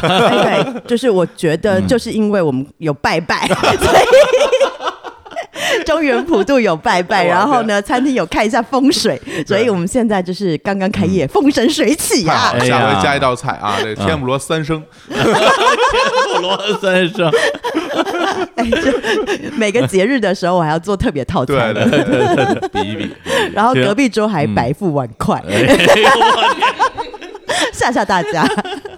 对，就是我觉得，嗯就是因为我们有拜拜， 所以中原普渡有拜拜， 哇然后呢，餐厅有看一下风水，所以我们现在就是刚刚开业，风生水起太好啊哎！了，呀嗯下回加一道菜啊，这天妇罗三生，布罗三生，哎就每个节日的时候，我还要做特别套对餐，对对对，比一 比，然后行隔壁桌还白付碗筷，哎嗯哎吓吓大家。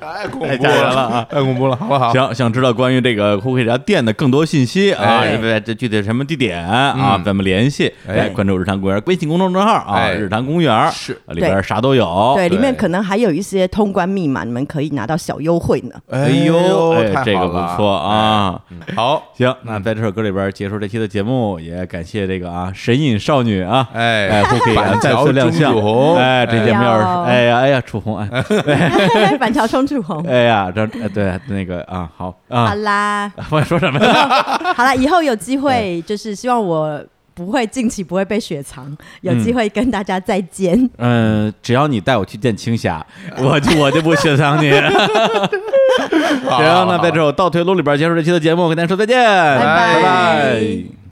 太恐太怖吓人了啊！太恐怖了，好不好？行，想知道关于这个 Cookie 这家店的更多信息啊，哎这这具体什么地点啊嗯，咱们联系。哎哎，关注日坛公园微信公众号啊，哎日坛公园是里边啥都哦有。对，里面对可能还有一些通关密码，你们可以拿到小优惠 呢。哎呦，哎太这好个了嗯不错啊！好，行，那在这首歌里边结束这期的节目，也感谢这个啊神隐少女啊，哎哎，Cookie 啊板再桥次亮钟相楚，红哎，这节目要哎呦是哎呀哎呀，楚红哎板桥冲出红，哎呀，这哎对那个啊好好啊，啦， 我说什么呀？好啦，以后有机会就是希望我。不会，近期不会被雪藏，有机会跟大家再见。嗯，只要你带我去见青 霞，我就我就不雪藏 你。好行，那在好这首《倒退录》里边结束这期的节目，跟大家说再见，拜拜拜拜。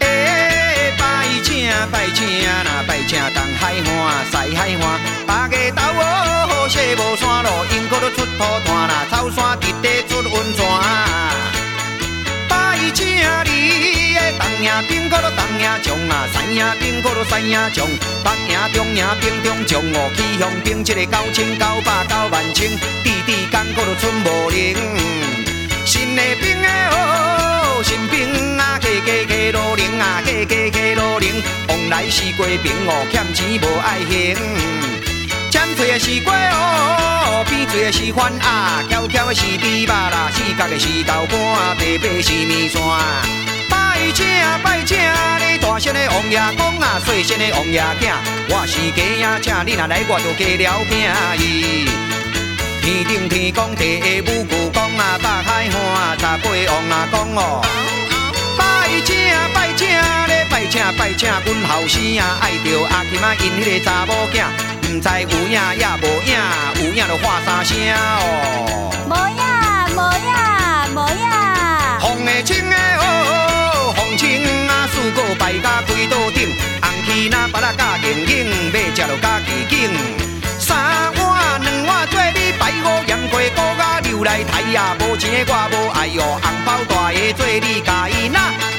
哎，拜请拜请啦，拜请东海岸、西海岸，八月头哦，好势无山路，因果都出土炭啦，草山直地出温泉。拜请你，哎，东营兵搁都东营将啊，西营兵搁都西营将，北营中营兵中将哦，起乡兵这个九千九百九万千，地地干搁都剩无零。新的兵的哦，新兵啊，加加加路零啊，加加加路零，往来是过兵哦，欠钱无爱还。尖嘴的是瓜哦，扁嘴的是番鸭，翘翘的是猪肉啦，四角的是豆干，白白是面线。拜请拜请你大声的王爷公啊，细声的王爷囝，我是鸡仔请你若来我就加了饼伊。天顶天公地下母牛公啊，北海岸啊，十八王啊公哦。拜请拜请咧，拜请拜请，阮后生啊爱着阿金啊，因迄个查某囝，毋知有影也无影，有影就喊三声哦。无呀无呀无呀，风的清的哦，风清啊，四个排甲规桌顶，红旗那巴拉甲硬硬，要食就甲奇景。三碗两碗做你排五盐鸡，锅甲流来刣啊，无钱的我无爱哦，红包大个做你家己拿，哦